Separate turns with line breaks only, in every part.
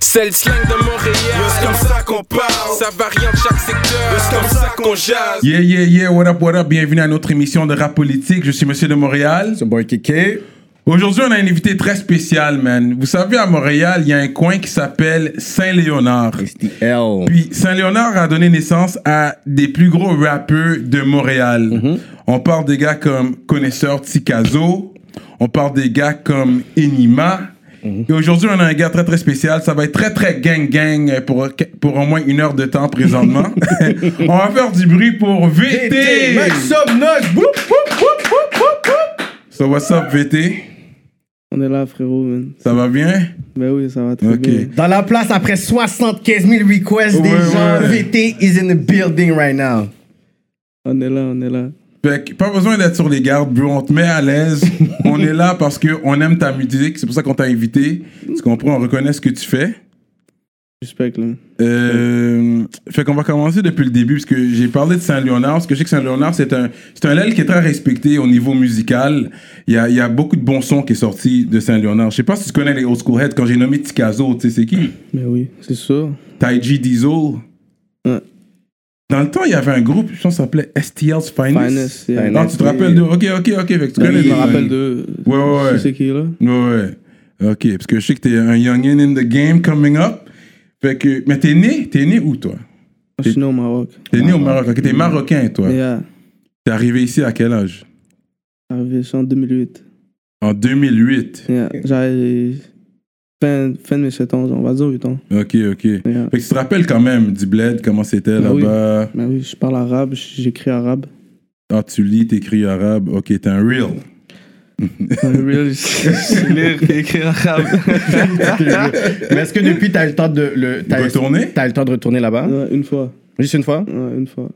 C'est le slang de Montréal.
C'est comme ça qu'on parle.
Ça varie en chaque secteur.
C'est comme ça qu'on jase.
Yeah, yeah, yeah, what up, what up, bienvenue à notre émission de rap politique. Je suis Monsieur de Montréal.
C'est boy Kéké.
Aujourd'hui, on a un invité très spécial, man. Vous savez, à Montréal, il y a un coin qui s'appelle Saint-Léonard.
L.
Puis Saint-Léonard a donné naissance à des plus gros rappeurs de Montréal. On parle des gars comme Connaisseur Tikazo, on parle des gars comme Enima. Et aujourd'hui, on a un gars très très spécial. Ça va être très très gang gang euh, pour, pour au moins une heure de temps présentement. on va faire du bruit pour VT.
Somnox. Boop, boop, boop, boop, boop, boop.
So what's up VT?
On est là, frérot, man.
Ça va bien?
Ben oui, ça va très
Ok.
bien.
Dans la place après 75 000 requests des
Ouais,
gens,
ouais.
VT is in the building right now.
On est là, on est là.
Fait que pas besoin d'être sur les gardes, bro. On te met à l'aise. on est là parce qu'on aime ta musique. C'est pour ça qu'on t'a invité. Tu comprends? On reconnaît ce que tu fais.
Respect, là.
Euh, fait qu'on va commencer depuis le début, parce que j'ai parlé de Saint-Léonard, parce que je sais que Saint-Léonard, c'est un, c'est un LL qui est très respecté au niveau musical. Il y a, il y a beaucoup de bons sons qui est sorti de Saint-Léonard. Je sais pas si tu connais les old school heads, quand j'ai nommé Tikazo, tu sais c'est qui?
Ben oui, c'est sûr.
Taiji Diesel.
Ouais.
Dans le temps, il y avait un groupe, je pense, ça s'appelait STL's Finest.
Finest, yeah.
Non, tu te rappelles de... Ok, ok, ok, fait que tu
Ben,
connais
je me
les-
rappelle de.
Ouais, ouais,
Tu
ouais.
sais C'est qui, là
Ouais, ouais. Ok, parce que je sais que t'es un youngin in the game coming up. Fait que... Mais t'es né, t'es né où, toi?
Je suis né au Maroc.
T'es né au Maroc, ok, t'es marocain, toi.
Et là,
T'es arrivé ici à quel âge
arrivé ici en 2008.
En 2008.
Yeah, euh, J'avais fin, fin de mes 7 ans, on va dire 8 ans. euh,
Ok, ok. Fait
Yeah.
que tu te rappelles quand même du bled, comment c'était
Ah oui.
là-bas.
Ben oui, je parle arabe, j'écris arabe.
Ah, tu lis, t'écris arabe. Ok, t'es un real.
je sais lire et écrire arabe.
Mais est-ce que depuis, t'as eu le temps de, le, t'as,
Retourné
t'as eu le temps de retourner là-bas?
Ouais, une fois.
Juste une fois?
Ouais, une fois.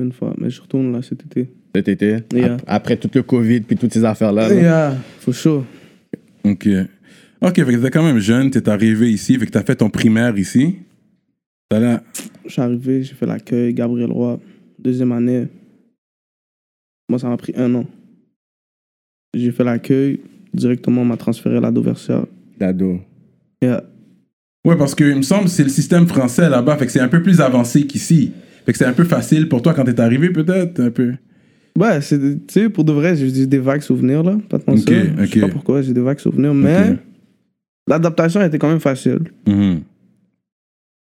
Une fois. Mais je retourne là cet été.
Cet été? Ap-
Yeah.
Après tout le COVID puis toutes ces affaires-là. là.
euh,
Yeah, for sure.
Ok. Ok, fait que t'étais quand même jeune, t'es arrivé ici, fait que t'as fait ton primaire ici. T'as là.
Je suis arrivé, j'ai fait l'accueil, Gabriel Roy, deuxième année. Moi, ça m'a pris un an. J'ai fait l'accueil, directement, on m'a transféré à la euh, Dauversia.
D'ado.
Yeah.
Ouais, parce que il me semble c'est le système français là-bas, fait que c'est un peu plus avancé qu'ici. Fait que c'est un peu facile pour toi quand t'es arrivé, peut-être un peu.
Ouais, c'est, tu sais, pour de vrai, j'ai j'ai des vagues souvenirs, là, pas de mentir.
Ok,
Je sais
ok.
pas pourquoi, j'ai des vagues souvenirs, mais
Ok.
l'adaptation était quand même facile.
Mhm.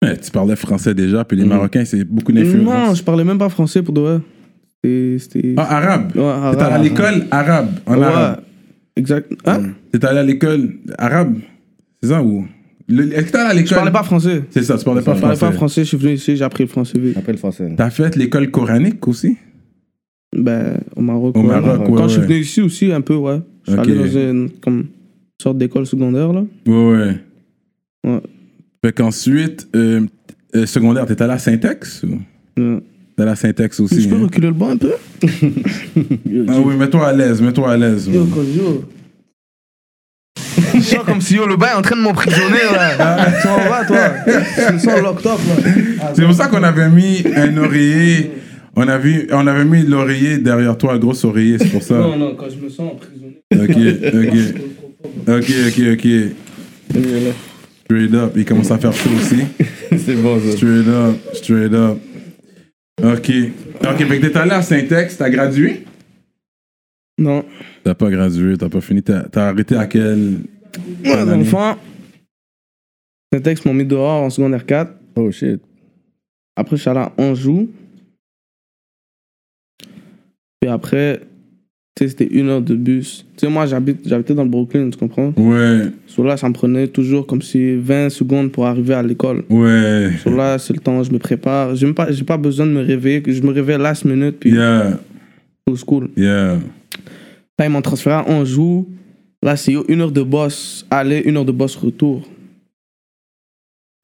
Ouais, tu parlais français déjà, puis les
Mhm.
Marocains, c'est beaucoup d'influence.
Non, je parlais même pas français, pour de vrai. C'était... c'était...
Ah, arabe.
Ouais,
T'es allé à
arabe.
l'école arabe, en
Ouais,
arabe.
exact. Hein?
T'es allé à l'école arabe, c'est ça ou Le- Est-ce que t'es allé à l'école
Je parlais pas français.
C'est ça, tu parlais pas
Je parlais
français.
pas français, je suis venu ici, j'ai appris le français vite.
Après le français.
T'as fait l'école coranique aussi
Ben, au Maroc.
Au
ouais.
Maroc,
Quand
ouais,
je suis
ouais.
venu ici aussi, un peu, ouais. Je suis
Ok.
allé dans une comme, une sorte d'école secondaire, là.
Ouais, ouais.
Ouais.
Fait qu'ensuite, euh, euh, secondaire, t'es allé à Syntex ou
Ouais.
T'es allé à Syntex aussi.
Mm. Je peux
hein?
reculer le banc un peu
Ah oui, mets-toi à l'aise, mets-toi à l'aise. ouais.
Je sens comme si yo, le bain est en train de m'emprisonner, là. tu m'en vas, toi. Je me sens locked up, là.
C'est pour ça qu'on avait mis un oreiller. On, a vu, on avait mis l'oreiller derrière toi, un gros oreiller, c'est pour ça.
Non, non, quand je me sens emprisonné.
Ok, ok. Ok, ok, ok. Straight up. Il commence à faire chaud aussi.
C'est bon, ça.
Straight up, straight up. Ok. Ok, fait que t'es allé à Syntex, t'as gradué?
Non,
T'as pas gradué, t'as pas fini. T'as t'as arrêté à quel.
moi,
année?
dans le fond, les textes m'ont mis dehors en secondaire 4.
Oh shit.
Après, je suis allé à Anjou. Puis après, tu sais, c'était une heure de bus. Tu sais, moi, j'habite, j'habitais dans le Brooklyn, tu comprends?
Ouais,
Sur là, ça me prenait toujours comme si 20 secondes pour arriver à l'école.
ouais.
Sur là, c'est le temps, je me prépare. J'ai même pas, j'ai pas besoin de me réveiller. que Je me réveille last minute, puis
Yeah,
au school.
yeah.
Là, ils m'ont transféré à Anjou. Là, c'est yo, une heure de boss aller, une heure de boss retour.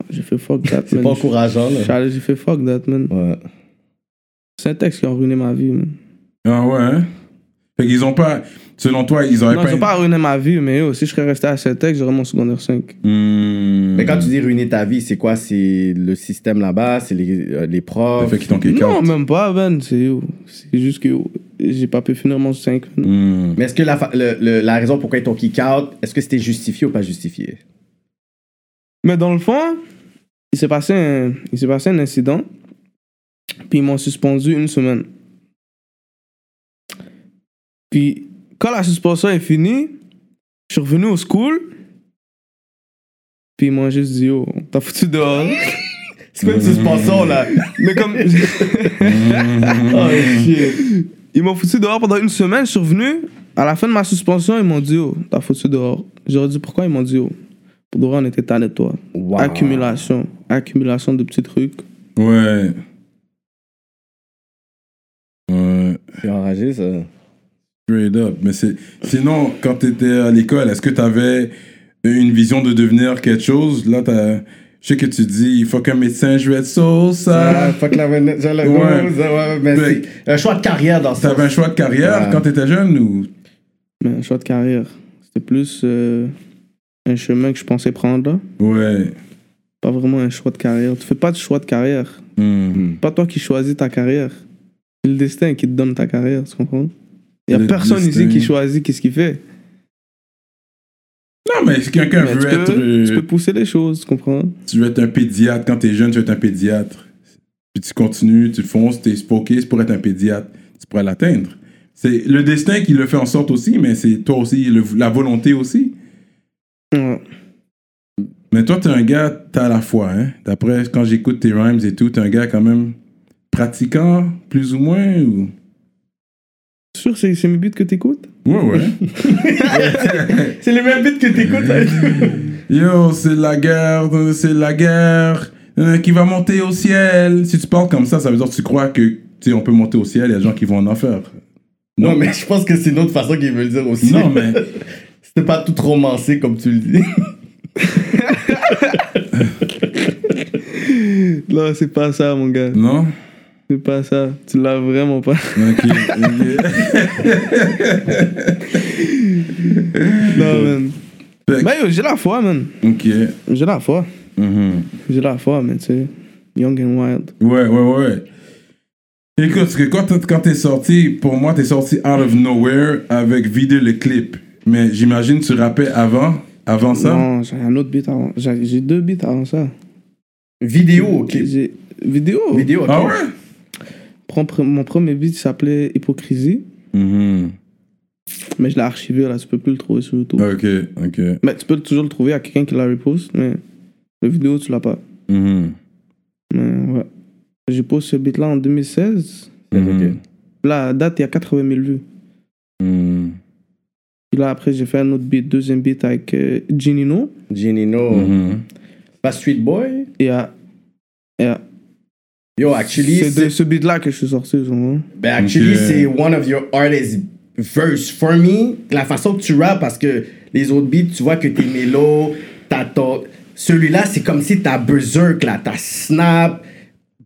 J'ai fait fuck that,
C'est
man.
pas encourageant,
Je suis
là.
allé, J'ai fait fuck that, man.
Ouais.
C'est un texte qui a ruiné ma vie, man.
Ah ouais, hein? Fait qu'ils ont pas. Selon toi, ils auraient
Non,
pas.
ils ont pas ruiné ma vie, mais yo, si je serais resté à cet texte, j'aurais mon secondaire 5.
Hmm.
Mais quand tu dis ruiner ta vie, c'est quoi C'est le système là-bas C'est les, euh, les
Ça
profs
fait qu'ils t'ont kick
Non,
out.
même pas, Ben. C'est yo, c'est juste que yo, j'ai pas pu finir mon 5. man.
Hmm.
Mais est-ce que la, fa- le- le- la raison pourquoi ils t'ont kick out, est-ce que c'était justifié ou pas justifié
Mais dans le fond, il s'est passé un, il s'est passé un incident, puis ils m'ont suspendu une semaine. Puis, quand la suspension est finie, je suis revenu au school, puis ils m'ont juste dit, oh, t'as foutu dehors. hein?
C'est quoi une suspension là
Mais comme.
Hmm.
Oh shit.
Ils m'ont foutu dehors pendant une semaine, je suis revenu. À la fin de ma suspension, ils m'ont dit Oh, t'as foutu dehors. J'aurais dit Pourquoi Ils m'ont dit Oh, pour de vrai, on était tanné de toi.
Wow.
Accumulation, accumulation de petits trucs.
Ouais. Ouais.
C'est enragé ça.
Straight up. Mais c'est... sinon, quand t'étais à l'école, est-ce que t'avais une vision de devenir quelque chose Là, t'as... je sais que tu dis, il faut qu'un médecin, je vais être sauce.
Ah,
ça.
fuck la Renaissance, la-
Ouais.
ouais, mais
Ouais.
c'est un choix de carrière dans ça.
T'avais un choix de carrière
Ouais.
quand t'étais jeune ou
Mais un choix de carrière. C'était plus euh, un chemin que je pensais prendre là.
Ouais.
Pas vraiment un choix de carrière. Tu fais pas de choix de carrière.
Mhm.
Hmm.
C'est Pas toi qui choisis ta carrière. C'est le destin qui te donne ta carrière, tu comprends Il y a
Le
personne
destin.
ici qui choisit qu'est-ce qu'il fait.
Non, mais si quelqu'un
Mais
veut
tu,
être.
peux,
euh,
tu peux pousser les choses, tu comprends
tu veux être un pédiatre. Quand t'es jeune, tu veux être un pédiatre. Puis tu continues, tu fonces, t'es spoké, c'est pour être un pédiatre. Tu pourrais l'atteindre. C'est le destin qui le fait en sorte aussi, mais c'est toi aussi, le- la volonté aussi.
Ouais.
Mais toi, t'es un gars, t'as la foi, hein. D'après, quand j'écoute tes rhymes et tout, t'es un gars quand même pratiquant, plus ou moins, ou...
Sûr, c'est c'est mes beats que t'écoutes
Ouais, ouais.
C'est les mêmes bits que t'écoutes. hein?
Yo, c'est la guerre, c'est la guerre euh, qui va monter au ciel. Si tu parles comme ça, ça veut dire que tu crois que, tu sais, on peut monter au ciel, il y a des gens qui vont en enfer.
non, mais je pense que c'est une autre façon qu'ils veulent dire aussi.
Non, mais...
C'était pas tout romancé comme tu le dis.
Non, c'est pas ça, mon gars.
Non?
C'est pas ça. Tu l'as vraiment pas.
Ok. ok.
Non, man.
Fait que-
Ben, yo, j'ai la foi, man.
Ok.
J'ai la foi.
Mhm.
J'ai la foi, man, tu sais. Young and wild.
Ouais, ouais, ouais. Écoute, parce que quand t'es- quand t'es sorti, pour moi, t'es sorti out of nowhere avec Vider le clip. Mais j'imagine tu rappais avant, avant ça.
Non, j'ai un autre beat avant. J'ai j'ai deux beats avant ça.
Vidéo, Oh, ok.
J'ai. Vidéo.
Vidéo, ok.
Ah ouais?
Prends- pre- Mon premier beat s'appelait Hypocrisie.
Mhm.
Mais je l'ai archivé, là. Tu peux plus le trouver sur YouTube.
Ok, ok.
Mais tu peux toujours le trouver à quelqu'un qui la reposte. Mais la vidéo, tu l'as pas.
Mhm.
Mais ouais. J'ai posté ce beat-là en 2016.
Mhm.
Là, à date, il y a 80 000 vues.
Mhm.
Puis là, après, j'ai fait un autre beat, deuxième beat avec euh, Ginino.
Genino.
Mhm.
Pas Street Boy.
Et à. et à-
Yo, actually,
c'est de
c'est
ce beat-là que je suis sorti. hein. tu vois.
ben, actually,
Ok.
c'est one of your artist verse for me. La façon que tu rap, parce que les autres beats, tu vois que t'es mélo, t'as ton... Celui-là, c'est comme si t'as berserk, là. T'as snap,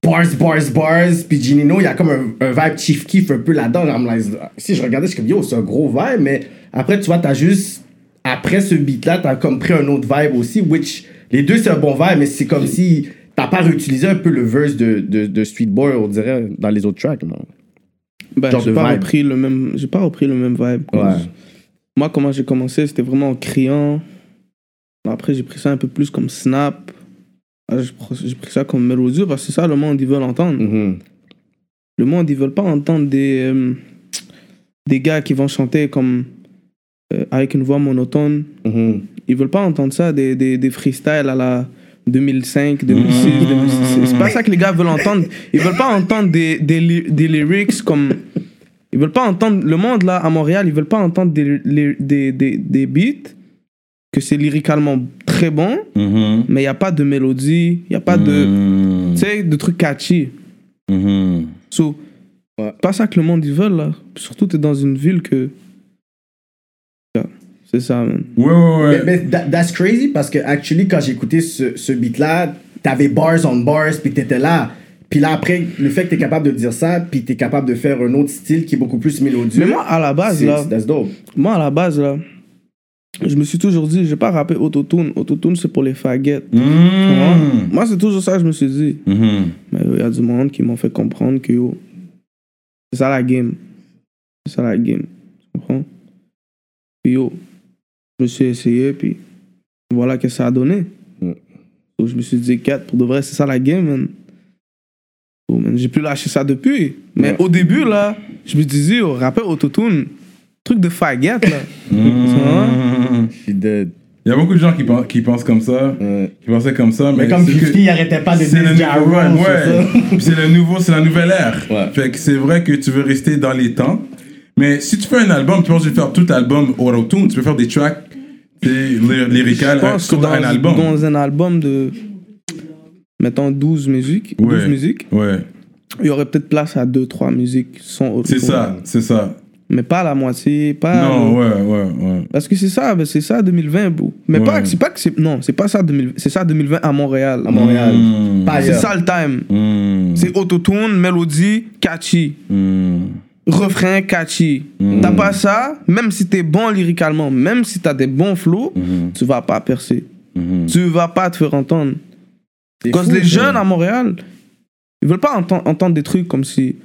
bars, bars, bars. Puis Genino, il y a comme un, un vibe chief kiff un peu là-dedans. I'm like, si je regardais, je suis comme, yo, c'est un gros vibe. Mais après, tu vois, t'as juste... Après ce beat-là, t'as comme pris un autre vibe aussi, which... Les deux, c'est un bon vibe, mais c'est comme si t'as pas réutilisé un peu le verse de, de, de Street Boy, on dirait, dans les autres tracks, non?
Ben,
Genre
j'ai
de
pas,
vibe.
repris le même- j'ai pas repris le même vibe. quoi.
Ouais.
Moi, comment j'ai commencé, c'était vraiment en criant. Après, j'ai pris ça un peu plus comme snap. Ah, J'ai pr- j'ai pris ça comme mélodieux parce que c'est ça, le monde, ils veulent entendre.
Mhm.
Le monde, ils veulent pas entendre des, euh, des gars qui vont chanter comme euh, avec une voix monotone.
Mhm.
Ils veulent pas entendre ça, des, des, des freestyles à la 2005, 2006,
Mm.
2006. C'est pas ça que les gars veulent entendre. Ils veulent pas entendre des, des, li- des lyrics comme. Ils veulent pas entendre. Le monde là, à Montréal, ils veulent pas entendre des, li- des, des, des beats, que c'est lyricalement très bon,
Mhm.
mais il y a pas de mélodie, il y a pas
Mm.
de.
Mhm.
Tu sais, de trucs catchy.
Mhm.
So,
Ouais.
c'est pas ça que le monde ils veulent là. Surtout, t'es dans une ville que. Yeah, C'est ça, man.
Ouais, ouais,
Mais,
ouais.
mais tha- that's crazy parce que, actually, quand j'écoutais ce, ce beat-là, t'avais bars on bars, puis t'étais là. Puis là, après, le fait que t'es capable de dire ça, puis t'es capable de faire un autre style qui est beaucoup plus mélodieux.
Mais moi, à la base
c'est
là.
that's dope.
Moi, à la base, là, je me suis toujours dit, je vais pas rapper autotune. Autotune, c'est pour les faguettes.
Mhm.
Moi, c'est toujours ça que je me suis dit.
Mhm.
Mais il y a du monde qui m'ont fait comprendre que, yo, c'est ça la game. C'est ça la game. Tu comprends?
Mm.
Puis, yo, je me suis essayé, puis voilà que ça a donné. So, je me suis dit, 4 pour de vrai, c'est ça la game, man. So, man, j'ai plus lâché ça depuis. Mais au début, là, je me disais, au rappeur autotune, truc de faguette, là.
Mm.
Tu vois?
Je suis dead.
Mm-hmm. Il y a beaucoup de gens qui, pen- qui pensent comme ça,
Ouais.
qui pensaient comme ça, mais,
Mm. Mais comme
c'est que-
50, il arrêtait pas de
c'est le
dire
nouveau,
Jaron,
ouais, ouais. Puis c'est le nouveau, c'est la nouvelle ère.
Ouais.
Fait que c'est vrai que tu veux rester dans les temps, mais si tu fais un album, tu penses que tu veux faire tout album auto-tune, tu peux faire des tracks tu sais, ly- lyricales
Je
hein,
pense que
sur
dans
un album.
Dans un album de, mettons, 12 musiques, 12
Ouais.
musiques,
Ouais,
il y aurait peut-être place à 2-3 musiques sans autre
c'est
chose.
ça, c'est ça.
Mais pas la moitié, pas...
non, ouais, ouais, ouais.
Parce que c'est ça, ben, c'est ça 2020, bro. Mais
Ouais.
pas, c'est pas que c'est... Non, c'est pas ça 2020, c'est ça 2020 à Montréal.
À Montréal.
Mm.
Pas
C'est
ailleurs.
ça le time.
Mm.
C'est autotune, mélodie, catchy.
Mm.
Refrain catchy.
hum,
T'as pas ça, même si t'es bon lyricalement, même si t'as des bons flows,
hum,
tu vas pas percer.
Mhm.
Tu vas pas te faire entendre.
C'est
Parce
fou,
que les
ça.
jeunes à Montréal, ils veulent pas enten- entendre des trucs comme si.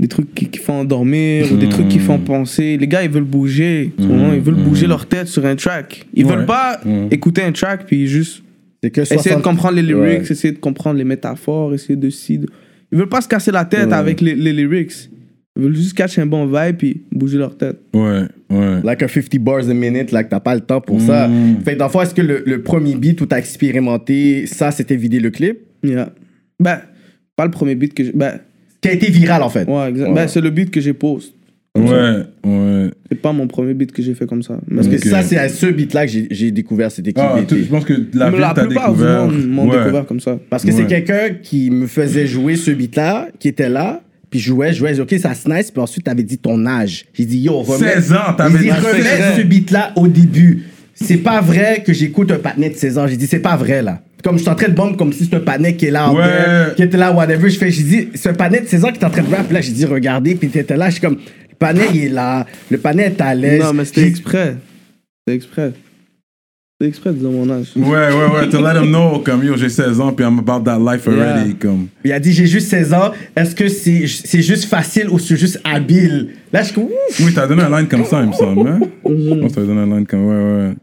Des trucs qui, qui font endormir ou des trucs qui font penser. Les gars, ils veulent bouger. tu vois, Ils veulent bouger leur tête sur un track. Ils
Ouais.
veulent pas
Mhm.
écouter un track puis juste
C'est que
essayer de
60
comprendre les lyrics,
Ouais.
essayer de comprendre les métaphores, essayer de si. de- Ils veulent pas se casser la tête avec les, les lyrics. Ils veulent juste catcher un bon vibe puis bouger leur tête.
Ouais, ouais.
Like a 50 bars a minute, like t'as pas le temps pour ça.
Hmm.
Mm.
Fait que dans le fond, est-ce que le, le premier beat où t'as expérimenté, ça c'était vider le clip,
Yeah. Ben, pas le premier beat que j'ai. Ben,
qui a été viral en fait.
ouais, exact.
Ouais.
Ben, c'est le beat que j'ai post.
Ouais, ouais.
C'est pas mon premier beat que j'ai fait comme ça. Mais
Parce que
Ok.
ça, c'est à ce beat-là que j'ai- j'ai découvert cet équipe.
euh, Ah, tu- je pense que la
la,
ville t'a
plupart
découvert.
du monde m'ont
Ouais.
découvert comme ça.
Parce que
Ouais.
c'est quelqu'un qui me faisait jouer ce beat-là, qui était là, puis jouait, jouais, ok, ça snipe, puis ensuite t'avais dit ton âge. J'ai dit, yo, remets.
16 ans, t'avais
J'ai dit,
dit
remets
16.
ce beat-là au début. C'est pas vrai que j'écoute un patinet de 16 ans. J'ai dit, c'est pas vrai, là. Comme je suis en train de bombe comme si c'était un patinet qui est là, en
Ouais.
bas, qui était là, whatever. Je fais, j'ai dit, c'est un patinet de 16 ans qui est en train de rap. Là, j'ai dit, regardez, puis t'étais là. Je suis comme, le patinet, il est là. Le patinet est à l'aise.
Non, mais c'était
J'ai-
exprès. C'était exprès. C'était exprès de dire mon âge.
Ouais, ouais, ouais. To let them know, comme yo, j'ai 16 ans, puis I'm about that life already. Comme.
Il a dit, j'ai juste 16 ans. Est-ce que c'est c'est juste facile ou c'est juste habile? Là, je suis comme, ouf.
Oui, t'as donné un line comme ça, il me semble. Hein?
Mm-hmm.
Je pense que t'as donné un line comme. Ouais, ouais.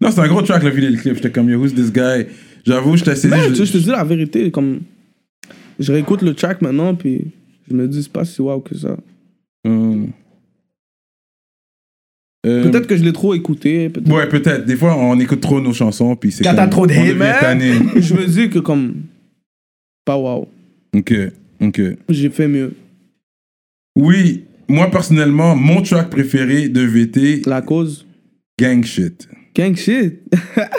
Non, c'est un gros track, le vidéo, le clip. J'étais comme, yo, who's this guy? J'avoue, j'étais saisi.
Mais, tu
je-
sais, je te dis la vérité, comme. Je réécoute le track maintenant, puis je me dis, c'est pas si wow que ça.
Hum. Euh,
Peut-être que je l'ai trop écouté. peut-être-
Ouais, peut-être. Des fois, on écoute trop nos chansons, puis c'est.
Quand
comme-
t'as trop de
on
hate,
devient
mais-
tanné.
Je me dis que, comme. Pas wow.
Ok, ok.
J'ai fait mieux.
Oui, moi personnellement, mon track préféré de VT,
La cause.
Gang Shit.
Gang shit.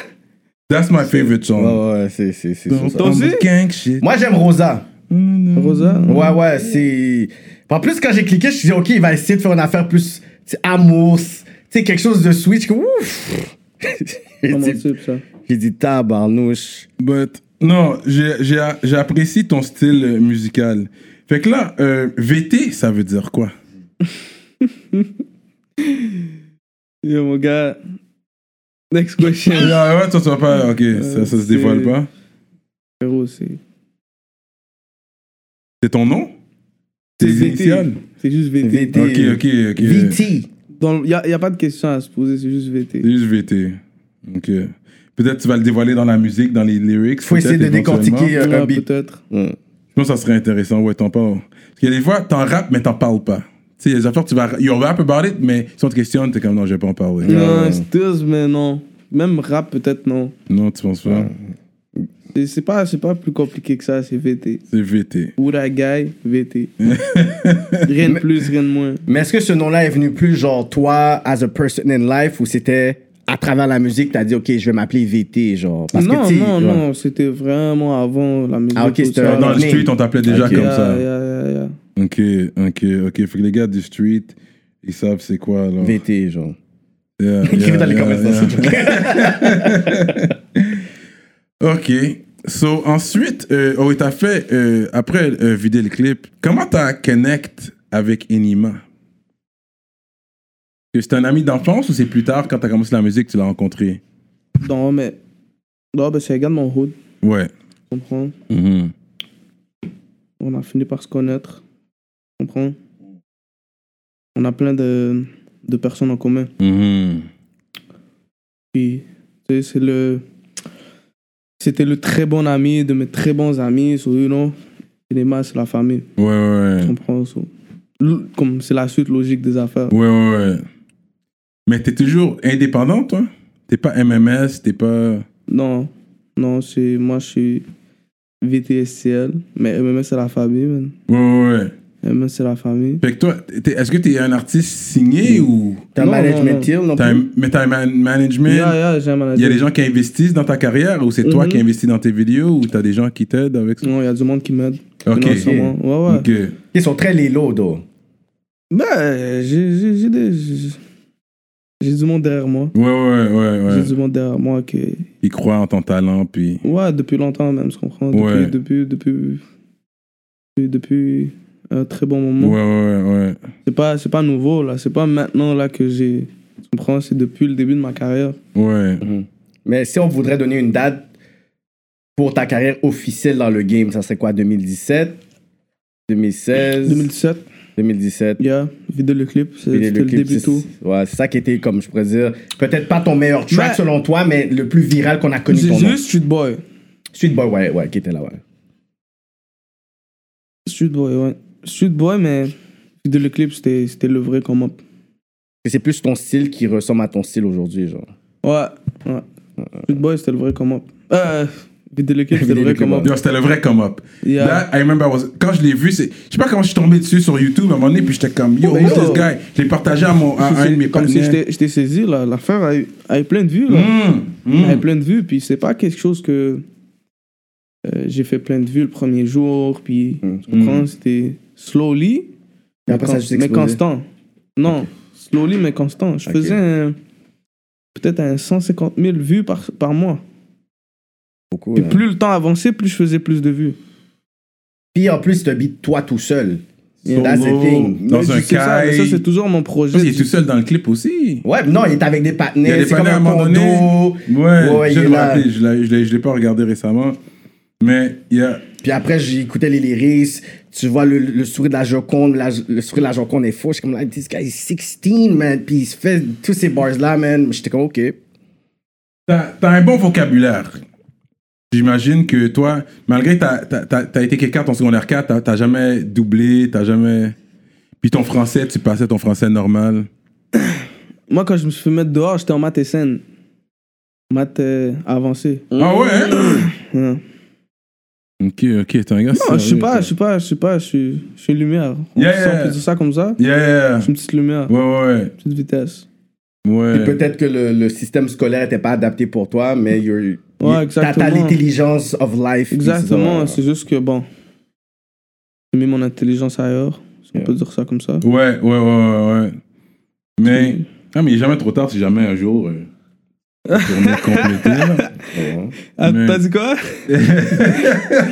That's my favorite song.
Ouais, ouais, c'est c'est- c'est sûr, ça.
Toi aussi?
Gang Shit.
Moi, j'aime Rosa.
Rosa.
Ouais, ouais, c'est. En plus, quand j'ai cliqué, je me suis dit, OK, il va essayer de faire une affaire plus tu sais, amour, tu sais, quelque chose de switch. comme, Ouf! J'ai
Comment
dit-
tu ça?
j'ai dit, tabarnouche.
But, non, j'ai- j'ai- j'apprécie ton style euh, musical. Fait que là, euh, VT, ça veut dire quoi?
Yo, mon gars. Next question.
Ah ouais, toi, tu vas pas. Ok,
Euh,
ça, ça se
c'est-
dévoile pas.
Frérot, c'est.
C'est ton nom? Tes
VT.
initiales?
C'est juste VT.
VT.
Ok, ok, ok.
VT.
Il n'y a, y a pas de question à se poser, c'est juste VT.
C'est juste VT. Ok. Peut-être tu vas le dévoiler dans la musique, dans les lyrics.
Faut essayer de
peut-être, éventuellement.
décortiquer euh, un
Ouais,
beat.
peut-être.
Je pense que ça serait intéressant, ouais, t'en parles. Parce qu'il y a des fois, t'en rappes, mais t'en parles pas. Tu sais, il y a des affaires, tu vas. You rap about it, mais si on te questionne, t'es comme non, je vais pas en parler.
Non, excuse, mais non. Même rap, peut-être, non.
Non, tu penses pas?
C'est- C'est pas, c'est pas plus compliqué que ça, c'est VT.
C'est VT.
Ouragaï, VT. rien de plus, rien de moins.
Mais est-ce que ce nom-là est venu plus genre toi, as a person in life, ou c'était à travers la musique, t'as dit, OK, je vais m'appeler VT, genre. Parce
non,
que, tu sais,
non,
ouais.
non, c'était vraiment avant la musique.
Ah, ok,
tout
c'était
ça,
un
Dans
là.
le street, on t'appelait déjà
Ok. Ah,
comme
Yeah,
ça.
yeah, yeah, yeah.
Ok, ok, ok. Fait que les gars du street, ils savent c'est quoi alors.
VT, genre.
Yeah,
Écrivez dans les
yeah,
commentaires,
yeah.
s'il vous plaît.
Ok. So, ensuite, euh, oh, et t'as fait, euh, après euh, vider le clip, comment t'as connect avec Enima Que c'est un ami d'enfance ou c'est plus tard, quand t'as commencé la musique, tu l'as rencontré
Non, mais. Non, ben, c'est un gars de mon hood,
Ouais.
tu comprends?
Mhm.
On a fini par se connaître. Tu comprends? On a plein de, de
Mm-hmm.
personnes en commun.
Mhm.
Puis, tu sais, c'est le. c'était le très bon ami de mes très bons amis. So, you know, cinéma, c'est la famille.
Ouais, ouais,
Tu
ouais.
comprends? so. L- Comme c'est la suite logique des affaires.
Ouais, ouais, ouais. Mais t'es toujours indépendant, toi T'es pas MMS, t'es pas.
Non, non, c'est- moi je suis VTSCL, mais MMS c'est la famille, man.
Ouais, ouais, ouais.
MMS c'est la famille.
Fait que toi, t'es- est-ce que t'es un artiste signé
Mm.
ou.
T'as un
Non, non,
management
non.
team, non
T'as
plus?
un- mais t'as un man- management
Yeah, yeah, j'ai un
Il y a
manager.
des gens qui investissent dans ta carrière ou c'est toi
Mhm.
qui investis dans tes vidéos ou t'as des gens qui t'aident avec ça
Non, il y a du monde qui m'aide.
Ok.
financièrement. Ouais, ouais.
Ok.
Ils sont très lélo, though.
Ben, j'ai- j'ai j'ai des. j'ai- J'ai du monde derrière moi.
Ouais, ouais, ouais, ouais.
J'ai du monde derrière moi que.
Ils croient en ton talent, puis.
Ouais, depuis longtemps même, tu comprends? Depuis,
Ouais.
depuis, depuis, depuis. depuis un très bon
Ouais,
moment.
ouais, ouais.
C'est pas, c'est pas nouveau, là. C'est pas maintenant, là, que j'ai. Tu comprends? C'est depuis le début de ma carrière.
Ouais.
Mm-hmm.
Mais si on voudrait donner une date pour ta carrière officielle dans le game, ça serait quoi 2017 2016
2017,
2017
yeah, vidéo le clip, c'est-
Puis
c'était le
clip,
début de
c'est-
tout.
Ouais, c'est ça qui était, comme je pourrais dire, peut-être pas ton meilleur track
Mais-
selon toi, mais le plus viral qu'on a connu
J'ai
ton
j'ai
nom.
eu Street Boy.
Street Boy, ouais, ouais, qui était là, ouais.
Street Boy, ouais. Street Boy, mais vidéo le clip, c'était c'était le vrai comment.
Et C'est plus ton style qui ressemble à ton style aujourd'hui, genre.
Ouais, ouais. Street Boy, c'était le vrai comment. Euh, vidéo le clip, c'était le
Vidéo
vrai
Clip,
comment.
Yo, C'était le vrai come-up.
Yeah.
That, I remember, I was- quand je l'ai vu, c'est- je sais pas comment je suis tombé dessus sur YouTube à un moment donné, puis j'étais comme, yo,
Ben,
who's
yo.
this guy? Je l'ai partagé à, mon, à
Si
Bah, un de
c'est-
mes
Comme si
partenaires.
j'étais j'étais saisi, là. L'affaire a eu, a eu plein de vues, là.
Mm, mm.
Elle a plein de vues, puis c'est pas quelque chose que euh, j'ai fait plein de vues le premier jour, puis tu
Mm.
comprends, c'était slowly, mais,
après, ça
cons-
a juste
mais
explosé.
constant. Non, slowly, mais constant. Je
Ok.
faisais un- peut-être un 150 000 vues par, par mois.
Beaucoup.
Puis
là.
plus le temps avançait, plus je faisais plus de vues.
Puis en plus, tu beat toi tout seul.
Solo,
That's the thing.
Dans
Mais
un
je sais ça, mais
caille.
ça, c'est toujours mon projet.
Il est tout seul dans le clip aussi.
Ouais, non, il est avec des
Il y a
partenaires.
des
C'est comme
panneaux à un
un
moment donné.
condo.
Ouais,
Ouais,
je
il
vais
est
me
là.
rappeler, je l'ai- je l'ai- je l'ai pas regardé récemment. Mais il y a.
Puis après, j'écoutais les lyrics. Tu vois le, le sourire de la Joconde. la- le sourire de la Joconde est faux. Je suis comme, like, this guy is 16, man. Puis il se fait tous ces bars-là, man. J'étais comme, OK.
T'as t'as un bon vocabulaire. J'imagine que toi, malgré que t'as- t'as t'as- t'as été quelqu'un ton secondaire 4, t'as- t'as jamais doublé, t'as jamais. Puis ton français, tu passais ton français normal.
Moi, quand je me suis fait mettre dehors, j'étais en maths et scène. Maths euh, avancée.
Ah ouais? hein?
Ouais.
ok, ok, t'es un gars.
Non,
sérieux,
je sais pas,
toi.
je sais pas, je sais pas, je suis, je suis une lumière. On
Yeah,
peut
yeah.
dire ça comme ça.
Yeah,
Je suis une petite lumière,
ouais, ouais,
petite vitesse.
ouais.
Puis
ouais.
peut-être que le, le système scolaire n'était pas adapté pour toi, mais you're-
Ouais,
t'as- t'as
exactement.
l'intelligence of life.
Exactement,
Puis
c'est juste que bon, j'ai mis mon intelligence ailleurs, si on
Yeah.
peut dire ça comme ça.
Ouais, ouais, ouais, ouais, ouais. Mais. Ah, mais il est jamais trop tard si jamais un jour. Euh, la tournée est complétée, là. Ah, Mais- t'as
dit quoi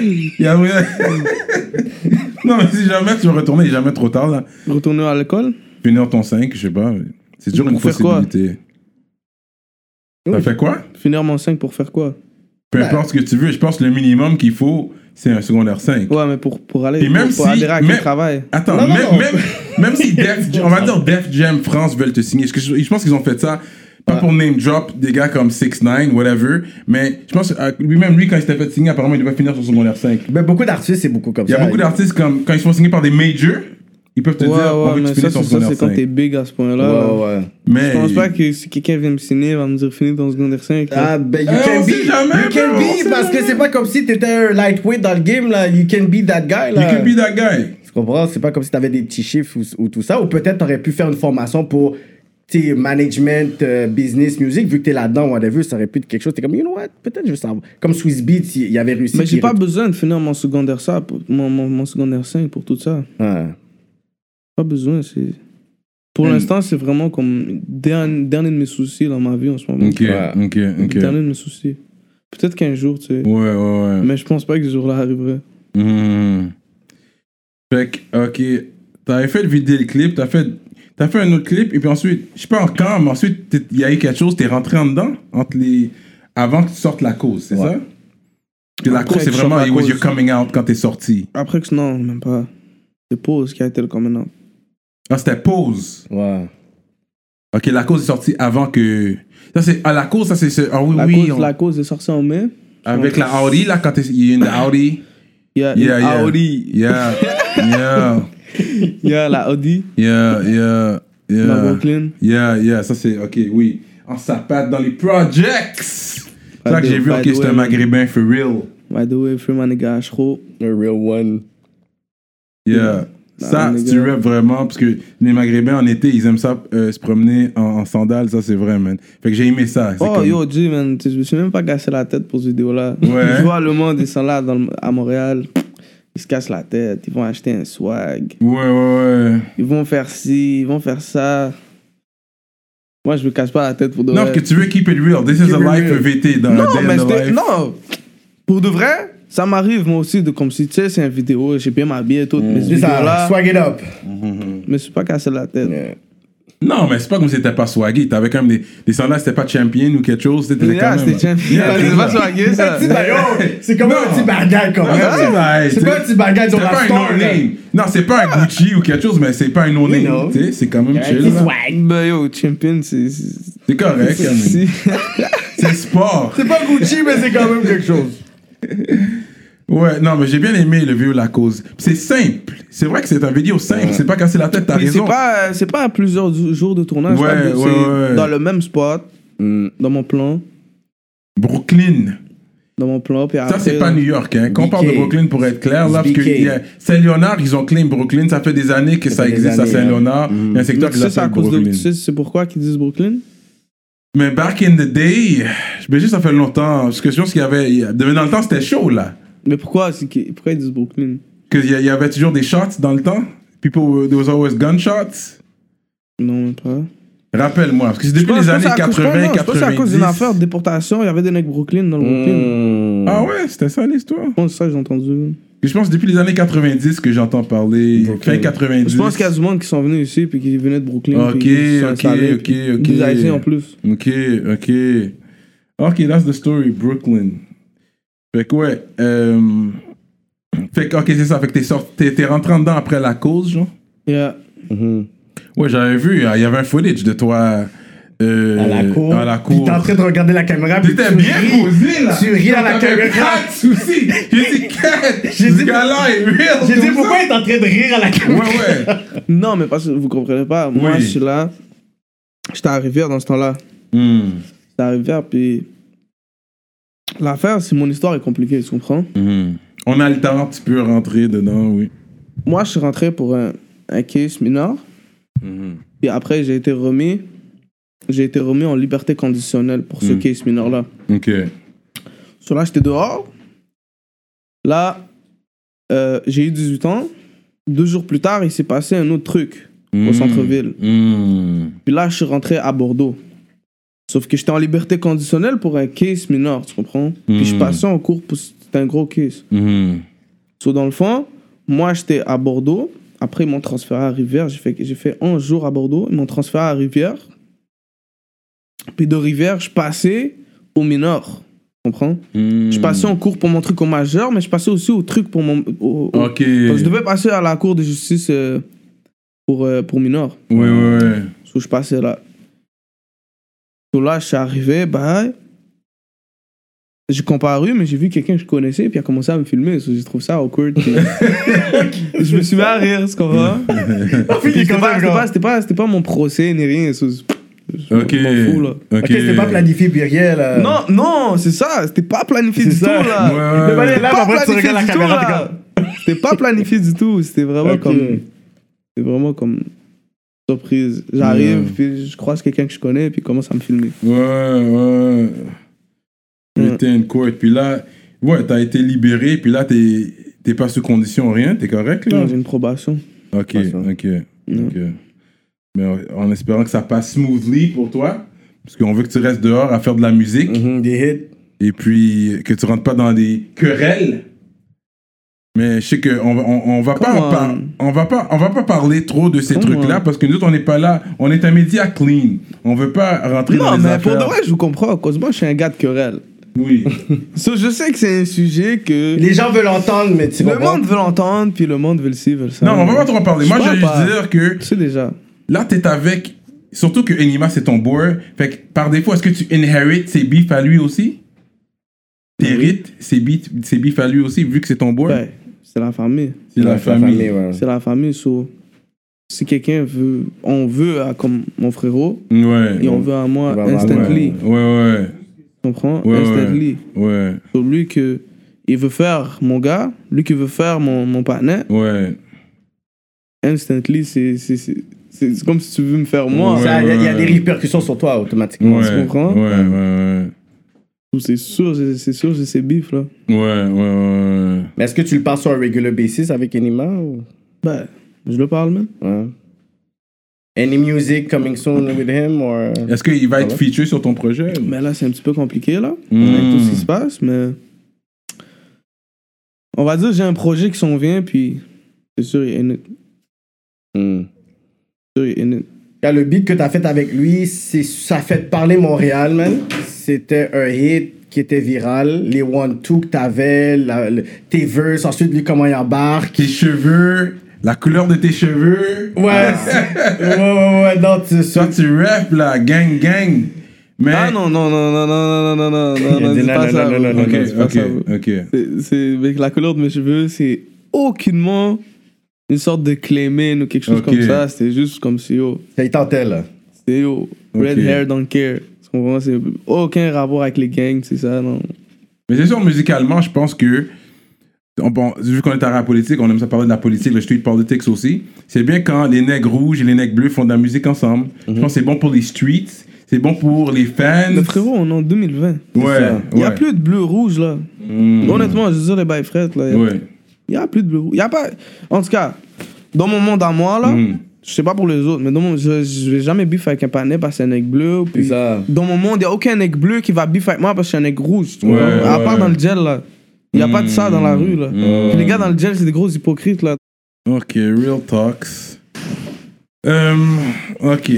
Il y a rien. non, mais si jamais tu veux retourner, il est jamais trop tard, là.
Retourner à l'école
finir ton 5, je sais pas. C'est toujours
Pour
une
faire quoi
possibilité. Ça
Oui.
fait quoi
Finir mon 5 pour faire quoi Bah
Peu importe ce que tu veux, je pense que le minimum qu'il faut, c'est un secondaire 5.
Ouais, mais pour, pour aller
Et
pour,
même
pour
si-
adhérer à quel
même-
travail
Attends,
Non, non,
même,
non.
Même, même si Def, on va dire Def Jam France veulent te signer, parce que je, je pense qu'ils ont fait ça, pas pour name drop des gars comme 6 9 whatever, mais je pense que euh, lui-même, lui, quand il s'était fait signer, apparemment, il devait finir son secondaire 5.
Mais Ben, beaucoup d'artistes, c'est beaucoup comme
Il y
ça.
a beaucoup d'artistes comme quand ils se font signer par des majors, ils peuvent te
Ouais,
dire on
ouais,
veut que
mais
tu
ça,
finisses
c'est
ton
ça, c'est
secondaire
quand
5.
t'es big à ce point-là.
Ouais, ouais.
Mais
Je pense pas que si quelqu'un vient me signer, va me dire finis ton secondaire 5.
Ah, ben,
Eh,
you
on
can
sait
be.
jamais,
you can
bro, on sait
be, parce que
jamais.
c'est pas comme si t'étais un lightweight dans le game, là. You can be that guy,
you
là.
could be that guy.
Tu comprends? C'est pas comme si t'avais des petits chiffres ou, ou tout ça. Ou peut-être t'aurais pu faire une formation pour, tu sais, management, euh, business, music. Vu que t'es là-dedans, whatever, ça aurait pu être quelque chose. T'es comme, you know what? Peut-être je veux savoir. Comme Swiss Beats, il il avait réussi.
mais j'ai
puis-
pas besoin de finir mon secondaire, ça, pour- mon, mon, mon secondaire 5 pour tout ça.
Ouais.
Pas besoin, c'est. Pour
Mm.
Hmm.
l'instant, c'est vraiment comme dernier, dernier de mes soucis dans ma vie en ce moment.
Ok,
Ouais.
ok, ok.
Dernier de mes soucis. Peut-être qu'un jour, tu sais.
Ouais, ouais, ouais.
Mais je pense pas que ce jour-là arriverait.
Hmm. Fait que, ok, t'avais fait le vidéo, le clip, t'as fait, t'as fait un autre clip, et puis ensuite, je sais pas encore, mais ensuite, t'es- il y a eu quelque chose, t'es rentré en dedans, entre les, avant que tu sortes la cause, c'est
Ouais.
ça? Puis la
Après
cause, c'est
que je sorte
vraiment,
La
it was
Cause.
your coming out quand t'es sorti.
Après que non, même pas. C'est pause qui a été le coming out.
Ah, c'était pause.
Ouais.
Ok, la cause est sortie avant que. Ça, c'est, ah, la cause, ça, c'est ce. Ah oui,
La,
oui.
cause,
on-
la cause est sortie en mai.
Avec la Audi, là, quand t'es- il y a une Audi.
Il y a
Yeah,
une
yeah.
Audi,
Yeah. Yeah.
il y a la Audi,
Yeah, yeah, yeah.
La Brooklyn.
Yeah, yeah, ça c'est, ok, oui. En sapate dans les projects. C'est là que
de-
j'ai vu,
pas
ok,
de
c'est un
way.
maghrébin for real.
by the way, free man, les gars, je trouve.
A real one.
Yeah. Ça,
Ah, les
si tu
gars.
rêves vraiment, parce que les maghrébins en été, ils aiment ça, euh, se promener en, en sandales, ça c'est vrai, man. Fait que j'ai aimé ça. c'est
Oh
comme-
yo, G, man, tu- je me suis même pas cassé la tête pour cette vidéo-là.
Ouais.
Je vois le monde, ils sont là dans le- à Montréal, ils se cassent la tête, ils vont acheter un swag,
Ouais, ouais, ouais.
ils vont faire ci, ils vont faire ça. Moi, je me casse pas la tête pour de
Non,
vrai.
parce que tu veux keep it real. This is
Keep
a
it
life
real.
EVT dans
Non,
la
mais
day in the
c'était.
life.
Non, pour de vrai, ça m'arrive moi aussi, de comme si, tu sais, c'est une vidéo, j'ai bien m'habiller et tout,
Mm.
mais cette
C'est ça,
vidéo-là,
swag it up.
je me suis pas cassé la tête.
Non, mais c'est pas comme si t'étais pas swaggy. T'avais quand même des, des sandales, c'était pas champion ou quelque chose. T'étais
Yeah,
quand même.
c'était champion.
Yeah,
C'est pas swagué, ça.
C'est pas- yo, C'est comme un petit bagage, comme
Ah, c'est vrai,
C'est
tu
pas
sais.
un petit bagage dans
C'est pas
la
un
store. là. Ah.
no-name. Non, c'est pas un Gucci ou quelque chose, mais c'est pas un
You know.
no-name. Tu sais, c'est quand même chill. là.
Ben yo, champion, c'est. c'est-
C'est correct. quand même.
c'est-
C'est sport.
C'est pas Gucci, mais c'est quand même quelque chose.
Ouais, non, mais j'ai bien aimé le vieux La Cause. C'est simple. C'est vrai que c'est un vidéo simple. C'est pas casser la tête, t'as
Puis C'est
raison.
pas, c'est pas à plusieurs jou- jours de tournage.
Ouais,
t'as vu,
ouais,
c'est
ouais. Mm.
Dans le même spot, dans mon plan,
Brooklyn.
dans mon plan. Puis
Ça,
Ah,
après,
euh,
euh,
c'est pas New York. Hein. Qu'on parle de
BK.
Brooklyn pour être clair, là, parce
BK.
que il y a- Saint-Léonard, ils ont claim Brooklyn. Ça fait des années que ça,
fait des
existe à
années, hein.
Saint-Léonard. Il y a un
Mais
secteur
tu
qui
sais, c'est à
s'appelle
cause de.
Brooklyn.
Tu sais, c'est pourquoi qu'ils disent Brooklyn
Mais back in the day, mais juste ça fait longtemps. Parce que je pense qu'il y avait. il y a- Dans le temps, c'était chaud, là.
Mais pourquoi, c'est que- pourquoi ils disent Brooklyn
Qu'il y, a- il y avait toujours des shots dans le temps. People, were- there was always gunshots.
Non, même pas.
Rappelle-moi, parce que c'est
Je
depuis
pense-
les
je pense
années
que c'est à cause-
80,
non, je pense que
90.
C'est à cause d'une affaire de déportation, il y avait des mecs Brooklyn dans le
Hmm.
Brooklyn.
Hmm.
Ah ouais, c'était ça l'histoire.
Je pense que ça, j'ai entendu.
Je pense que depuis les années 90 que j'entends parler. Fin 90.
Je pense qu'il y a du monde qui sont venus ici puis qui venaient de Brooklyn.
Ok,
puis qui se sont
ok,
installés,
ok,
puis
ok.
Des Haïtiens en plus.
Ok, ok. Ok, that's the story, Brooklyn. Fait que ouais. euh, Fait que, ok, c'est ça. Fait que t'es sorti- t'es t'es rentré en dedans après la cause, genre.
Yeah.
Ouais, j'avais vu, hein, il y avait un footage de toi euh,
À la cour.
à la
Puis
cour.
t'es en train de regarder la caméra. puis
T'étais
tu
bien
ris.
posé là.
Tu ris à la
T'avais
caméra.
Pas de soucis. J'ai dit quête. J'ai
J'ai
dit
dit-
gars-là est real.
J'ai
comme
dit pourquoi
ça.
il est en train de rire à la caméra.
Ouais, ouais.
Non, mais parce que vous comprenez pas. Moi,
Oui.
je suis là. J'étais à Rivière dans ce temps-là.
Hmm.
J'étais à Rivière, puis. L'affaire, c'est mon histoire est compliquée, tu comprends?
Hmm. On a le temps, tu peux rentrer dedans, oui.
Moi, je suis rentré pour un, un case mineur. Puis après, j'ai été remis. J'ai été remis en liberté conditionnelle pour ce
Mm.
case mineur-là.
Ok.
So là, j'étais dehors. Là, euh, j'ai eu 18 ans. Deux jours plus tard, il s'est passé un autre truc au
Hmm.
centre-ville.
Hmm.
Puis là, je suis rentré à Bordeaux. Sauf que j'étais en liberté conditionnelle pour un case mineur, tu comprends? Puis je
Mm.
passais en cours pour. C'était un gros case.
Hmm.
So, dans le fond, moi, j'étais à Bordeaux. Après, ils m'ont transféré à Rivière. J'ai fait, j'ai fait 11 jours à Bordeaux. Ils m'ont transféré à Rivière. Puis de Rivière, je passais au mineur. Tu comprends?
Hmm.
Je passais en cours pour mon truc au majeur, mais je passais aussi au truc pour mon. au- au-
Ok.
Donc, je devais passer à la cour de justice euh, pour, euh, pour mineur.
Ouais, ouais, ouais.
So, je passais là. So, là, je suis arrivé, bah. J'ai comparu, mais j'ai vu quelqu'un que je connaissais, puis il a commencé à me filmer. So, je trouve ça awkward. puis- je me suis mis à rire, ce qu'on voit.
Puis il est
C'était
comme
pas,
ça,
c'était pas,
genre.
c'était pas- c'était pas mon procès ni rien. so, je- je
Ok.
m'en fous, là.
Ok.
Ok, c'était pas planifié puis rien là.
Non, non, c'est ça. C'était pas planifié
C'est
du
ça.
tout, là.
Ouais, ouais,
Mais
ouais.
voilà, là,
pas
après, tu
planifié
regardes la
du tout,
caméra. t'es
là. C'était pas planifié du tout. C'était vraiment
Ok.
comme. C'était vraiment comme. Surprise. J'arrive, puis je croise quelqu'un que je connais, puis il commence à me filmer.
Ouais, ouais.
Hmm. Ouais.
J'étais en court. Puis là, ouais, t'as été libéré. Puis là, t'es t'es pas sous condition, rien. T'es correct, là?
Non, J'ai une probation.
Ok,
Pas ça.
ok,
Non.
ok. Mais en- en espérant que ça passe smoothly pour toi, parce qu'on veut que tu restes dehors à faire de la musique
Mm.
comme- Mhm, Des hits.
et puis que tu rentres pas dans des querelles. Mais je sais que on, va- on, on va pas
Come on.
par- on va pas on va pas parler trop de ces
Come
trucs là
on.
parce que nous autres, on n'est pas là, on est un média clean. On veut pas rentrer dans
Non,
les
mais
affaires.
pour de vrai, je vous comprends. Cause moi, je suis un gars de querelle.
Oui.
So, je sais que c'est un sujet que.
Les gens veulent l'entendre, mais tu
Le
comprends?
monde veut l'entendre, puis le monde veut le ci, veut le ça.
non, on va pas trop en parler.
Je
Moi, je
parle
vais
pas.
juste dire que
Tu sais déjà.
Là, t'es avec. Surtout que Enima, c'est ton boy. Fait que par défaut, est-ce que tu inherit ses beefs à lui aussi T'es hérite ses beats, ses beefs à lui aussi, vu que c'est ton boy.
Ouais, c'est la famille.
C'est la,
Ouais,
famille.
ouais.
C'est la famille, so, si quelqu'un veut, on veut à comme mon frérot,
Ouais.
et on veut à moi
Bah, bah,
instantly.
ouais.
Ouais, ouais.
Tu comprends? Euh,
Ouais,
instantly.
Ouais.
So, lui que, il veut faire mon gars, lui qui veut faire mon, mon partenaire,
Ouais.
instantly, c'est- c'est c'est- c'est comme si tu veux me faire moi.
Ouais,
Ça, Il y a- il y a
ouais.
des répercussions sur toi automatiquement.
Ouais.
se comprend.
Ouais, ouais, ouais.
So, C'est sûr, c'est c'est sûr, c'est ces bifs là.
Ouais, ouais, ouais.
Mais est-ce que tu le passes sur un regular basis avec Enima ou...
Ben, je le parle même.
Ouais. Any music coming soon with him or...
Est-ce qu'il va être
Ouais.
feature sur ton projet ou-
Mais là, c'est un petit peu compliqué, là,
Hmm.
avec
Mm.
tout ce qui se passe, mais. On va dire, j'ai un projet qui s'en vient, puis. C'est sûr, il est in it.
Hmm.
C'est sûr, il est in it.
Quand le beat que t'as fait avec lui, c'est ça fait parler Montréal, man. C'était un hit qui était viral. Les one-two que t'avais, la- le- tes verses, ensuite lui comment il embarque.
Tes cheveux, la couleur de tes cheveux.
Ouais, c'est- ouais, ouais, ouais, non, tu...
Toi, tu rap là, gang, gang. Mais.
Ah non, non, non, non, non, non, non, non, non,
Il a
non,
dit
dis
non,
pas
non,
ça.
non,
vous.
non, non,
Ok,
Non, dis pas
ok,
ça, vous.
ok.
C'est- C'est. Avec la couleur de mes cheveux, c'est aucunement une sorte de claiming ou quelque chose
Ok.
comme ça. C'était juste comme si, yo,
Ça, il tentait, là.
c'était yo, red
Ok.
hair, don't care. Tu comprends? C'est aucun rapport avec les gangs, c'est ça, non.
Mais c'est sûr, musicalement, je pense que. on- bon, vu qu'on est en rap politique, on aime ça parler de la politique, le street politics aussi. C'est bien quand les nègres rouges et les nègres bleus font de la musique ensemble. Je pense que c'est bon pour les streets, c'est bon pour les fans.
Mhm. Mais frérot, on est en 2020.
ouais, ouais.
Il n'y a plus de bleu-rouge, là.
Mm.
Honnêtement, je dis ça, les bails frettes, là. Il
Ouais.
n'y a plus de bleu-rouge. Il n'y a pas. En tout cas, dans mon monde à moi, là,
Mm.
je sais pas pour les autres, mais dans mon... je ne vais jamais bif avec un panais parce que c'est un nec bleu. Puis...
ça.
Dans mon monde, il n'y a aucun nec bleu qui va bif avec moi parce que c'est un nec rouge. tu
Ouais,
vois. à
ouais.
part dans le gel, là. Il n'y a pas de ça dans la
Mm.
rue, là.
Mm.
Puis Les gars dans le gel, c'est des gros hypocrites, là.
Ok, Real Talks. Hum, ok.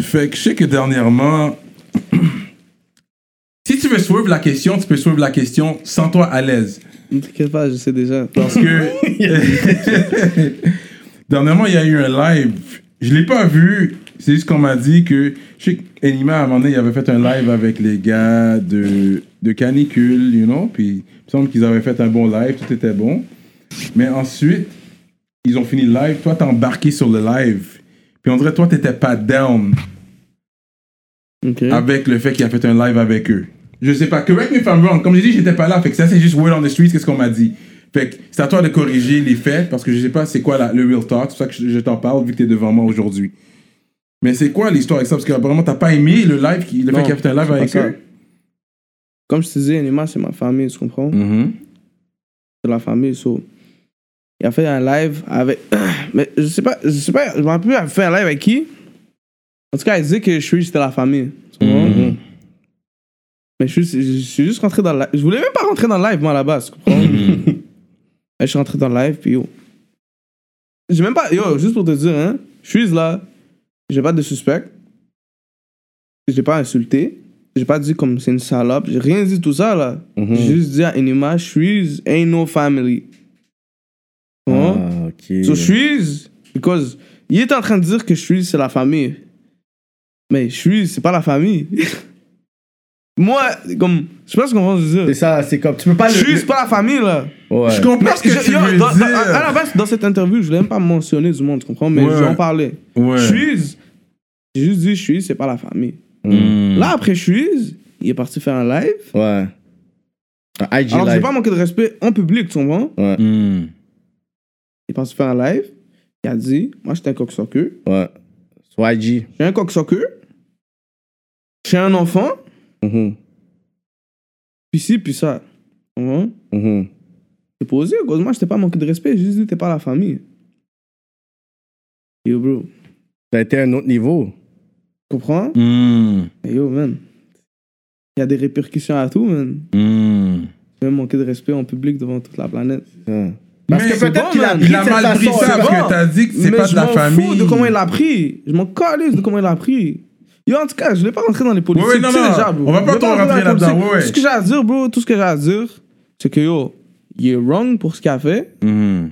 Fait que je sais que dernièrement. si tu veux suivre la question, tu peux suivre la question sans toi à l'aise.
Ne t'inquiète pas, je sais déjà.
Parce que. Dernièrement, il y a eu un live. Je l'ai pas vu. C'est juste qu'on m'a dit que. Je sais qu'Enima, à un moment donné, il avait fait un live avec les gars de, de Canicule, you know. Puis il me semble qu'ils avaient fait un bon live, tout était bon. Mais ensuite, ils ont fini le live. Toi, t'as embarqué sur le live. Puis on dirait, toi, t'étais pas down
Ok.
avec le fait qu'il a fait un live avec eux. Je sais pas, correct me if I'm wrong. Comme j'ai dit, j'étais pas là. Fait que ça, c'est juste word on the streets, qu'est-ce qu'on m'a dit. Fait que c'est à toi de corriger les faits parce que je sais pas c'est quoi la- le real talk. C'est pour ça que je, je t'en parle vu que t'es devant moi aujourd'hui. Mais c'est quoi l'histoire avec ça Parce qu'apparemment, t'as pas aimé le live, qui- le
Non,
fait qu'il a fait un live
pas
avec
ça.
eux.
Comme je te disais, Anima, c'est ma famille, tu comprends?
Mm. Mm-hmm.
de la famille. So. Il a fait un live avec. Mais je sais pas, je sais pas, je me rappelle plus, il a fait un live avec qui. En tout cas, il disait que Shreeze c'était la famille. tu comprends?
Mm-hmm.
Mhm.
Mais je suis, je suis juste rentré dans le live. Je voulais même pas rentrer dans le live, moi, à la base. tu comprends? Mais je suis rentré dans le live, puis yo. J'ai même pas. Yo, juste pour te dire, hein, Shreeze là, j'ai pas de suspect. J'ai pas insulté. J'ai pas dit comme c'est une salope. J'ai rien dit de tout ça, là.
Mm-hmm.
Hmm.
J'ai
Mm-hmm.
juste dit à Enima, Shreeze ain't no family. Hein?
Ah, ok.
So Shreeze, because il est en train de dire que Shreeze c'est la famille. Mais Shreeze c'est pas la famille. Moi, comme, je sais pas ce qu'on va se
C'est
dire.
ça, c'est comme... Tu peux pas le...
Shreeze c'est pas la famille là.
Ouais.
Je comprends
Parce
ce que tu veux
dans, dans- à la
dire.
base, dans cette interview, je voulais même pas mentionner du monde, tu comprends, mais
Ouais.
j'en parlais.
Ouais.
Shreeze, j'ai juste dit Shreeze c'est pas la famille.
Mm.
Là après Shreeze, il est parti faire un live.
Ouais. Un IG
Alors, j'ai
live.
pas manqué de respect en public, tu comprends?
Ouais,
Mm.
Il est parti faire un live. Il a dit Moi, j'étais un coq-soqueux.
ouais. Soit IG.
J'ai un coq-soqueux. J'ai un enfant.
Mhm,
Puis ci, puis ça. Tu comprends?
mhm.
C'est posé. Cause moi, je t'ai pas manqué de respect. J'ai juste dit T'es pas la famille. Yo, bro. Tu
Ça a été un autre niveau.
comprends?
Mm.
Mais Yo, man. Il y a des répercussions à tout, man.
Mm.
J'ai même manqué de respect en public devant toute la planète.
Ouais.
Mais
que
c'est
peut-être
bon,
qu'il a
man.
pris
Il a
de cette
mal pris
façon,
ça
c'est
parce
bon.
que t'as dit que c'est
Mais
pas de
je
la
m'en
famille.
fous de comment il l'a pris. Je m'en calise de comment il l'a pris. Yo, en tout cas, je ne vais pas rentrer dans les politiques.
Ouais, ouais, non,
tu sais
non.
déjà, bro.
On va
Je
pas
vais
trop
rentrer dans
rentrer
les politiques.
là-dedans, ouais, ouais.
Tout ce que j'ai à dire, bro, tout ce que j'ai à dire, c'est que yo, il est wrong pour ce qu'il a fait.
Mhm.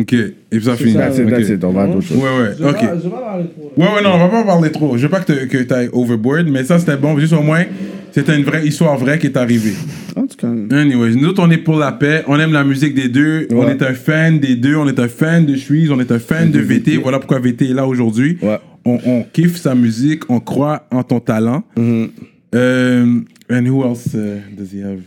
Ok, et puis ça finit.
That's it,
Ok.
that's it. On va à d'autres
Ouais,
choses.
ouais, ok.
vais pas parler trop.
Ouais, ouais, non, on va pas en parler trop. Je veux pas que tu ailles overboard, mais ça, c'était bon. Juste au moins, C'était une vraie histoire vraie qui est arrivée.
En tout cas.
Anyways, nous autres, on est pour la paix. On aime la musique des deux. On
Ouais.
est un fan des deux. On est un fan de Suisse. On est un fan de VT. Voilà pourquoi VT est là aujourd'hui.
Ouais.
On, on kiffe sa musique. On croit en ton talent.
Mm-hmm.
Euh, and who else euh, does he have?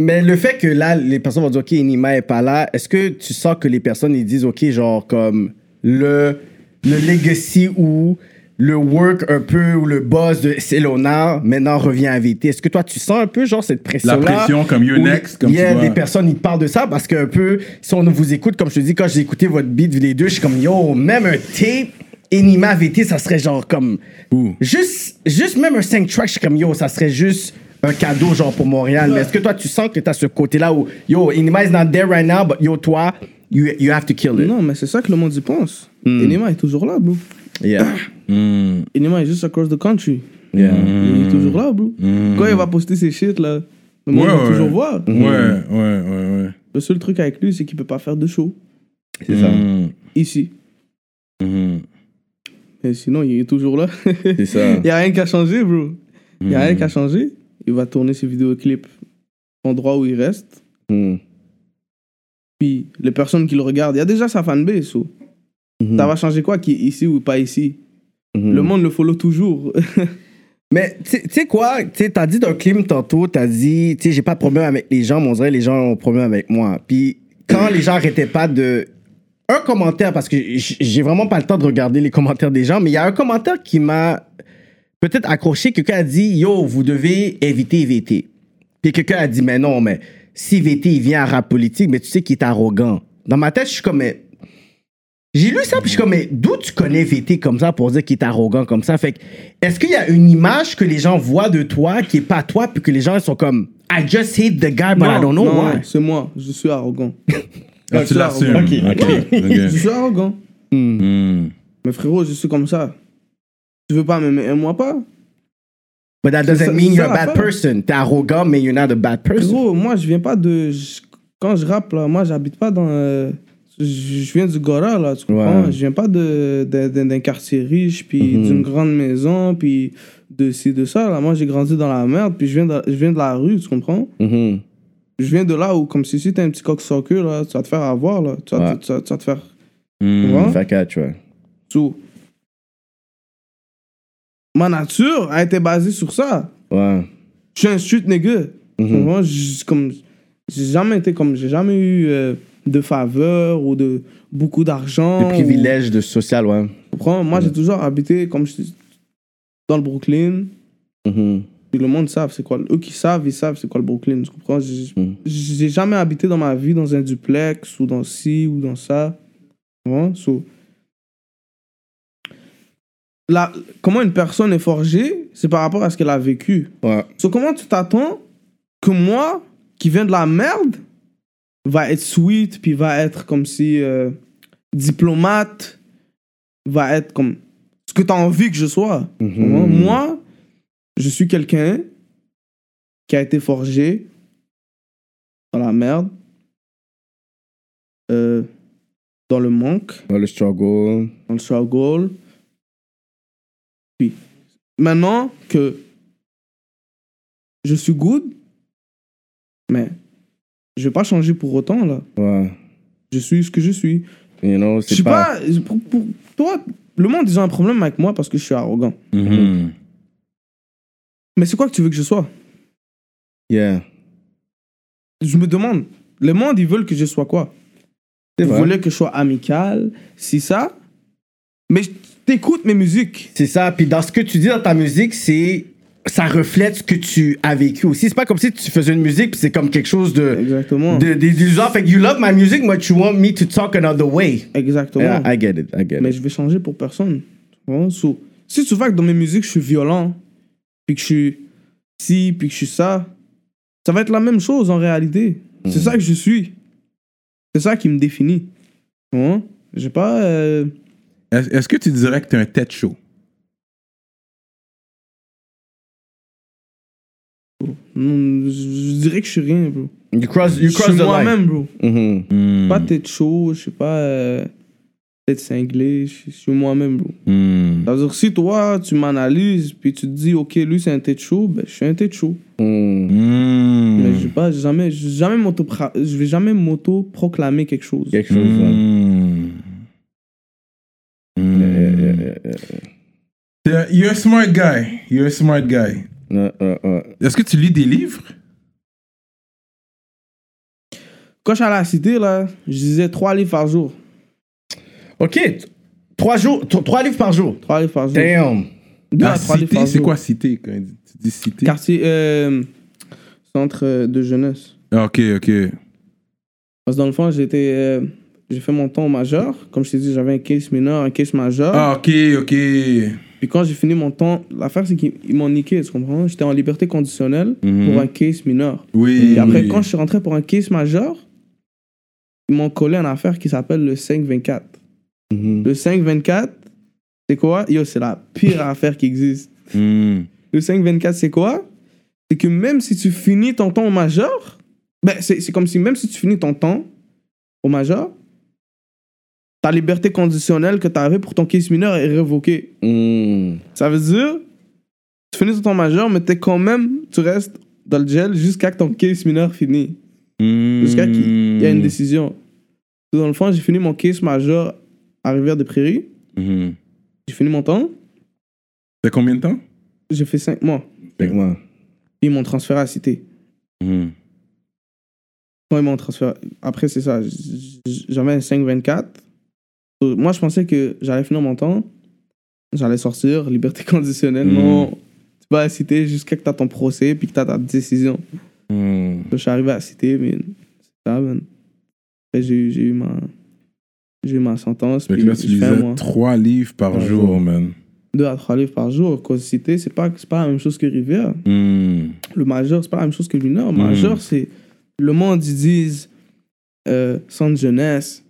Mais le fait que là, les personnes vont dire, OK, Nima est pas là, est-ce que tu sens que les personnes, ils disent, OK, genre, comme le, le legacy ou le work un peu, ou le boss de c'est Léonard, maintenant revient à VT. Est-ce que toi, tu sens un peu, genre, cette pression-là?
pression, comme you
Ou les-
next, comme tu
yeah,
vois.
les personnes, ils parlent de ça parce que un peu, si on vous écoute, comme je te dis, quand j'ai écouté votre beat, les deux, je suis comme, yo, même un tape, Enima VT, ça serait genre comme.
Ouh.
Juste, juste même un 5 track, je suis comme yo, ça serait juste un cadeau genre pour Montréal. Mais est-ce que toi tu sens que t'as ce côté là où yo, Enima is not there right now, but yo, toi, you, you have to kill it.
Non, mais c'est ça que le monde y pense. Enima est toujours là, bro.
Yeah. Mm,
Enima est juste across the country.
Yeah. Mm.
Il est toujours là, bro. Quand il va poster ses shit, là, le monde
Hmm. Ouais, Hmm.
va
ouais.
toujours voir.
Ouais, ouais, ouais, ouais.
Le seul truc avec lui, c'est qu'il peut pas faire de show
C'est ça.
Mm,
ici.
mm.
Mais sinon, il est toujours là.
C'est ça.
Il n'y a rien qu'à changer, bro. Il n'y a rien qu'à changer. Il va tourner ses vidéoclips endroit où il reste.
Mm.
Puis les personnes qui le regardent, il y a déjà sa fanbase. so.
Hmm.
Ça va changer quoi qui est ici ou pas ici
Mm.
Le monde le follow toujours.
Mais tu tu sais quoi, tu sais, t'as dit d'un clim tantôt, t'as dit, tu sais, j'ai pas de problème avec les gens, mais on dirait que les gens ont un problème avec moi. Puis quand les gens arrêtaient pas de. Un commentaire, parce que j- j'ai vraiment pas le temps de regarder les commentaires des gens, mais il y a un commentaire qui m'a peut-être accroché. Quelqu'un a dit, yo, vous devez éviter VT. Puis quelqu'un a dit, mais non, mais si VT il vient à rap politique, mais tu sais qu'il est arrogant. Dans ma tête, je suis comme, mais j'ai lu ça, puis je suis comme, mais d'où tu connais VT comme ça pour dire qu'il est arrogant comme ça? Fait que, est-ce qu'il y a une image que les gens voient de toi qui est pas toi, puis que les gens ils sont comme, I just hate the guy, but I don't know
non,
why?
c'est moi. Je suis arrogant.
Ah, tu
ça,
l'assumes.
ok.
Ok,
je
ok.
suis arrogant.
Hmm.
Mm.
Mais frérot, je suis comme ça. Tu veux pas m'aimer, aime-moi pas.
But that doesn't
ça-
mean
c'est
you're a
ça
bad
l'affaire.
person. T'es arrogant, mais you're not a bad person.
Frérot, moi, je viens pas de. je- Quand je rappe, là, moi, j'habite pas dans. euh, Je je viens du Gora, là, tu comprends?
Ouais.
Je viens pas de, de- de- d'un quartier riche, puis
Mhm.
d'une grande maison, puis de ci, de ça. Là. Moi, j'ai grandi dans la merde, puis je viens de, je viens de la rue, tu comprends?
Mm-hmm.
Je viens de là où, comme si, si t'es un petit coq soccer, là, tu vas te faire avoir, là. Tu vas,
Ouais.
tu vas- tu vas te faire.
Mm.
tu vois?
Mm-hmm. Fait que, tu vois.
So, Ma nature a été basée sur ça.
Ouais. Mm-hmm.
je suis un street nigga.
Mhm.
Moi, je- comme j'ai jamais été comme j'ai jamais eu euh, de faveur ou de beaucoup d'argent.
Des privilèges Mhm. de social, ouais.
ou- comprends? Moi, j'ai toujours habité comme je dis, dans le Brooklyn.
Mhm.
Puis le monde savent c'est quoi. Eux qui savent, ils savent c'est quoi le Brooklyn. Tu comprends? J'ai
Mhm.
j'ai jamais habité dans ma vie dans un duplex ou dans ci ou dans ça. Tu comprends? So, la- comment une personne est forgée, c'est par rapport à ce qu'elle a vécu.
Ouais.
So, comment tu t'attends que moi, qui viens de la merde, va être sweet, puis va être comme si euh, diplomate, va être comme ce que tu as envie que je sois.
Mhm.
Tu vois? Moi, je suis quelqu'un qui a été forgé dans la merde, euh, dans le manque,
Ouais, le struggle.
dans le struggle. Puis, maintenant que je suis good, mais je vais pas changer pour autant, là.
Ouais.
Je suis ce que je suis.
You know,
Je
c'est
suis
pas.
pas... pour, pour- toi, le monde, ils ont un problème avec moi parce que je suis arrogant.
Mhm.
Mais c'est quoi que tu veux que je sois
Yeah.
Je me demande. Le monde, ils veulent que je sois quoi
C'est
Ils
vrai.
voulaient que je sois amical, si ça. Mais je- t'écoutes mes musiques.
C'est ça. Puis dans ce que tu dis dans ta musique, c'est. Ça reflète ce que tu as vécu aussi. C'est pas comme si tu faisais une musique, puis c'est comme quelque chose de.
Exactement.
de des illusions. Fait que you love my music, but you want me to talk another way.
Exactement.
Yeah, I get it. I get it.
mais je vais changer pour personne. Tu comprends? So, si tu vois que dans mes musiques, je suis violent, puis que je suis ci, puis que je suis ça, ça va être la même chose en réalité. C'est
Mhm.
ça que je suis. C'est ça qui me définit. Tu comprends? J'ai pas. euh,
Est-ce est-ce que tu dirais que t'es un tête chaud?
non, mm, je, je dirais que je suis rien, bro.
You cross,
Je
you cross
suis
the line.
moi-même, bro.
Mhm.
Mm.
Pas tête chaud, je suis pas euh, tête cinglée, je suis- je suis moi-même, bro.
Hmm.
Mm.
Ça veut dire que si toi, tu m'analyses, puis tu te dis, OK, lui, c'est un tête chaud, ben, je suis un tête chaud.
Mm-hmm.
Mm.
Mais je vais pas jamais, je vais jamais m'auto-pra- je vais jamais m'auto-proclamer quelque chose.
Quelque chose. ouais.
Mm. Mm.
Hmm. Euh, euh, euh,
T'es- You're a smart guy. You're a smart guy.
euh, euh, euh, euh.
Est-ce que tu lis des livres?
Quand je suis allé à la cité, là, je disais trois livres par jour.
Ok. t- Trois, jours, t- trois livres par jour.
Trois livres par jour.
Damn.
Deux
Ah,
à trois livres
cité,
par
c'est
jour.
quoi cité quand tu dis cité?
Quartier, euh, centre euh, de jeunesse.
Ah, Ok, ok.
Parce que dans le fond, j'étais, euh, j'ai fait mon temps au majeur. Comme je t'ai dit, j'avais un case mineur, un case majeur.
Ah, ok, ok.
Puis quand j'ai fini mon temps, l'affaire, c'est qu'ils ils m'ont niqué, tu comprends? J'étais en liberté conditionnelle
Mhm.
pour un case mineur.
Oui.
Et après, quand je suis rentré pour un case majeur, ils m'ont collé une affaire qui s'appelle le 524.
Hmm.
Le 524, c'est quoi? Yo, c'est la pire affaire qui existe.
Mm.
Le 524, c'est quoi? C'est que même si tu finis ton temps au majeur, ben, c'est c'est comme si même si tu finis ton temps au majeur, ta liberté conditionnelle que tu avais pour ton case mineur est révoquée.
Mm.
Ça veut dire, tu finis ton temps majeur, mais t'es quand même, tu restes dans le gel jusqu'à que ton case mineur finit.
Mm.
Jusqu'à qu'il y a une décision. Dans le fond, j'ai fini mon case majeur à Rivière-des-Prairies.
Mhm.
J'ai fini mon temps.
T'as combien de temps?
J'ai fait 5 mois.
Fait que moi,
Ils m'ont transféré à Cité.
Mhm.
Quand ils m'ont transféré. Après, c'est ça. j- j- J'avais un 5-24. Euh, Moi, je pensais que j'allais finir mon temps. J'allais sortir, liberté conditionnelle.
Mhm.
Non. Tu vas à Cité jusqu'à que t'as ton procès puis que t'as ta décision.
Mm.
Je suis arrivé à la cité, mais c'est ça, man. Après, j'ai eu, j'ai eu ma. J'ai eu ma sentence.
Fait que
puis
là, tu
je fais un
lisais
mois.
trois livres par jour, man.
Deux à trois livres par jour. Cause cité, c'est pas, c'est pas la même chose que Rivière.
Mm.
Le majeur, c'est pas la même chose que mineur. Le
Mhm.
majeur, c'est. Le monde, ils disent. Euh, centre jeunesse,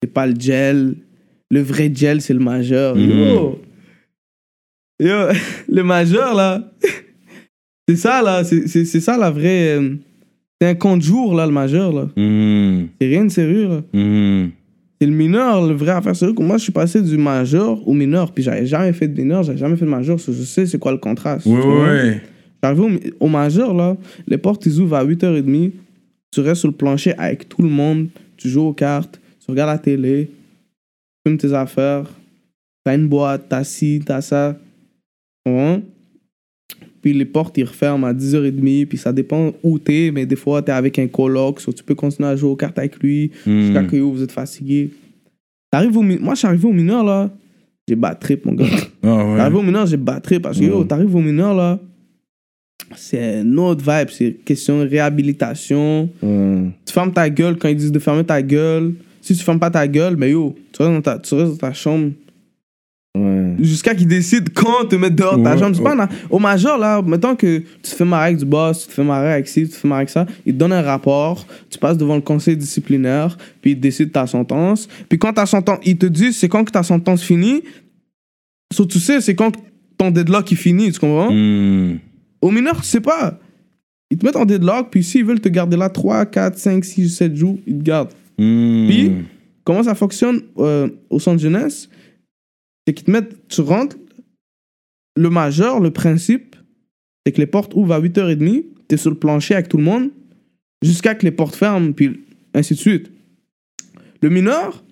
c'est pas le gel. Le vrai gel, c'est le majeur.
Mhm.
Yo! Yo, le majeur, là. c'est ça, là. C'est c'est- c'est ça, la vraie. euh, C'est un compte-jour, là, le majeur, là.
Mm.
C'est rien de sérieux, là.
Mm.
C'est le mineur, le vrai affaire. C'est vrai que moi, je suis passé du majeur au mineur. Puis j'avais jamais fait de mineur, j'avais jamais fait de majeur. so je sais c'est quoi le contraste.
Ouais,
tu vois.
ouais.
J'arrive au, mi- au majeur, là, les portes, ils ouvrent à 8h30. Tu restes sur le plancher avec tout le monde. Tu joues aux cartes, tu regardes la télé, tu fumes tes affaires. T'as une boîte, t'as ci, t'as ça. Tu comprends? Puis les portes, ils referment à 10h30. Puis ça dépend où t'es, mais des fois, t'es avec un coloc. so tu peux continuer à jouer aux cartes avec lui jusqu'à
Mm.
que yo, vous êtes fatigué. T'arrives au mi- Moi, je suis arrivé au mineur, là. J'ai battu trip, mon gars.
Ah, ouais.
T'arrives au mineur, j'ai battu trip, parce que yo, t'arrives au mineur, là. C'est une autre vibe. C'est question de réhabilitation.
ouais.
Tu fermes ta gueule quand ils disent de fermer ta gueule. Si tu fermes pas ta gueule, mais yo, tu restes dans ta, tu restes dans ta chambre
Ouais.
jusqu'à qu'ils décident quand te mettre dehors de ta
Ouais,
chambre. C'est pas un- au major, là, mettons que tu te fais marrer avec du boss, tu te fais marrer avec ci, tu te fais marrer avec ça, ils te donnent un rapport, tu passes devant le conseil disciplinaire, puis ils décident ta sentence. Puis quand ta sentence, ils te disent c'est quand que ta sentence finit, so, tu sais, c'est quand que ton deadlock il finit, tu comprends?
Mm.
Au mineur, tu sais pas. Ils te mettent en deadlock, puis s'ils veulent te garder là 3, 4, 5, 6, 7 jours, ils te gardent
Mm.
Puis, comment ça fonctionne euh, au centre jeunesse C'est qu'ils te mettent, tu rentres, le majeur, le principe, c'est que les portes ouvrent à 8h30, tu es sur le plancher avec tout le monde, jusqu'à que les portes ferment, puis ainsi de suite. Le mineur,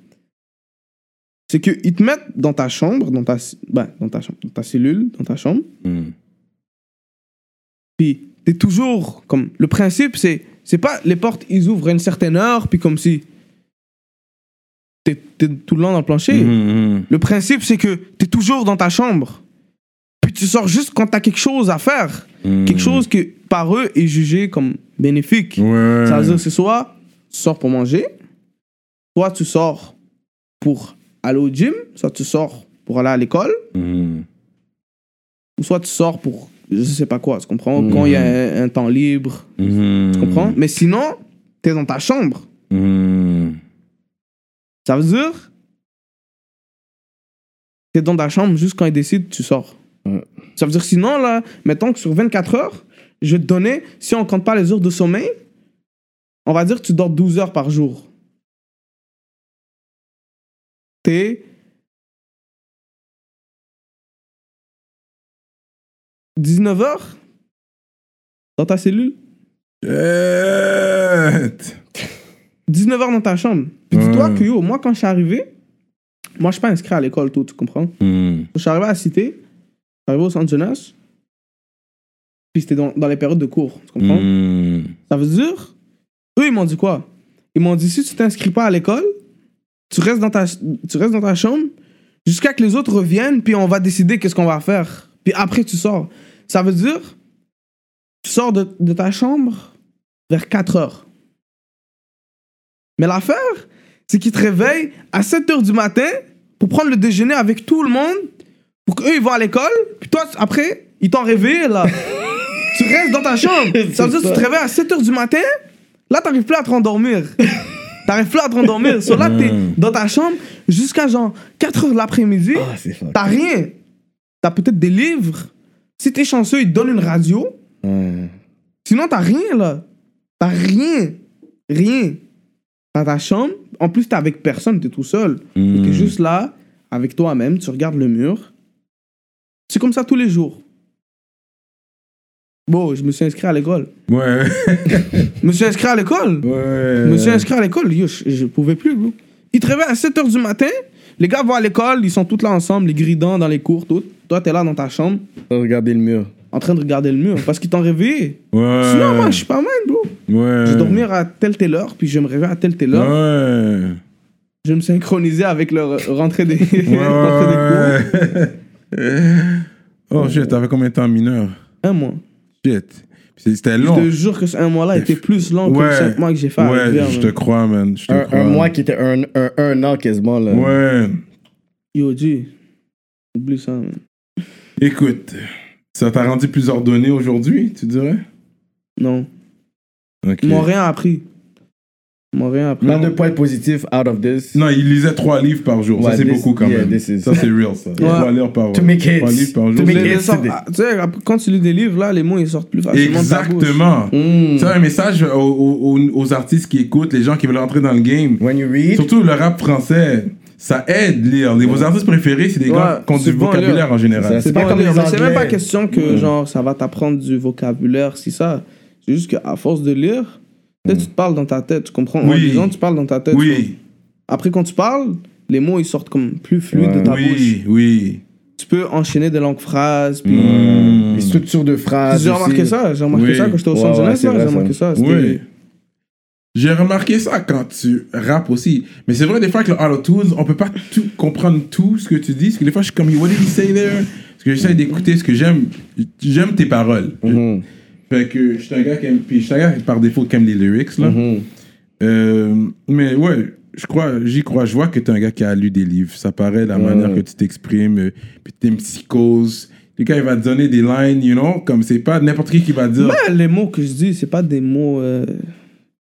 c'est qu'ils te mettent dans ta chambre, dans ta, ci- ben, dans ta, chambre, dans ta cellule, dans ta chambre,
Mm.
puis t'es toujours comme le principe c'est c'est pas les portes ils ouvrent à une certaine heure puis comme si t'es t'es tout le long dans le plancher.
Mm.
Le principe c'est que t'es toujours dans ta chambre. Puis tu sors juste quand t'as quelque chose à faire,
Mm.
quelque chose que par eux est jugé comme bénéfique.
Ouais.
Ça veut dire que c'est soit tu sors pour manger, soit tu sors pour aller au gym, soit tu sors pour aller à l'école
Mm.
ou soit tu sors pour je sais pas quoi, tu comprends Quand il y a un- un temps libre,
Mm.
Tu comprends? Mais sinon, t'es dans ta chambre.
Mm.
Ça veut dire. T'es dans ta chambre juste quand ils décident, tu sors.
Ouais.
Ça veut dire sinon, là, mettons que sur 24 heures, je vais te donner, si on compte pas les heures de sommeil, on va dire que tu dors 12 heures par jour. T'es. 19h dans ta cellule,
Shit.
19h dans ta chambre. Puis dis-toi
Ouais.
que yo, moi quand je suis arrivé, moi je suis pas inscrit à l'école tout, tu comprends?
Hmm,
Je suis arrivé à la cité, je suis arrivé au centre jeunesse, puis c'était dans, dans les périodes de cours, tu
hmm.
comprends? Ça veut dire, eux, ils m'ont dit quoi Ils m'ont dit si tu t'inscris pas à l'école, tu restes dans ta, tu restes dans ta chambre jusqu'à que les autres reviennent, puis on va décider qu'est-ce qu'on va faire. Puis après, tu sors. Ça veut dire, tu sors de, de ta chambre vers 4 heures. Mais l'affaire, c'est qu'ils te réveillent à 7 heures du matin pour prendre le déjeuner avec tout le monde, pour qu'eux, ils vont à l'école, puis toi, tu- après, ils t'ont réveillé, là. tu restes dans ta chambre. Ça veut dire que tu te réveilles à 7 heures du matin, là, t'arrives plus à te rendormir. T'arrives plus à te rendormir. So, là, t'es dans ta chambre jusqu'à genre 4 heures de l'après-midi.
Ah, c'est fuck.
T'as rien. T'as peut-être des livres. Si t'es chanceux, ils te donnent une radio.
Ouais.
Sinon, t'as rien, là. T'as rien. Rien. T'as ta chambre. En plus, t'es avec personne, t'es tout seul.
Hmm.
T'es
Mm.
juste là, avec toi-même, tu regardes le mur. C'est comme ça tous les jours. Bon, je me suis inscrit à l'école.
Ouais.
Je me suis inscrit à l'école.
Ouais.
Je me suis inscrit à l'école. Yo, je, je pouvais plus, bro. Ils te réveillent à 7 h du matin. Les gars vont à l'école, ils sont tous là ensemble, les gridants dans les cours, tout. Toi, t'es là dans ta chambre,
Regardez le mur.
en train de regarder le mur, parce qu'ils t'ont réveillé.
Ouais.
Sinon, moi, je suis pas mal, bro.
Ouais.
Je vais dormir à telle telle heure, puis je vais me réveiller à telle telle heure.
euh. Ouais.
Je vais me synchroniser avec leur rentrée des,
Ouais.
rentrée des
oh shit, t'avais combien de temps mineur?
cours. Un mois.
Shit. C'est- C'était
Je
long.
te jure que ce un mois-là était plus long que
Ouais.
le cinq mois que j'ai fait avec
Ouais,
Verne.
je te crois, man. Je te
Un,
crois.
un mois qui était un, un, un an quasiment, là.
Ouais.
Yo, G, oublie ça, man.
Écoute, ça t'a rendu plus ordonné aujourd'hui, tu dirais?
Non.
Ok.
Ils m'ont rien appris. Ils m'ont rien appris.
Pas de points positifs out of this.
Non, il lisait trois livres par jour. ça,
Ouais,
c'est
this-
beaucoup quand
yeah,
même.
this is-
Ça, c'est real, ça. Trois livres par
To make it-
Trois livres par
to
jour.
make
Les-
c'est-
it-
les sortes-
Yesterday.
ah, Tu sais, après, quand tu lis des livres, là, les mots, ils sortent plus facilement de ta bouche.
Exactement.
Mm.
C'est un message aux, aux- aux artistes qui écoutent, les gens qui veulent entrer dans le game.
When you read,
Surtout le rap français, ça aide lire. Les- Vos artistes préférés, c'est des gars
Ouais,
qui ont
c'est
du
bon à
vocabulaire
lire.
en général.
Ça,
C'est
C'est pas
bon à
comme
lire,
les
mais C'est même
Anglais.
pas question que,
Mm.
genre, ça va t'apprendre du vocabulaire, si ça. C'est juste qu'à force de lire, tu sais, tu te parles dans ta tête, tu comprends En
Mm. Oui.
lisant, tu parles dans ta tête. tu
Oui,
vois. Après, quand tu parles, les mots, ils sortent comme plus fluides
Ouais.
de ta bouche.
oui, oui.
Tu peux enchaîner des longues phrases, puis...
Hmm.
les structures de phrases.
J'ai remarqué
aussi.
ça, j'ai remarqué
Mm. Oui.
ça quand j'étais au
Ah, Ouais,
Centre
ouais,
Jeunesse,
c'est
là, j'ai
vrai,
remarqué ça. c'était-
Oui. J'ai remarqué ça quand tu rappes aussi. Mais c'est vrai, des fois, avec le auto-tune, on peut pas tout comprendre tout ce que tu dis. Parce que des fois, je suis comme, what did you say there? Parce que j'essaie d'écouter ce que j'aime. J'aime tes paroles.
Mm-hmm.
Mhm.
Fait que je suis un gars qui aime. Puis je suis un gars par défaut qui aime les lyrics, là.
Mm-hmm.
Euh, mais ouais, je crois, j'y crois. Je vois que t'es un gars qui a lu des livres. Ça paraît
Mm.
la manière que tu t'exprimes, euh, puis tes psychoses. Le gars, il va te donner des lines, you know, comme c'est pas n'importe qui qui va dire.
Ouais, les mots que je dis, c'est pas des mots... euh,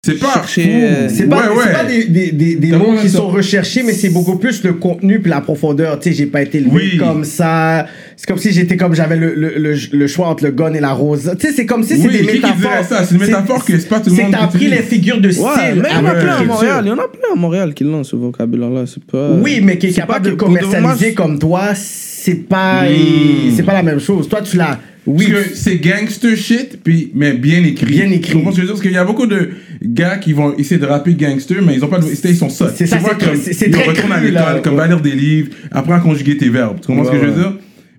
C'est pas
chercher,
fou.
euh,
C'est pas,
Ouais,
c'est
ouais.
pas des, des, des, des
T'as
mots
pas
qui
raison.
sont recherchés, mais c'est beaucoup plus le contenu puis la profondeur. Tu sais, j'ai pas été élevé
Oui.
comme ça. C'est comme si j'étais comme j'avais le, le, le, le choix entre le gun et la rose. Tu sais, c'est comme si c'est
Oui, qui
des
qui dirait
métaphores.
ça? C'est une métaphore que c'est pas tout le monde
C'est que t'as
qui
pris
utilise.
les figures de style. Ah
Ouais, mais il y en a
avec
plein à
la
Montréal, il y
culture.
en a plein à Montréal qui l'ont, ce vocabulaire-là, c'est pas...
Oui, mais qui est
C'est pas
capable
que-
de commercialiser
pour
comme toi, c'est pas, c'est pas la même chose. Toi, tu l'as. Oui.
Hmm. Parce que c'est gangster shit, puis, mais bien écrit.
Bien écrit.
Tu comprends ce que je veux dire? Parce qu'il y a beaucoup de gars qui vont essayer de rapper gangster, mais ils ont pas de. Ils sont sots.
C'est
Tu
ça,
vois,
c'est très-
comme,
c'est- c'est
ils
très
retournent à
cru, là.
l'école, comme va lire des livres, apprends à conjuguer tes verbes. Tu comprends ce que
Ouais,
je veux
ouais.
dire?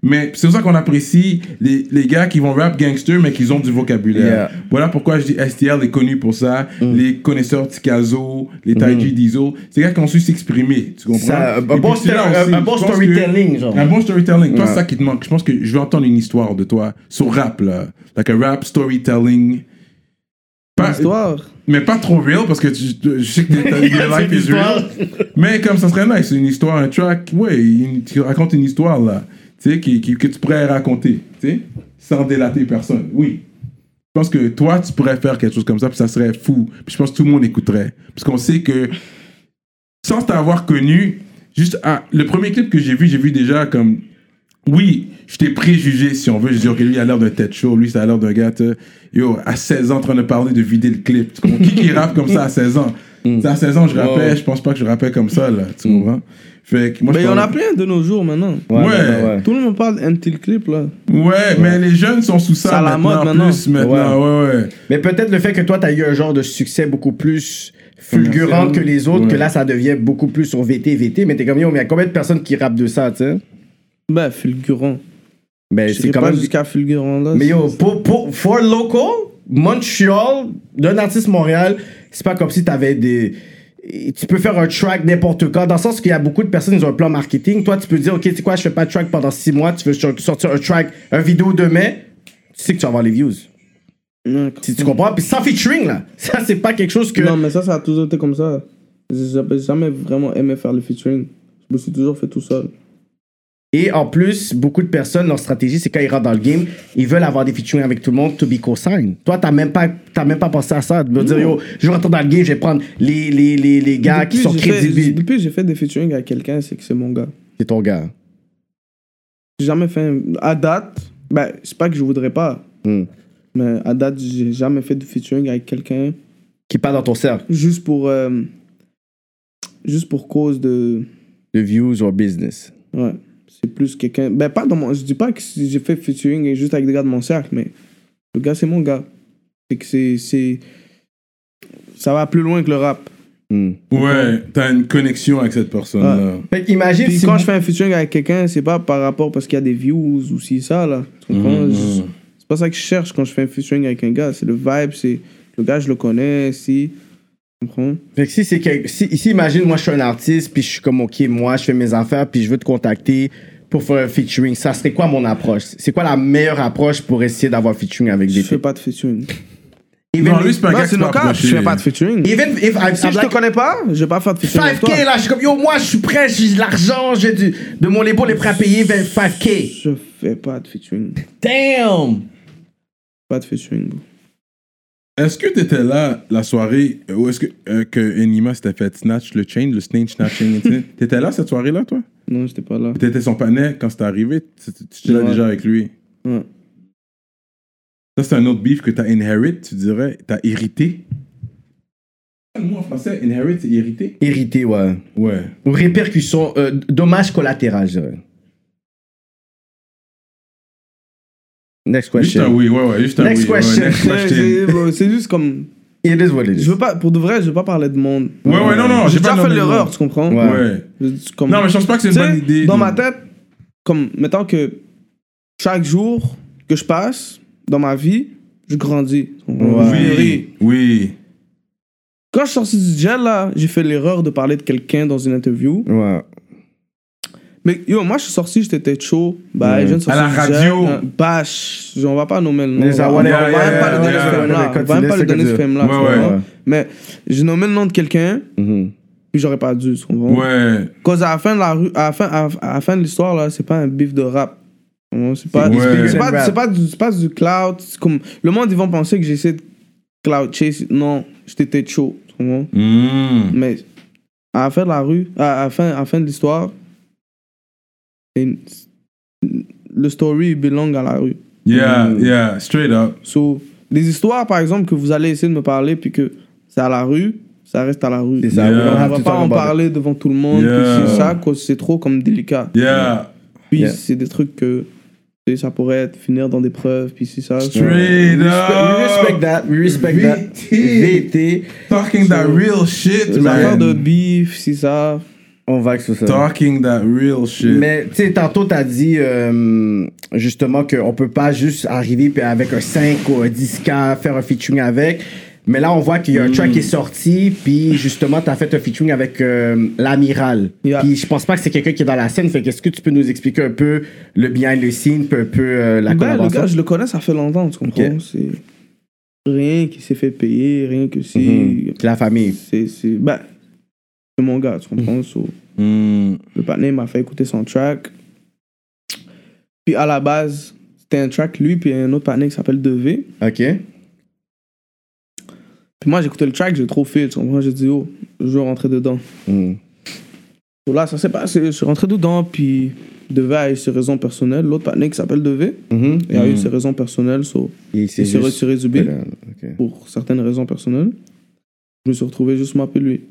Mais c'est pour ça qu'on apprécie les, les gars qui vont rap gangster, mais qui ont du vocabulaire.
Yeah. Mm.
Voilà pourquoi je dis STL est connu pour ça. Les connaisseurs Tikazo, les Taiji Dizo, c'est des gars qui ont su s'exprimer. Tu comprends?
Ça, un
Et
bon
puis,
sto-
là
un-
aussi,
un bon
je pense que-
storytelling, genre.
Un bon storytelling. Toi, c'est ça qui te manque. Je pense que je veux entendre une histoire de toi sur rap, là. Like a rap storytelling. Pas,
L'histoire...
mais pas trop real, parce que tu- je sais que t'es- t'as- your life
C'est
is real. Mais comme ça serait nice, une histoire, un track. Ouais, une- tu racontes une histoire, là. Tu sais, qui, qui- que tu pourrais raconter. Tu sais, sans délater personne. Oui. Je pense que toi, tu pourrais faire quelque chose comme ça, puis ça serait fou. Puis je pense que tout le monde écouterait. Parce qu'on sait que sans t'avoir connu, juste à- le premier clip que j'ai vu, j'ai vu déjà comme. Oui, je t'ai préjugé, si on veut. Je dis, OK, lui, il a l'air d'un tête chaud. Lui, ça a l'air d'un gars, tu sais, yo, à 16 ans, en train de parler de vider le clip. Tu comprends? Qui qui rappe comme ça à 16 ans? C'est à 16 ans, je rappais, je pense pas que je rappais comme ça, là. Tu comprends? Fait que moi,
Mm. Mais
je
il y en
parle-
a plein de nos jours maintenant.
Ouais.
Tout le monde parle MTL Clip là.
Ouais, mais les jeunes sont sous ça
C'est à la
maintenant,
mode maintenant.
plus maintenant, ouais, ouais.
Mais peut-être le fait que toi, t'as eu un genre de succès beaucoup plus fulgurant
Commercial.
que les autres, que
Ouais.
là, ça devient beaucoup plus sur VT, VT. Mais t'es comme, yo, mais il y a combien de personnes qui rappent de ça, tu sais?
Ben, fulgurant.
Ben,
Je
c'est
sais
quand
pas
même.
jusqu'à fulgurant là.
Mais yo, pour, pour, for local, Montreal, d'un artiste Montréal, c'est pas comme si t'avais des. Tu peux faire un track n'importe quand, dans le sens qu'il y a beaucoup de personnes qui ont un plan marketing. Toi, tu peux dire, OK, tu sais quoi, je fais pas de track pendant six mois, tu veux sur- sortir un track, un vidéo demain, tu sais que tu vas avoir les views.
Ouais,
Tu, tu comprends? Puis sans featuring, là. Ça, c'est pas quelque chose que.
Mm. Non, mais ça, ça a toujours été comme ça. J'ai j'ai jamais vraiment aimé faire le featuring. Je me suis toujours fait tout seul.
Et en plus, beaucoup de personnes, leur stratégie, c'est quand ils rentrent dans le game, ils veulent avoir des featuring avec tout le monde to be co-sign. Toi, t'as même, pas- t'as même pas pensé à ça. De me dire, yo, je vais rentrer dans le game, je vais prendre les, les, les, les gars qui
Depuis,
sont
j'ai fait-
crédibles.
Depuis, j'ai fait des featuring à quelqu'un, c'est que c'est mon gars.
C'est ton gars.
J'ai jamais fait. un- À date, ben, c'est pas que je voudrais pas.
Hmm.
Mais à date, j'ai jamais fait de featuring avec quelqu'un
Qui part dans ton cercle
juste pour. euh, juste pour cause de.
de views or business.
Ouais. C'est plus quelqu'un. Ben, pas dans mon. Je dis pas que si j'ai fait featuring juste avec des gars de mon cercle, mais le gars, c'est mon gars. C'est que c'est- c'est. Ça va plus loin que le rap.
Ouais, t'as une connexion avec cette personne-là.
Fait qu'imagine
Puis
si
quand
vous-
je fais un featuring avec quelqu'un, c'est pas par rapport parce qu'il y a des views ou si ça, là. Tu comprends? Je- C'est pas ça que je cherche quand je fais un featuring avec un gars. C'est le vibe, c'est le gars, je le connais, si. Tu comprends?
Fait que si c'est quel- si, si imagine moi je suis un artiste puis je suis comme ok moi je fais mes affaires puis je veux te contacter pour faire un featuring, ça serait quoi mon approche C'est quoi la meilleure approche pour essayer d'avoir featuring avec
Je
des
fais pas de featuring.
Even
Non,
if-
lui, c'est pas un
Non,
gars qui
c'est
se
nos cas, je fais pas de featuring.
Even if I'm,
Ah,
Si
I'm
je te
like
connais pas, je vais pas faire de featuring. avec toi.
5K là, je suis comme yo moi je suis prêt, j'ai de l'argent, j'ai du de mon épaule est prêt à payer 25K.
Je fais pas de featuring.
Damn.
Pas de featuring, bro.
Est-ce que t'étais là la soirée où est-ce que, euh, que Enima s'était fait snatch le chain, le snatch, snatching, tu sais? T'étais là cette soirée-là, toi?
Non, j'étais pas là.
T'étais son panel quand c'était arrivé? Tu tu- tu étais là
Ouais.
déjà avec lui?
Ouais.
Ça, c'est un autre beef que t'as inherit, tu dirais. T'as hérité? Le mot en français, inherit, c'est hérité?
Irrité ouais.
Ouais.
Ou répercussion euh, dommage collatéral, je dirais. Next
Juste
question.
un oui, ouais, ouais, juste un
Next
oui. ouais,
question.
next
C'est-
question.
c'est- bro, C'est juste comme.
It is what it is.
Je veux pas, pour de vrai, je veux pas parler de monde.
Ouais, ouais, non, non,
J'ai
j'ai pas
déjà fait
nommé le nom.
l'erreur, tu comprends?
Ouais.
Ouais.
Je- comme-
Non, mais je pense pas que c'est une
Tu sais,
bonne idée.
Dans
de-
ma tête, comme, mettons que chaque jour que je passe dans ma vie, je grandis. Je mûris.
Oui, oui.
Quand je suis sorti du gel, là, j'ai fait l'erreur de parler de quelqu'un dans une interview.
Ouais.
Mais yo, moi, je suis sorti, j'étais chaud. Bah, je viens de sortir
Mm. À la
du
radio.
gel, hein. Bah, je- on va pas nommer le nom.
Les
on va on va
Hawanais,
même
yeah,
pas
yeah,
le donner
yeah,
ce
yeah,
yeah,
femme-là. On va même
yeah,
pas le donner
yeah.
ce femme-là. tu
Ouais,
comprends?
ouais.
Mais j'ai nommé le nom de quelqu'un,
Mhm.
puis j'aurais pas dû. tu comprends?
Ouais.
Cause à la fin de la rue, à la fin, à la- à la fin de l'histoire là, c'est pas un bif de rap. Non, C'est pas,
Ouais.
c'est
C'est
pas,
rap.
c'est pas, du- c'est pas du cloud. c'est Comme le monde ils vont penser que j'essaie de cloud chase. Non, j'étais chaud. tu comprends?
Mm.
Mais à la fin de la rue, à à la fin, à la fin de l'histoire, c'est une- le story belong à la rue.
Yeah, yeah, straight up.
So, les histoires par exemple que vous allez essayer de me parler puis que c'est à la rue, ça reste à la rue.
C'est ça.
Yeah.
On
we don't have
va
to
pas
talk
en
about it.
parler devant tout le monde. puis
Yeah.
C'est ça, cause c'est trop comme délicat.
Yeah,
Puis
Yeah.
c'est des trucs que tu sais, ça pourrait être, finir dans des preuves, puis c'est ça.
straight
We respect
up.
that. We respect that.
VT.
VT.
Talking that real shit,
Les affaires
man.
de beef, c'est ça.
On va sur ça.
Talking that real
Mm.
shit.
Euh. Mais tu sais, tantôt, t'as dit euh, justement qu'on peut pas juste arriver puis avec un 5 ou un 10K, faire un featuring avec. Mais là, on voit qu'il y a un
Mm.
track qui est sorti, puis justement, t'as fait un featuring avec euh, l'amiral.
Yeah.
Puis je pense pas que c'est quelqu'un qui est dans la scène. Fait qu'est-ce que tu peux nous expliquer un peu le behind the scene, puis un peu euh, la
Ben, le
collaboration?
gars, je le connais, ça fait longtemps, tu comprends?
Ok.
C'est rien qui s'est fait payer, rien que si.
Mhm. La famille.
C'est. c'est- Ben, c'est mon gars, tu comprends? So,
Mm.
le partner m'a fait écouter son track. Puis à la base, c'était un track, lui, puis un autre partner qui s'appelle 2V.
OK.
Puis moi, j'écoutais le track, j'ai trop fait, tu comprends? J'ai dit, oh, je veux rentrer dedans.
Mm.
Donc Là, ça s'est passé. Je suis rentré dedans, puis Devé a eu ses raisons personnelles. L'autre partenaire qui s'appelle Devé,
Mhm.
il a eu ses raisons personnelles. so,
Et
il s'est
juste-
retiré du beat
Ok.
pour certaines raisons personnelles. Je me suis retrouvé juste m'appeler lui.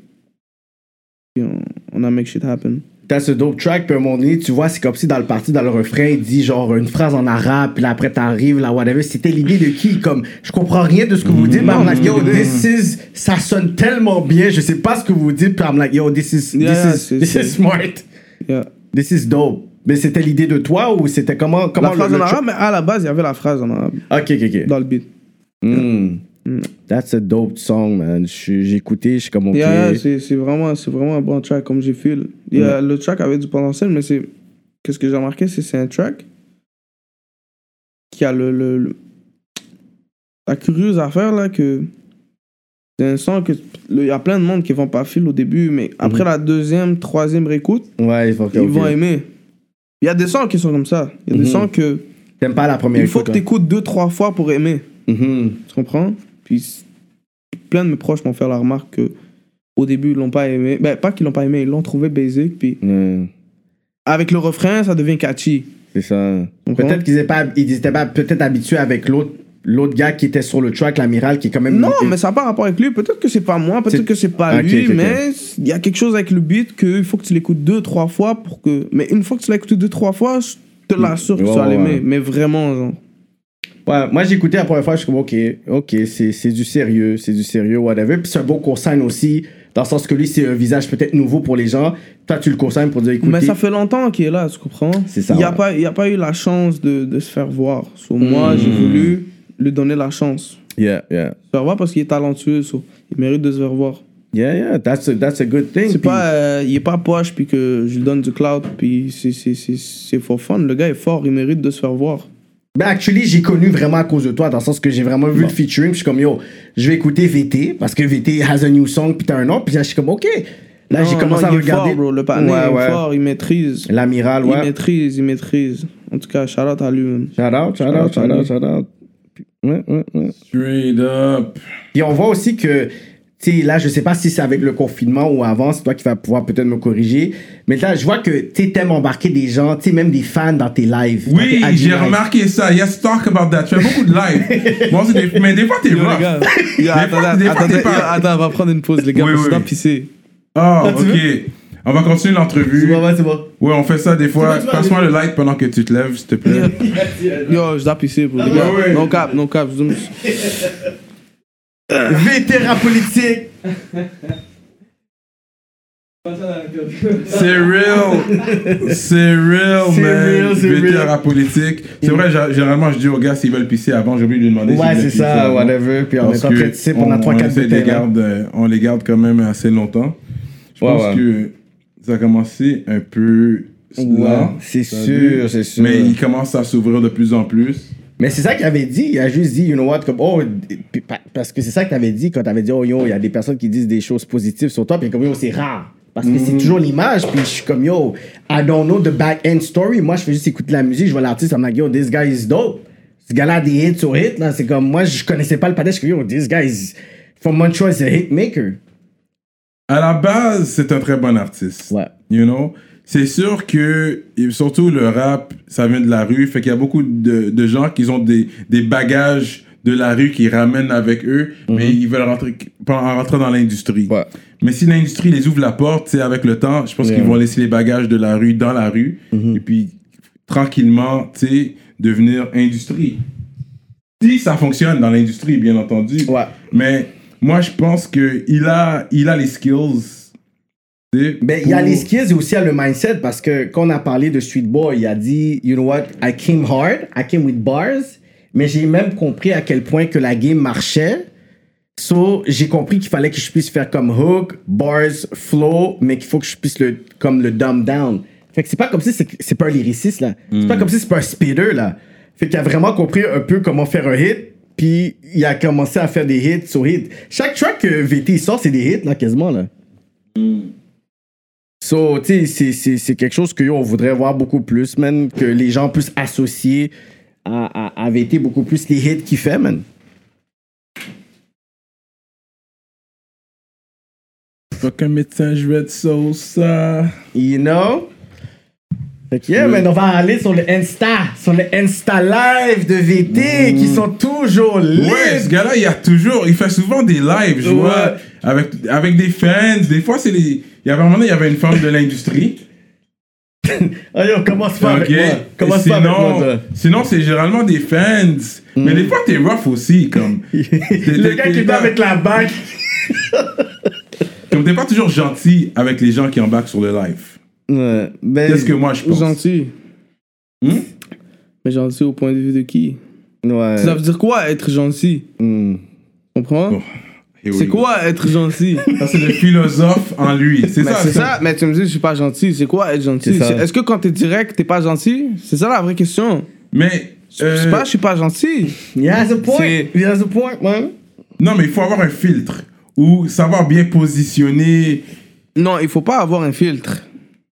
Puis on, on a make shit happen.
T'as ce dope track, puis à un moment donné, tu vois, c'est comme si dans le parti, dans le refrain, il dit genre une phrase en arabe, puis là, après t'arrives, là, whatever. C'était l'idée de qui Comme, je comprends rien de ce que vous dites, mais I'm like, yo, this is, ça sonne tellement bien, je sais pas ce que vous dites, puis I'm like, yo, this is,
Yeah, yeah,
this,
c'est-
is this
c'est-
is smart,
Yeah.
this is dope. Mais c'était l'idée de toi ou c'était comment, comment
La phrase en arabe, mais à la base, il y avait la phrase en arabe
Ok, ok, ok.
dans le beat.
Mm. That's a dope song, man. Je suis- J'ai écouté, je suis comme, ok.
Yeah, yeah, c'est c'est vraiment, c'est vraiment un bon track, comme j'ai feel. Il y a- Le track avait du potentiel, mais c'est. Qu'est-ce que j'ai remarqué, c'est c'est un track qui a le, le- le- La curieuse affaire, là, que. C'est un son que. le- Il y a plein de monde qui vont pas feel au début, mais après la deuxième, troisième réécoute,
ouais, il faut que.
ils vont
Mhm. ok.
aimer. Il y a des sons qui sont comme ça. Il y a des
Mhm.
sons que.
T'aimes pas la première
Il faut que
écoute,
tu écoutes deux, trois fois pour aimer.
hein. Mhm.
Tu comprends? Puis c- plein de mes proches m'ont fait la remarque que au début, ils l'ont pas aimé. Ben, pas qu'ils l'ont pas aimé, ils l'ont trouvé basic. Puis
Mm.
avec le refrain, ça devient catchy.
C'est ça.
Comprends?
Peut-être qu'ils n'étaient pas, ils étaient pas peut-être habitués avec l'autre, l'autre gars qui était sur le track, l'amiral, qui est quand même.
Non, mais ça n'a pas rapport avec lui. Peut-être que c'est pas moi,
Mm, C'est-
peut-être que c'est pas
Ok,
lui,
ok, ok.
mais il y a quelque chose avec le beat qu'il faut que tu l'écoutes deux, trois fois pour que. Mais une fois que tu l'as écouté deux, trois fois, je te l'assure que
Mm, Ouais,
tu vas
ouais,
l'aimer.
ouais.
Mais vraiment, genre.
Ouais, moi, j'ai écouté la première fois, je suis comme, ok, ok, c'est, c'est du sérieux, c'est du sérieux, whatever. Puis c'est un beau consigne aussi, dans le sens que lui, c'est un visage peut-être nouveau pour les gens. Toi, tu le consignes pour dire, écoute.
Mais ça fait longtemps qu'il est là, tu comprends
C'est ça,
Il n'y a,
ouais.
pas- il y a pas eu la chance de, de se faire voir. So, moi,
Mm.
j'ai voulu lui donner la chance.
Yeah, yeah.
Se faire voir parce qu'il est talentueux, so, il mérite de se faire voir.
Yeah, yeah, that's a, that's a good thing.
C'est
Puis-
pas, euh, il est pas poche, puis que je lui donne du cloud, puis c'est- c'est- c'est c'est for fun. Le gars est fort, il mérite de se faire voir.
Ben, actually, j'ai connu vraiment à cause de toi, dans le sens que j'ai vraiment vu le featuring. puis Je suis comme, yo, je vais écouter VT, parce que VT has a new song, puis t'as un nom, puis là, je suis comme, ok. Là, j'ai
Non,
commencé
non,
à
il est
regarder.
Fort, bro. Le panier
Ouais,
est
ouais.
fort, il maîtrise.
L'amiral,
Il
ouais.
maîtrise, il maîtrise. En tout cas, shout out à lui-même.
Shout out, shout out, shout out, shout out. Ouais, ouais, ouais.
Straight up.
Puis on voit aussi que, tu sais, là, je sais pas si c'est avec le confinement ou avant, c'est toi qui vas pouvoir peut-être me corriger, mais là, je vois que tu sais, t'aimes embarquer des gens, tu sais, même des fans dans tes lives. dans
Oui,
tes IG
j'ai
lives.
remarqué ça. Yes, talk about that. Tu fais beaucoup de live. Moi, c'est des- Mais des fois, t'es rough.
Yo,
Des fois-
attendez,
des fois,
attendez,
t'es pas-
yo, attends, on va prendre une pause, les gars,
Oui,
parce que
oui.
sinon, pisser.
Ah, ok. On va continuer
C'est
l'entrevue.
bon, ouais, c'est bon.
Ouais, on fait ça des fois.
Tu vas- tu vas
Passe-moi le light pendant que tu te lèves, s'il te plaît.
Yo, je dois pisser, bro. les gars.
ouais.
Non cap, non cap. je-
Vétéran politique.
C'est real. C'est real,
C'est
man.
real, c'est real.
Vétéran politique. C'est vrai, gé- généralement, je dis aux gars s'ils veulent pisser avant. J'ai oublié de lui demander s'ils
Ouais, c'est
veulent pisser
ça,
avant.
whatever. Puis on
hein. Parce
est en train
que
de sip, on a
on-
3-4
on essaie de les
bouteilles. là.
garde, euh, On les garde quand même assez longtemps. Je
Ouais,
pense
ouais.
que ça a commencé un peu
Ouais,
là.
c'est sûr, c'est sûr.
Mais il commence à s'ouvrir de plus en plus.
Mais c'est ça qu'il avait dit. Il a juste dit, you know what, comme, oh, puis pa- parce que c'est ça que t'avais dit quand t'avais dit, oh yo, il y a des personnes qui disent des choses positives sur toi, puis comme yo, c'est rare. Parce que c'est toujours l'image, puis je suis comme yo, I don't know the back-end story. Moi, je fais juste écouter la musique, je vois l'artiste, I'm like, yo, this guy is dope. Ce gars-là a des hits sur hit, là. C'est comme, moi, je connaissais pas le padet, je suis comme yo, this guy is from Montreal, is a hit maker.
À la base, c'est un très bon artiste.
Ouais.
You know? C'est sûr que, et surtout le rap, ça vient de la rue. Fait qu'il y a beaucoup de, de gens qui ont des, des bagages de la rue qu'ils ramènent avec eux, mais ils veulent rentrer, en rentrant dans l'industrie.
Mhm. Ouais.
Mais si l'industrie les ouvre la porte, c'est avec le temps, je pense qu'ils vont laisser les bagages de la rue dans la rue,
Mhm.
et puis tranquillement, tu sais, devenir industrie. Si ça fonctionne dans l'industrie, bien entendu.
Ouais.
Mais moi, je pense que il a, il a les skills. tu sais,
Ben, il y a
pour-
les skills et aussi il y a le mindset parce que quand on a parlé de Street Boy, il a dit, you know what, I came hard, I came with bars, mais j'ai même compris à quel point que la game marchait. So, j'ai compris qu'il fallait que je puisse faire comme hook, bars, flow, mais qu'il faut que je puisse le, comme le dumb down. Fait que c'est pas comme si c'est c'est pas un lyriciste, là. C'est pas comme si c'est pas un speeder, là. Fait qu'il a vraiment compris un peu comment faire un hit, puis il a commencé à faire des hits sur hits. Chaque track que VT sort, c'est des hits, là, quasiment, là. So, tu sais, c'est- c'est- c'est quelque chose que yo, on voudrait voir beaucoup plus, man, que les gens puissent associer à, à, à VT beaucoup plus les hits qu'il fait, man.
Fuck un médecin, je vais être sauce. ça.
You know? Fait que, yeah, man, on va aller sur le Insta, sur le Insta Live de
Mm.
VT, qui sont toujours libres.
Ouais, ce gars-là, il y a toujours, il fait souvent des lives, je
Ouais.
vois, avec, avec des fans. Des fois, c'est les. Il y avait un moment, donné, il y avait une femme de l'industrie.
Allez, on Ah, commence pas avec
Ok.
moi. Commence pas avec
sinon,
moi, toi. Mm.
sinon, c'est généralement des fans. Mais des fois, t'es rough aussi, comme.
Le gars qui va avec la bague.
Comme t'es pas toujours gentil avec les gens qui embarquent sur le live.
Ouais.
Ben,
C'est ce que moi, je pense.
Gentil.
Hmm?
Mais gentil au point de vue de qui
Ouais. Mm.
Ça veut dire quoi être gentil Comprends
Oh, here we
C'est
go.
quoi être gentil
Ça, c'est le philosophe en lui. C'est ça.
Mais Ben, c'est ça, mais tu me dis, je suis pas gentil. C'est quoi être gentil
C'est ça.
C'est- Est-ce que quand t'es direct, t'es pas gentil C'est ça la vraie question.
Mais. euh,
C'est pas, je suis pas gentil.
Il a ce point.
C'est-
Il a ce point, man.
Non, mais il faut avoir un filtre ou savoir bien positionner.
Non, il faut pas avoir un filtre.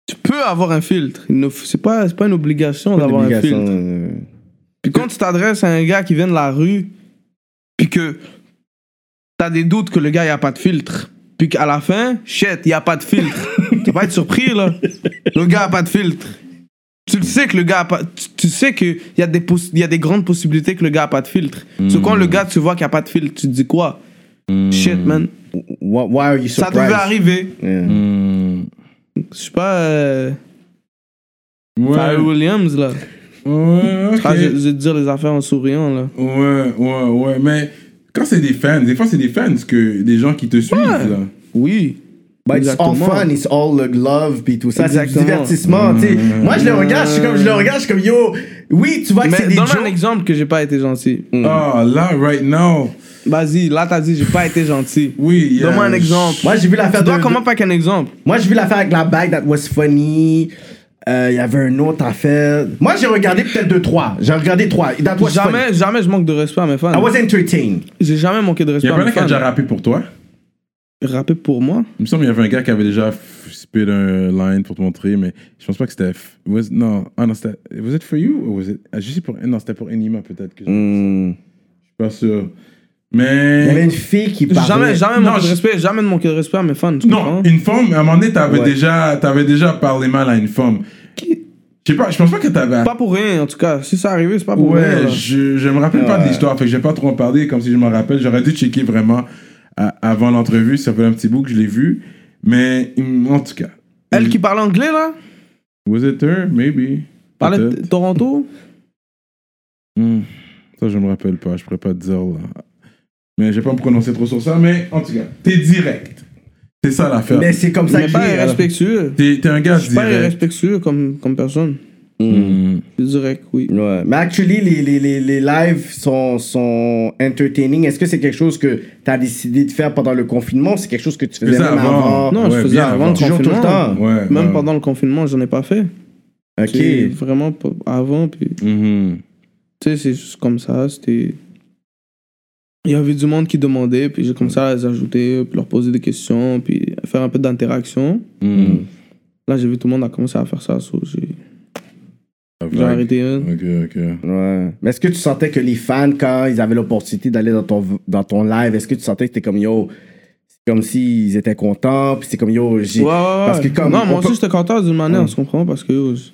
Tu peux avoir un filtre. Il ne f- C'est pas, c'est pas une obligation d'avoir un
Obligation,
filtre.
euh,
Puis quand tu t'adresses à un gars qui vient de la rue, puis que t'as des doutes que le gars, il a pas de filtre, puis qu'à la fin, shit, il a pas de filtre. tu vas pas être surpris, là. Le gars a pas de filtre. Tu le sais que le gars a pas... Tu, tu sais qu'il y, a des poss- il y a des grandes possibilités que le gars a pas de filtre. C'est quand le gars, tu vois qu'il a pas de filtre, tu te dis quoi? Shit, man.
Why, why are you
Ça
surprised?
devait arriver.
Yeah.
Hmm.
Je suis pas... euh,
Ouais.
Pharrell Williams, là.
Ouais, ok.
Ah, je, je vais te dire les affaires en souriant, là.
Ouais, ouais, ouais. Mais quand c'est des fans, des fois, c'est des fans que des gens qui te suivent. Là.
Oui.
But Bah, it's all
Exactement.
fun, it's all the love puis tout ça, c'est du
Exactement. Mm.
divertissement. tu sais. Moi, je le regarde, je suis comme, je le regarde, je suis comme, yo, oui, tu vois que c'est
Mais
des
donne un
jokes.
exemple que j'ai pas été gentil.
Ah, là, right now.
Vas-y, là t'as dit j'ai pas été gentil.
Oui, yeah.
Donne-moi un exemple.
Moi, j'ai vu l'affaire
Tu dois
de-
comment pas qu'un exemple
Moi, j'ai vu l'affaire avec la bague that was funny. Euh, Il y avait un autre affaire. Moi, j'ai regardé peut-être deux, trois. J'ai regardé trois. That was funny.
Jamais, jamais je manque de respect à mes
I
fans.
was entertained.
J'ai jamais manqué de
Il y
respect
a
à
pas un
mes
qui a déjà
fans.
rappé pour toi.
Rapper pour moi
Il me semble qu'il y avait un gars qui avait déjà f- spit un line pour te montrer, mais je pense pas que c'était. f- was- non, ah non, c'était. Was it for you or was it. Ah, je sais pour. Non, c'était pour Enima peut-être. Que je...
Mm.
je suis pas sûr.
Il y avait
Mais.
une fille qui parlait.
Jamais, jamais
Non,
manqué de
je-
respect, jamais de manquer de respect à mes fans. tu
Non,
comprends?
une femme, à un moment donné, t'avais
Ouais.
déjà, t'avais déjà parlé mal à une femme. Je sais pas, je pense pas que t'avais.
Pas pour rien en tout cas. Si ça arrivait, c'est pas pour rien.
Ouais,
là.
je, je me rappelle pas de l'histoire, fait que j'ai pas trop en parler, comme si je m'en rappelle. J'aurais dû checker vraiment à- avant l'entrevue, ça fait un petit bout que je l'ai vu. Mais hum, en tout cas.
Elle qui parle anglais là
Was it her? Maybe.
Parlait de
Peut-être.
Toronto
Hmm. Ça, je me rappelle pas, je pourrais pas te dire là. Mais je vais pas me prononcer trop sur ça, mais en tout cas, t'es direct. C'est ça l'affaire.
Mais c'est comme ça
Mais
que
pas
j'ai-
irrespectueux.
T'es t'es un gars
Je suis pas
direct.
irrespectueux comme, comme personne. Mm.
Hmm.
Je dirais que oui.
Ouais. Mais actually, les, les, les, les lives sont, sont entertaining. Est-ce que c'est quelque chose que tu as décidé de faire pendant le confinement ou c'est quelque chose que tu faisais
Faisais
même
avant.
avant?
Non,
Ouais,
je faisais
bien
avant
avant.
le
Toujours
confinement.
tout le temps.
Ouais,
Même
ouais.
pendant le confinement, j'en ai pas fait.
Ok.
C'est Vraiment pas- avant. Puis, tu
Mhm.
sais, c'est juste comme ça. C'était. Il y avait du monde qui demandait, puis j'ai commencé à les ajouter, puis leur poser des questions, puis faire un peu d'interaction. Hmm.
Mhm.
Là, j'ai vu tout le monde a commencé à faire ça. so j'ai
Ah,
La
j'ai
vague.
arrêté. hein.
Ok, ok.
Ouais. Mais est-ce que tu sentais que les fans, quand ils avaient l'opportunité d'aller dans ton, dans ton live, est-ce que tu sentais que t'es comme yo, c'est comme s'ils étaient contents, puis c'est comme yo, j'ai.
Ouais, ouais, ouais.
Parce que comme.
non, moi
on peut-
aussi, j'étais content d'une manière, on se comprend, parce que. yo, je-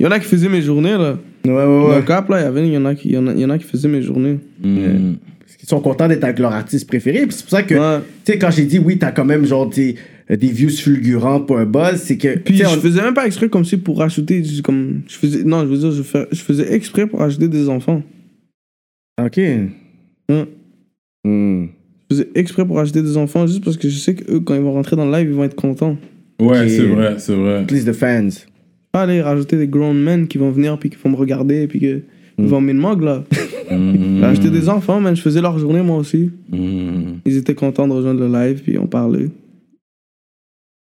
Il y en a qui faisaient mes journées, là.
Ouais, ouais,
Dans
ouais.
le cap, là, il y avait- il y en a qui- il y en a- il y en a qui faisaient mes journées.
Mhm.
Parce qu'ils sont contents d'être avec leur artiste préféré. Puis c'est pour ça que,
Ouais.
tu sais, quand j'ai dit oui, t'as quand même genre des, des views fulgurants pour un buzz, c'est que.
Puis
tu sais,
je
on-
faisais même pas exprès comme si pour rajouter du- comme je faisais non je veux dire je, fais- je faisais exprès pour rajouter des enfants
Ok.
Hein.
Hmm.
je faisais exprès pour rajouter des enfants juste parce que je sais que eux quand ils vont rentrer dans le live ils vont être contents
Ouais,
Ok.
c'est vrai, c'est vrai.
Please the fans.
pas aller rajouter des grown men qui vont venir puis qui vont me regarder puis que
Mm.
ils vont me mog là Hmm.
Hmm.
rajouter des enfants man je faisais leur journée moi aussi
Mhm.
ils étaient contents de rejoindre le live puis on parlait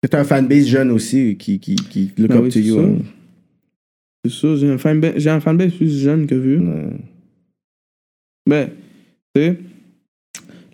C'est un fanbase jeune aussi qui, qui, qui look
Ah
up
oui,
to
c'est
you.
ça.
hein.
c'est ça j'ai un fanbase j'ai un fanbase plus jeune que vieux
Ouais.
Mais, tu sais,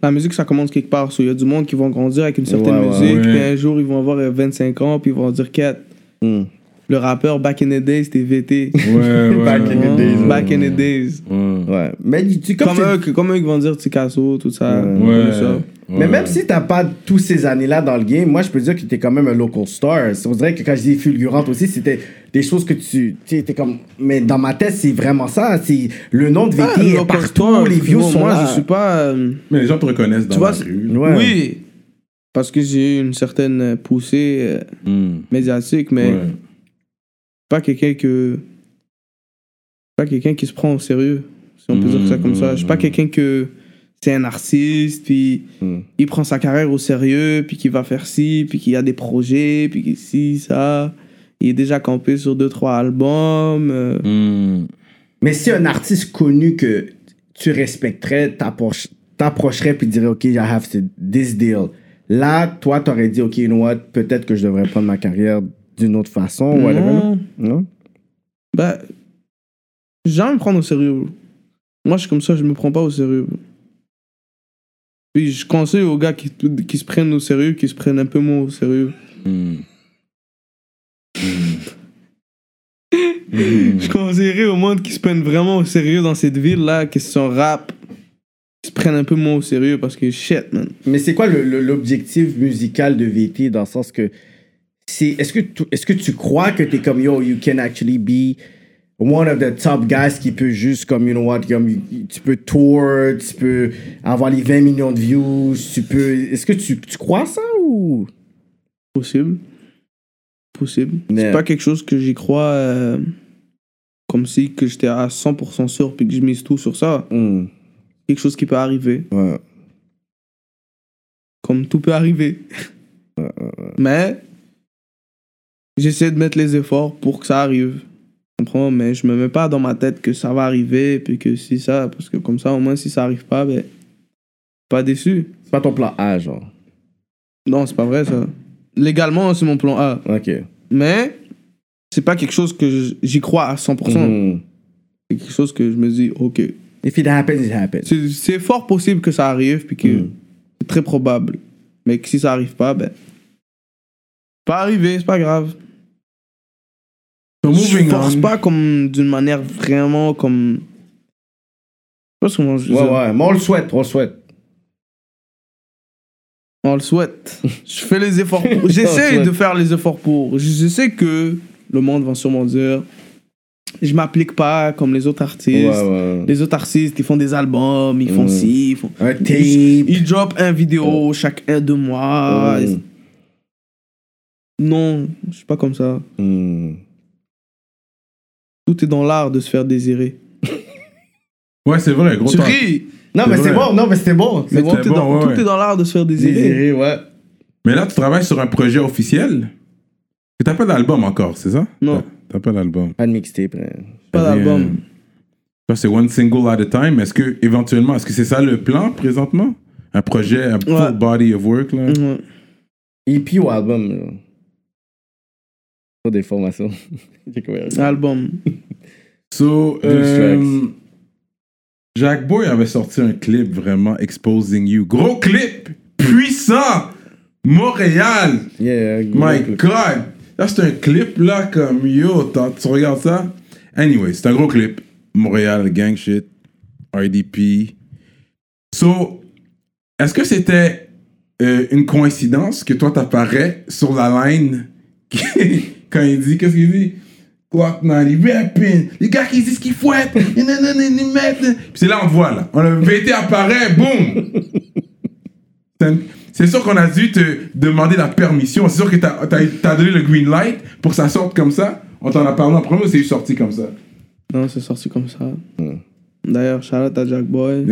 la musique, ça commence quelque part. So, Il y a du monde qui vont grandir avec une certaine
Ouais, ouais,
musique,
ouais.
puis un jour, ils vont avoir euh, 25 ans, puis ils vont dire quête.
Hmm.
Le rappeur Back in the Days, c'était VT.
Ouais, ouais.
Back in the days,
Back in the days.
Ouais.
Ouais. Mais tu
Comme,
tu-
eux, que- comme eux, ils vont dire Picasso, tout ça.
Ouais.
tout
Ouais.
ça.
Mais même si t'as pas tous ces années-là dans le game, moi je peux dire que t'es quand même un local star. On dirait que quand je dis fulgurante aussi, c'était des choses que tu. Tu sais, t'es comme. Mais dans ma tête, c'est vraiment ça. C'est, le nom de VT
Ah,
est
local
partout,
store,
les views
bon,
sont
moi,
là.
je suis pas. euh,
Mais les gens te reconnaissent dans
Tu vois,
la
c'est-
rue.
Ouais.
Oui, parce que j'ai eu une certaine euh, poussée euh,
Mm.
médiatique, mais
Ouais.
pas quelqu'un que. Pas quelqu'un qui se prend au sérieux, si on peut dire ça comme ça. Je suis pas quelqu'un que. C'est un artiste, puis
Hmm.
il prend sa carrière au sérieux, puis qu'il va faire ci, puis qu'il y a des projets, puis qu'il ci, ça. Il est déjà campé sur deux, trois albums. euh,
Mais si un artiste connu que tu respecterais t'approche- t'approcherait puis dirait OK, I have to, this deal. Là, toi, t'aurais dit OK, you know what, peut-être que je devrais prendre ma carrière d'une autre façon. whatever.
non.
Non?
Bah, jamais me prendre au sérieux. bro. Moi, je suis comme ça, je me prends pas au sérieux. bro. Puis je conseille aux gars qui, qui se prennent au sérieux, qui se prennent un peu moins au sérieux. Je conseillerais au monde qui se prennent vraiment au sérieux dans cette ville-là, qui se sont rap, qui se prennent un peu moins au sérieux parce que shit, man.
Mais c'est quoi le- le- l'objectif musical de VT dans le sens que c'est est-ce que tu, est-ce que tu crois que t'es comme yo you can actually be one of the top guys qui peut juste comme you know what comme tu peux tour tu peux avoir les 20 millions de views tu peux est-ce que tu, tu crois ça ou
Possible. Possible.
Mais-
C'est pas quelque chose que j'y crois euh, comme si que j'étais à 100% sûr puis que Mm. je mise tout sur ça. Quelque chose qui peut arriver.
ouais.
comme tout peut arriver. Mais j'essaie de mettre les efforts pour que ça arrive. Tu comprends? Mais je me mets pas dans ma tête que ça va arriver, puis que si ça, parce que comme ça, au moins, si ça arrive pas, ben, pas déçu.
c'est pas ton plan A genre
Non, c'est pas vrai, ça. Légalement, c'est mon plan A.
ok
Mais c'est pas quelque chose que je- j'y crois à 100%.
Mhm.
C'est quelque chose que je me dis, OK.
if it happens it happens
C'est c'est fort possible que ça arrive, puis que c'est très probable. Mais que si ça arrive pas, ben. Pas arrivé, c'est pas grave.
So
Je
moving
force
on.
pas comme d'une manière vraiment comme. Je sais pas comment je dis
ouais
ça.
ouais mais on le souhaite on le souhaite
On le souhaite. je fais les efforts pour. J'essaie de faire les efforts pour. Je je sais que le monde va sûrement dire. Je m'applique pas comme les autres artistes.
ouais ouais
Les autres artistes, ils font des albums, ils font
Mm.
ci, ils font.
un
Ils,
tape
ils drop un vidéo chaque un, deux mois.
Mhm.
Non, je suis pas comme ça. Mm.
Mhm.
Tout est dans l'art de se faire désirer.
Ouais, c'est vrai, gros
Tu
temps.
ris,
non
C'est
mais c'est
vrai.
bon non mais c'était bon
mais
C'était
tout, est
bon,
dans,
ouais,
tout
ouais.
est dans l'art de se faire désirer.
Désiré, ouais
Mais là, tu travailles sur un projet officiel. Et T'as pas d'album encore, c'est ça?
Non.
T'as t'as pas d'album.
pas de mixtape hein.
Pas d'album.
euh, Ça, c'est one single at a time. Est-ce que, éventuellement, est-ce que c'est ça le plan présentement? Un projet, un
Ouais. Mm.
full body of work, là?
Ouais.
EP E ou album là. Pas des formations. J'ai couvert.
Album.
So,
Deux
euh,
tracks.
Jack Boy avait sorti un clip vraiment exposing you. Gros clip! Puissant! Montréal!
Yeah, yeah,
My
gros clip.
God! Là, c'est un clip, là, comme yo, t'as- tu regardes ça? Anyway, c'est un gros clip. Montréal, gang shit, RDP. So, est-ce que c'était euh, une coïncidence que toi t'apparais sur la line qui- quand il dit, qu'est-ce qu'il dit? Clock 90, rapping, les gars qui disent ce qu'ils fouettent, nan, nan, nan, nan, nan. Puis c'est là, on voit, là. On a VT apparaît, boum! C'est un- C'est sûr qu'on a dû te demander la permission. C'est sûr que t'as as, donné le green light pour que ça sorte comme ça. On t'en a parlé en premier ou c'est sorti comme ça?
Non, c'est sorti comme ça.
Hmm.
D'ailleurs, shout-out à Jack Boy.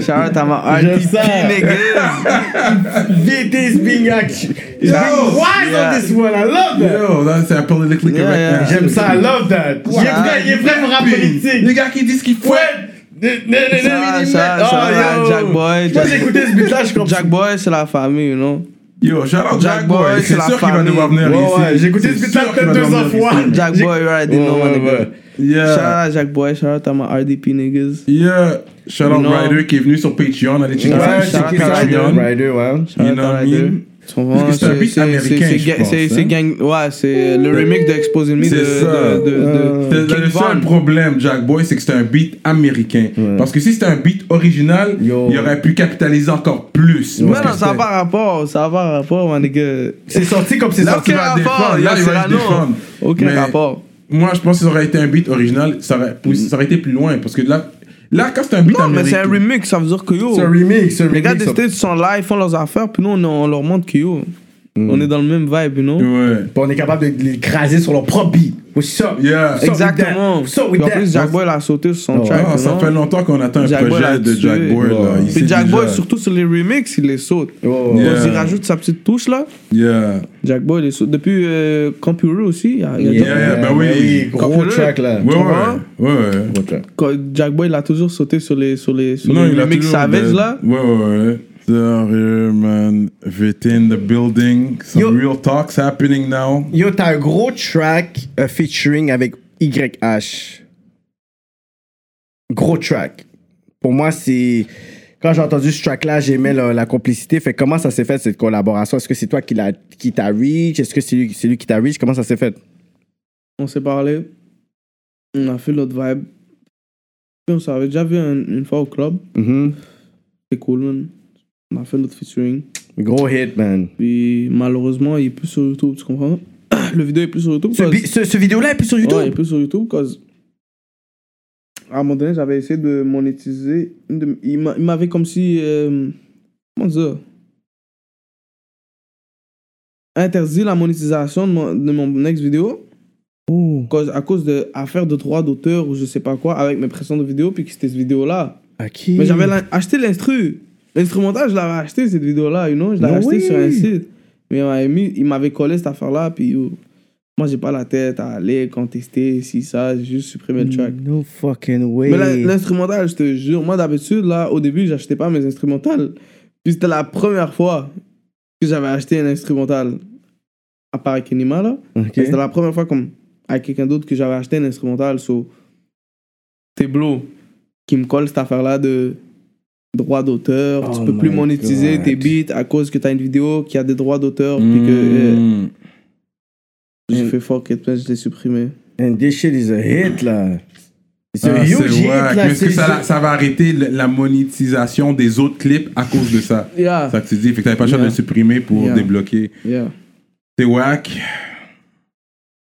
shout-out à ma
J'aime
RTP,
ça.
nigga.
VT is being action. It's
Yo,
being wise
yeah.
on this one. I love that.
Yo, là, c'est un politically correct. hein.
Yeah, yeah.
action.
J'aime ça. I love that. Il est vrai, il est vrai pour la
Les
politique.
gars qui disent qu'ils fouettent!
Ça, ça, ça,
Oh,
Jack Boy,
Moi
Jack-
j'écoutais ce beat là, je comprends.
Jack Boy, c'est la famille, you know.
Yo, shout out Jack
Jack
Boy.
Boy,
C'est
c'est
sûr
la
qu'il va devoir venir
Ouais,
ici.
ouais, j'ai écouté
C'est
ce beat-là
sûr qu'il va
peut-être deux
devoir
cents
venir
fois.
ici.
Jack
J'ai-
Boy, you already
Ouais,
know, my
ouais,
nigga.
ouais.
Shout-out
Yeah.
à Jack Boy, shout-out à ma RDP, niggas.
Yeah. Shout out
You know.
Ryder qui est venu sur Patreon. Allez checker
Ouais,
ça.
shout out
checker
Ryder.
Patreon.
Rider, ouais.
You know
Shout out
what I
Ryder.
mean?
Tu comprends?
Parce que c'est un beat américain,
c'est-
je
ga-
pense,
c'est-
hein.
c'est gang. Ouais, c'est le remake de Exposing Me de,
C'est ça.
de, de, de-
Le-
King
Le seul
Von.
problème, Jack Boy, c'est que c'est un beat américain. Parce que si c'était un beat original,
Yo.
il aurait pu capitaliser encore plus.
Ouais,
Parce que
non, ça n'a
c'était-
pas rapport, ça n'a pas rapport, mon nigga.
C'est sorti comme c'est
Là,
sorti.
tu vas
Aucun
défendre, là,
rapport, yo,
il va se
Cyrano.
défendre.
Aucun
Mais
rapport.
Moi, je pense que ça aurait été un beat original, ça aurait, poussé- ça aurait été plus loin. Parce que là, là quand c'est un beat
Non, mais c'est
américain.
un remake, ça veut dire que yo.
C'est un remix. c'est un
Les gars
remix,
des
ça-
States sont là, ils font leurs affaires, puis nous on, on leur montre que yo.
Mm.
On est dans le même vibe, you know?
Ouais.
Puis on est capable de les craser sur leur propre beat. What's up?
Yeah.
What's up with that?
Exactement.
What's up with
Puis en
that?
plus, Jack Boy l'a sauté sur son
Oh.
track.
Ah,
you
ça
know?
fait longtemps qu'on attend un
Jack Boy l'a
projet de
tué.
Jack Boy. Là. Il sait
Puis Jack Boy,
déjà.
surtout sur les remixes, il les saute.
Oh.
Quand
Yeah.
il rajoute sa petite touche là,
Yeah.
Jack Boy, il les saute. Depuis euh, Computer aussi, il y a, il y a
Yeah.
d'autres-
ben oui.
Gros
Copuleux.
track là.
Ouais,
Tu
ouais.
vois?
ouais, ouais.
Gros track.
Quand Jack Boy, il a toujours sauté sur les, sur les, sur
Non,
les
il a
remixes
toujours
Savage
des-
là.
Ouais, ouais, ouais. Sérieux, man. VT in the building. Some
Yo.
real talks happening now.
Yo, t'as un gros track euh, featuring avec YH. Gros track. Pour moi, c'est. Quand j'ai entendu ce track-là, j'aimais la, la complicité. Fait comment ça s'est fait cette collaboration Est-ce que c'est toi qui l'a- qui t'a reach Est-ce que c'est lui, c'est lui qui t'a reach Comment ça s'est fait
On s'est parlé. On a fait l'autre vibe. Puis on s'avait déjà vu un- une fois au club.
Mhm.
C'est cool, man. On a fait l'autre featuring.
Gros hit, man.
Puis malheureusement, il est plus sur YouTube, tu comprends? Le vidéo est plus sur YouTube.
Ce,
cause-
bi- ce- ce vidéo-là est plus sur YouTube
Ouais, il est plus sur YouTube, cause. À un moment donné, j'avais essayé de monétiser. une de- Il m'a- il m'avait comme si. euh, Comment dire Interdit la monétisation de mon, de mon next vidéo. Cause, à cause de affaires de droits d'auteur ou je sais pas quoi avec mes précédentes vidéos, puis que c'était cette vidéo-là.
Ok.
Mais j'avais l'in- acheté l'instru. L'instrumental, je l'avais acheté, cette vidéo-là, you know. Je l'avais
No
acheté
way.
sur un site. Mais il m'avait mis- il m'avait collé cette affaire-là, puis yo, moi, j'ai pas la tête à aller contester, si ça, j'ai juste supprimé le track.
Hmm, No fucking way.
Mais la- l'instrumental, je te jure, moi, d'habitude, là, au début, j'achetais pas mes instrumentales. Puis c'était la première fois que j'avais acheté un instrumental. À part avec Enima, là.
Ok.
Mais C'était la première fois comme avec quelqu'un d'autre que j'avais acheté un instrumental sur Tableau qui me colle cette affaire-là de droits d'auteur.
Oh
tu peux plus
my
monétiser
God.
tes beats à cause que tu as une vidéo qui a des droits d'auteur. Puis que euh,
Mm.
j'ai
Mm.
fait fuck it, je l'ai supprimé.
And this shit is a hit, là. It's a
Ah, C'est
huge hit,
wack.
là.
Mais Est-ce que
C'est-
ça, la- ça va arrêter le- la monétisation des autres clips à cause de ça
Yeah.
Ça que tu dis, fait que t'avais pas le choix de
Yeah.
le supprimer pour
Yeah.
débloquer.
yeah.
C'est wack.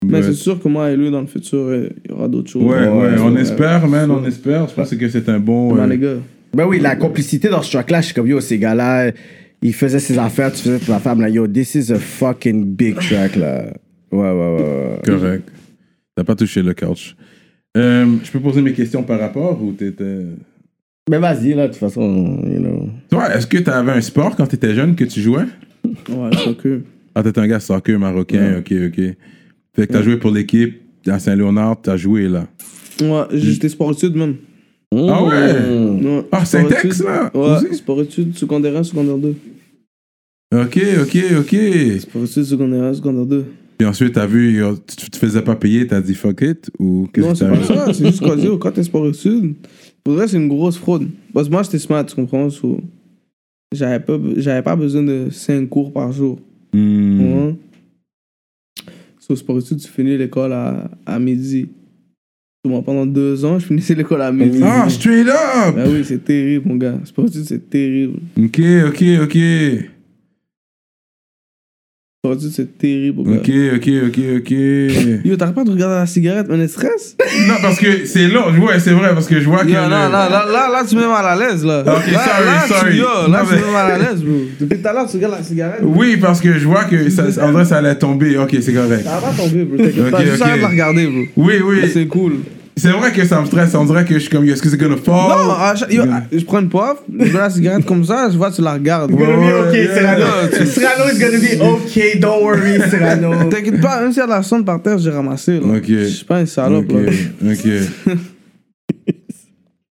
Mais
But-
Ben, c'est sûr que moi et lui, dans le futur, euh, il y aura d'autres choses.
Ouais, ouais, on
euh,
espère, man, on espère. Je pense que c'est un bon.
Ben,
euh,
les gars.
Ben oui, la complicité dans ce track-là, je suis comme, yo, ces gars-là, ils faisaient ses affaires, tu faisais tes affaires, mais là, yo, this is a fucking big track, là. Ouais, ouais, ouais. ouais.
Correct. T'as pas touché le couch. Euh, je peux poser mes questions par rapport ou t'étais.
Mais Ben vas-y, là, de toute façon, you know.
Toi, est-ce que t'avais un sport quand t'étais jeune que tu jouais
Ouais, c'est que.
Ah, t'étais un gars soccer marocain, ok, ok. Fait que t'as joué pour l'équipe à Saint-Léonard, t'as joué là.
Ouais, j'étais sport études, même.
Ah ouais
Ouais,
Ah,
sport
Syntex,
études.
là,
Mmh. Ouais,
aussi.
sport études, secondaire 1, secondaire 2.
Ok, ok, ok.
Sport études, secondaire 1, secondaire 2.
Puis ensuite, t'as vu, euh, tu tu te faisais pas payer, t'as dit fuck it ou qu'est-ce
Non,
que
c'est
t'as
pas
vu
ça. C'est juste qu'on dit, oh, quand t'es sport études, pour vrai, c'est une grosse fraude. Parce que moi, j'étais smart, tu comprends? so, j'avais pas, j'avais pas besoin de 5 cours par jour.
Hmm.
Hein? So, sport études, tu finis l'école à, à midi. So, moi, pendant 2 ans, je finissais l'école à midi.
Ah, straight up
Ben oui, c'est terrible, mon gars. Sport études, c'est terrible.
Ok, ok, ok.
Sport études, c'est terrible, mon gars.
Ok, ok, ok, ok.
Yo, t'arrêtes pas de regarder la cigarette, mais le stress?
Non, parce que c'est long. Ouais, c'est vrai, parce que je vois que.
Yo,
le-
non, non, là, là, là, tu me mets mal à l'aise, là.
Ok,
là,
sorry,
là,
sorry.
Tu, yo,
Non,
là, tu me
mais-
mets mal à l'aise, bro. Depuis tout à l'heure, tu regardes la cigarette.
Oui, parce que je vois que ça, en vrai, ça allait tomber. Ok, c'est correct.
Ça va pas tomber, bro. T'inquiète
Ok,
pas, juste
ok.
arrête de la regarder, bro.
Oui, oui.
C'est cool.
C'est vrai que ça me stresse. On dirait que je suis comme, est-ce que c'est gonna fall?
Non, ah, à chaque- yo,
Gonna-
je prends une pof, je mets la cigarette comme ça, je vois, tu la regardes.
Ouais, ouais,
Ok,
yeah.
Cyrano.
yeah.
Cyrano is gonna be okay, don't worry, Cyrano.
T'inquiète pas, même si elle a la sonde par terre, j'ai ramassé, là.
Ok.
Je suis pas un salope,
Ok,
là.
ok.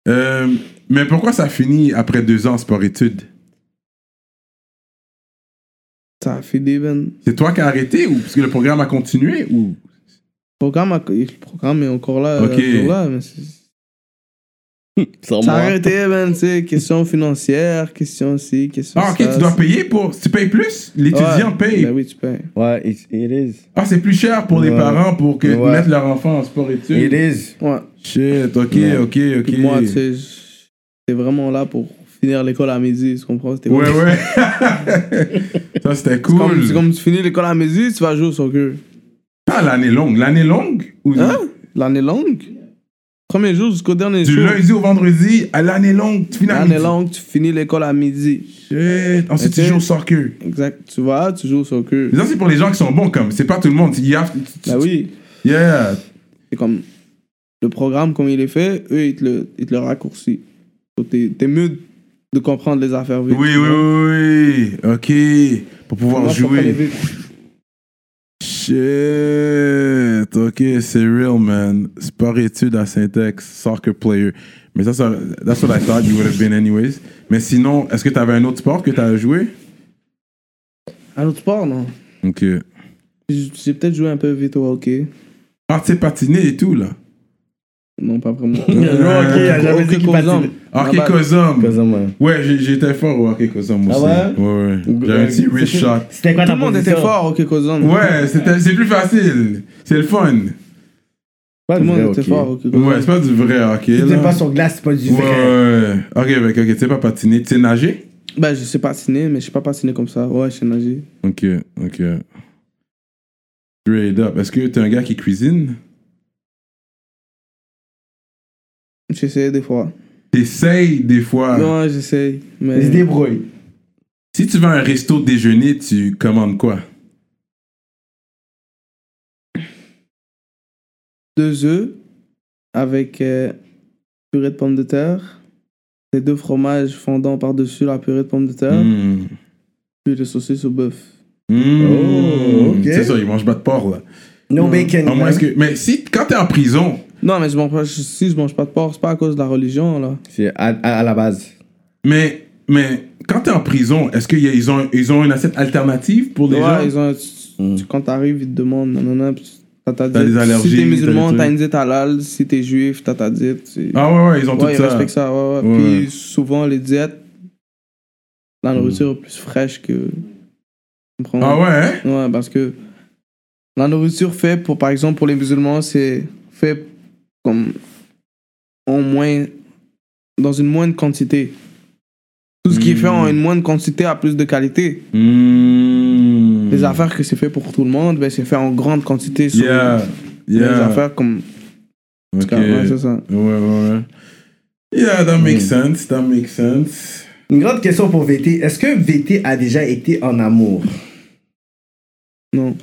Euh, mais pourquoi ça finit après deux ans sport études?
Ça a fait des ben.
C'est toi qui as arrêté ou parce que le programme a continué ou?
Le programme, a- le programme est encore là.
Ok.
euh, toujours là, mais c'est-
Sans
Ça a
moi.
arrêté, man, tu sais, question financière, question ci, question
Ah, ok,
ça,
tu dois
ça.
payer pour. Tu payes plus L'étudiant
Ouais,
paye.
Ben oui, tu payes.
Ouais, it, it is.
Ah, c'est plus cher pour les
Ouais.
parents pour que
Ouais.
mettre leur enfant en sport
It
études.
is.
Ouais.
Shit, ok, ok, ok.
Puis Moi, tu sais, j'étais vraiment là pour finir l'école à midi, tu comprends? C'était
Ouais,
pas-
ouais. ça, c'était
C'est comme-
cool.
C'est comme tu finis l'école à midi, tu vas jouer au soccer.
Pas l'année longue. L'année longue ou
Hein? L'année longue? Premier jour jusqu'au dernier
Du
jour.
lundi au vendredi, à l'année longue, tu finis à
L'année
midi.
longue, tu finis l'école à midi.
Shit. Ensuite, tu
Ok.
joues au soccer.
Exact. Tu vas, tu joues au soccer.
Mais ça, c'est pour les gens qui sont bons, comme. C'est pas tout le monde. Il y a...
Bah oui.
Yeah.
C'est comme le programme, comme il est fait, eux, ils te le, ils te le raccourcissent. Donc, T'es t'es mieux de comprendre les affaires vite.
Oui, oui, oui, oui. OK. Pour pouvoir
Moi, je comprenais
jouer.
vite.
Shit. OK, c'est real, man. Sport études à Syntex, soccer player. Mais ça, ça, that's what I thought you would have been anyways. Mais sinon, est-ce que t'avais un autre sport que t'as joué?
Un autre sport, non?
OK.
J'ai j'ai peut-être joué un peu vite au hockey.
Ah, tu sais patiner et tout, là.
Non, pas vraiment.
ok, il
a jamais
Hockey
dit qu'il
qu'aux
patinait.
hommes.
Hockey
Ah bah,
Cosum.
Cause I'm a-
Ouais, j'ai- j'étais fort au hockey Cosum aussi.
Ah ouais?
ouais, ouais. J'avais un petit wrist shot.
C'était quoi
Tout
ta
le monde était
position?
fort au hockey aux hommes.
Ouais, c'était- c'est plus facile. C'est le fun.
Pas de
Tout le monde
vrai
était
hockey.
fort au hockey aux hommes.
Ouais, c'est pas du vrai hockey.
C'était
là.
pas sur glace, c'est pas du
Ouais,
vrai.
ouais. Ok, mec, ok, tu sais pas patiner. Tu sais nager
Ben, je sais patiner, mais je sais pas patiner comme ça. Ouais, je sais nager.
Ok, ok. Straight up. Est-ce que t'es un gars qui cuisine
J'essaie des fois.
T'essayes des fois.
Non, j'essaie. Mais...
Ils se débrouillent.
Si tu vas à un resto déjeuner, tu commandes quoi
deux œufs avec euh, purée de pommes de terre, les deux fromages fondant par-dessus la purée de pommes de terre,
Hmm.
puis les saucisses au bœuf.
Hmm.
Oh, ok.
C'est ça, ils mangent pas de porc là.
No
Non.
bacon.
Au moins, est-ce que... Mais si, quand t'es en prison,
Non, mais je mange pas, si je mange pas de porc, c'est pas à cause de la religion, là.
C'est à, à- à la base.
mais, mais quand t'es en prison, est-ce qu'ils ont, ils ont une assiette alternative pour les
ouais,
gens Mm.
ils ont, tu- tu- quand t'arrives, ils te demandent, nanana, puis t'as ta
T'as
diète.
des allergies,
Si
t'as
t'es
des
musulman,
trucs.
t'as une diète halal. Si t'es juif, t'as ta diète. c'est-
Ah ouais, ouais, ils ont
ouais, ils
tout ça.
respectent ça, ouais, ouais.
Ouais.
Puis souvent, les diètes, la nourriture est plus fraîche que. tu comprends?
Ah ouais, hein
Ouais, parce que la nourriture faite pour, par exemple, pour les musulmans, c'est fait comme en moins, dans une moindre quantité. Tout ce qui est fait en une moindre quantité a plus de qualité.
Hmm.
Les affaires que c'est fait pour tout le monde, ben, c'est fait en grande quantité. Sur
Yeah.
Les
Yeah.
affaires comme.
Ok.
Ouais, c'est ça. Hmm.
Ouais, ouais, ouais. Yeah, that makes sense. That makes sense.
Une grande question pour VT. Est-ce que VT a déjà été en amour?
Non.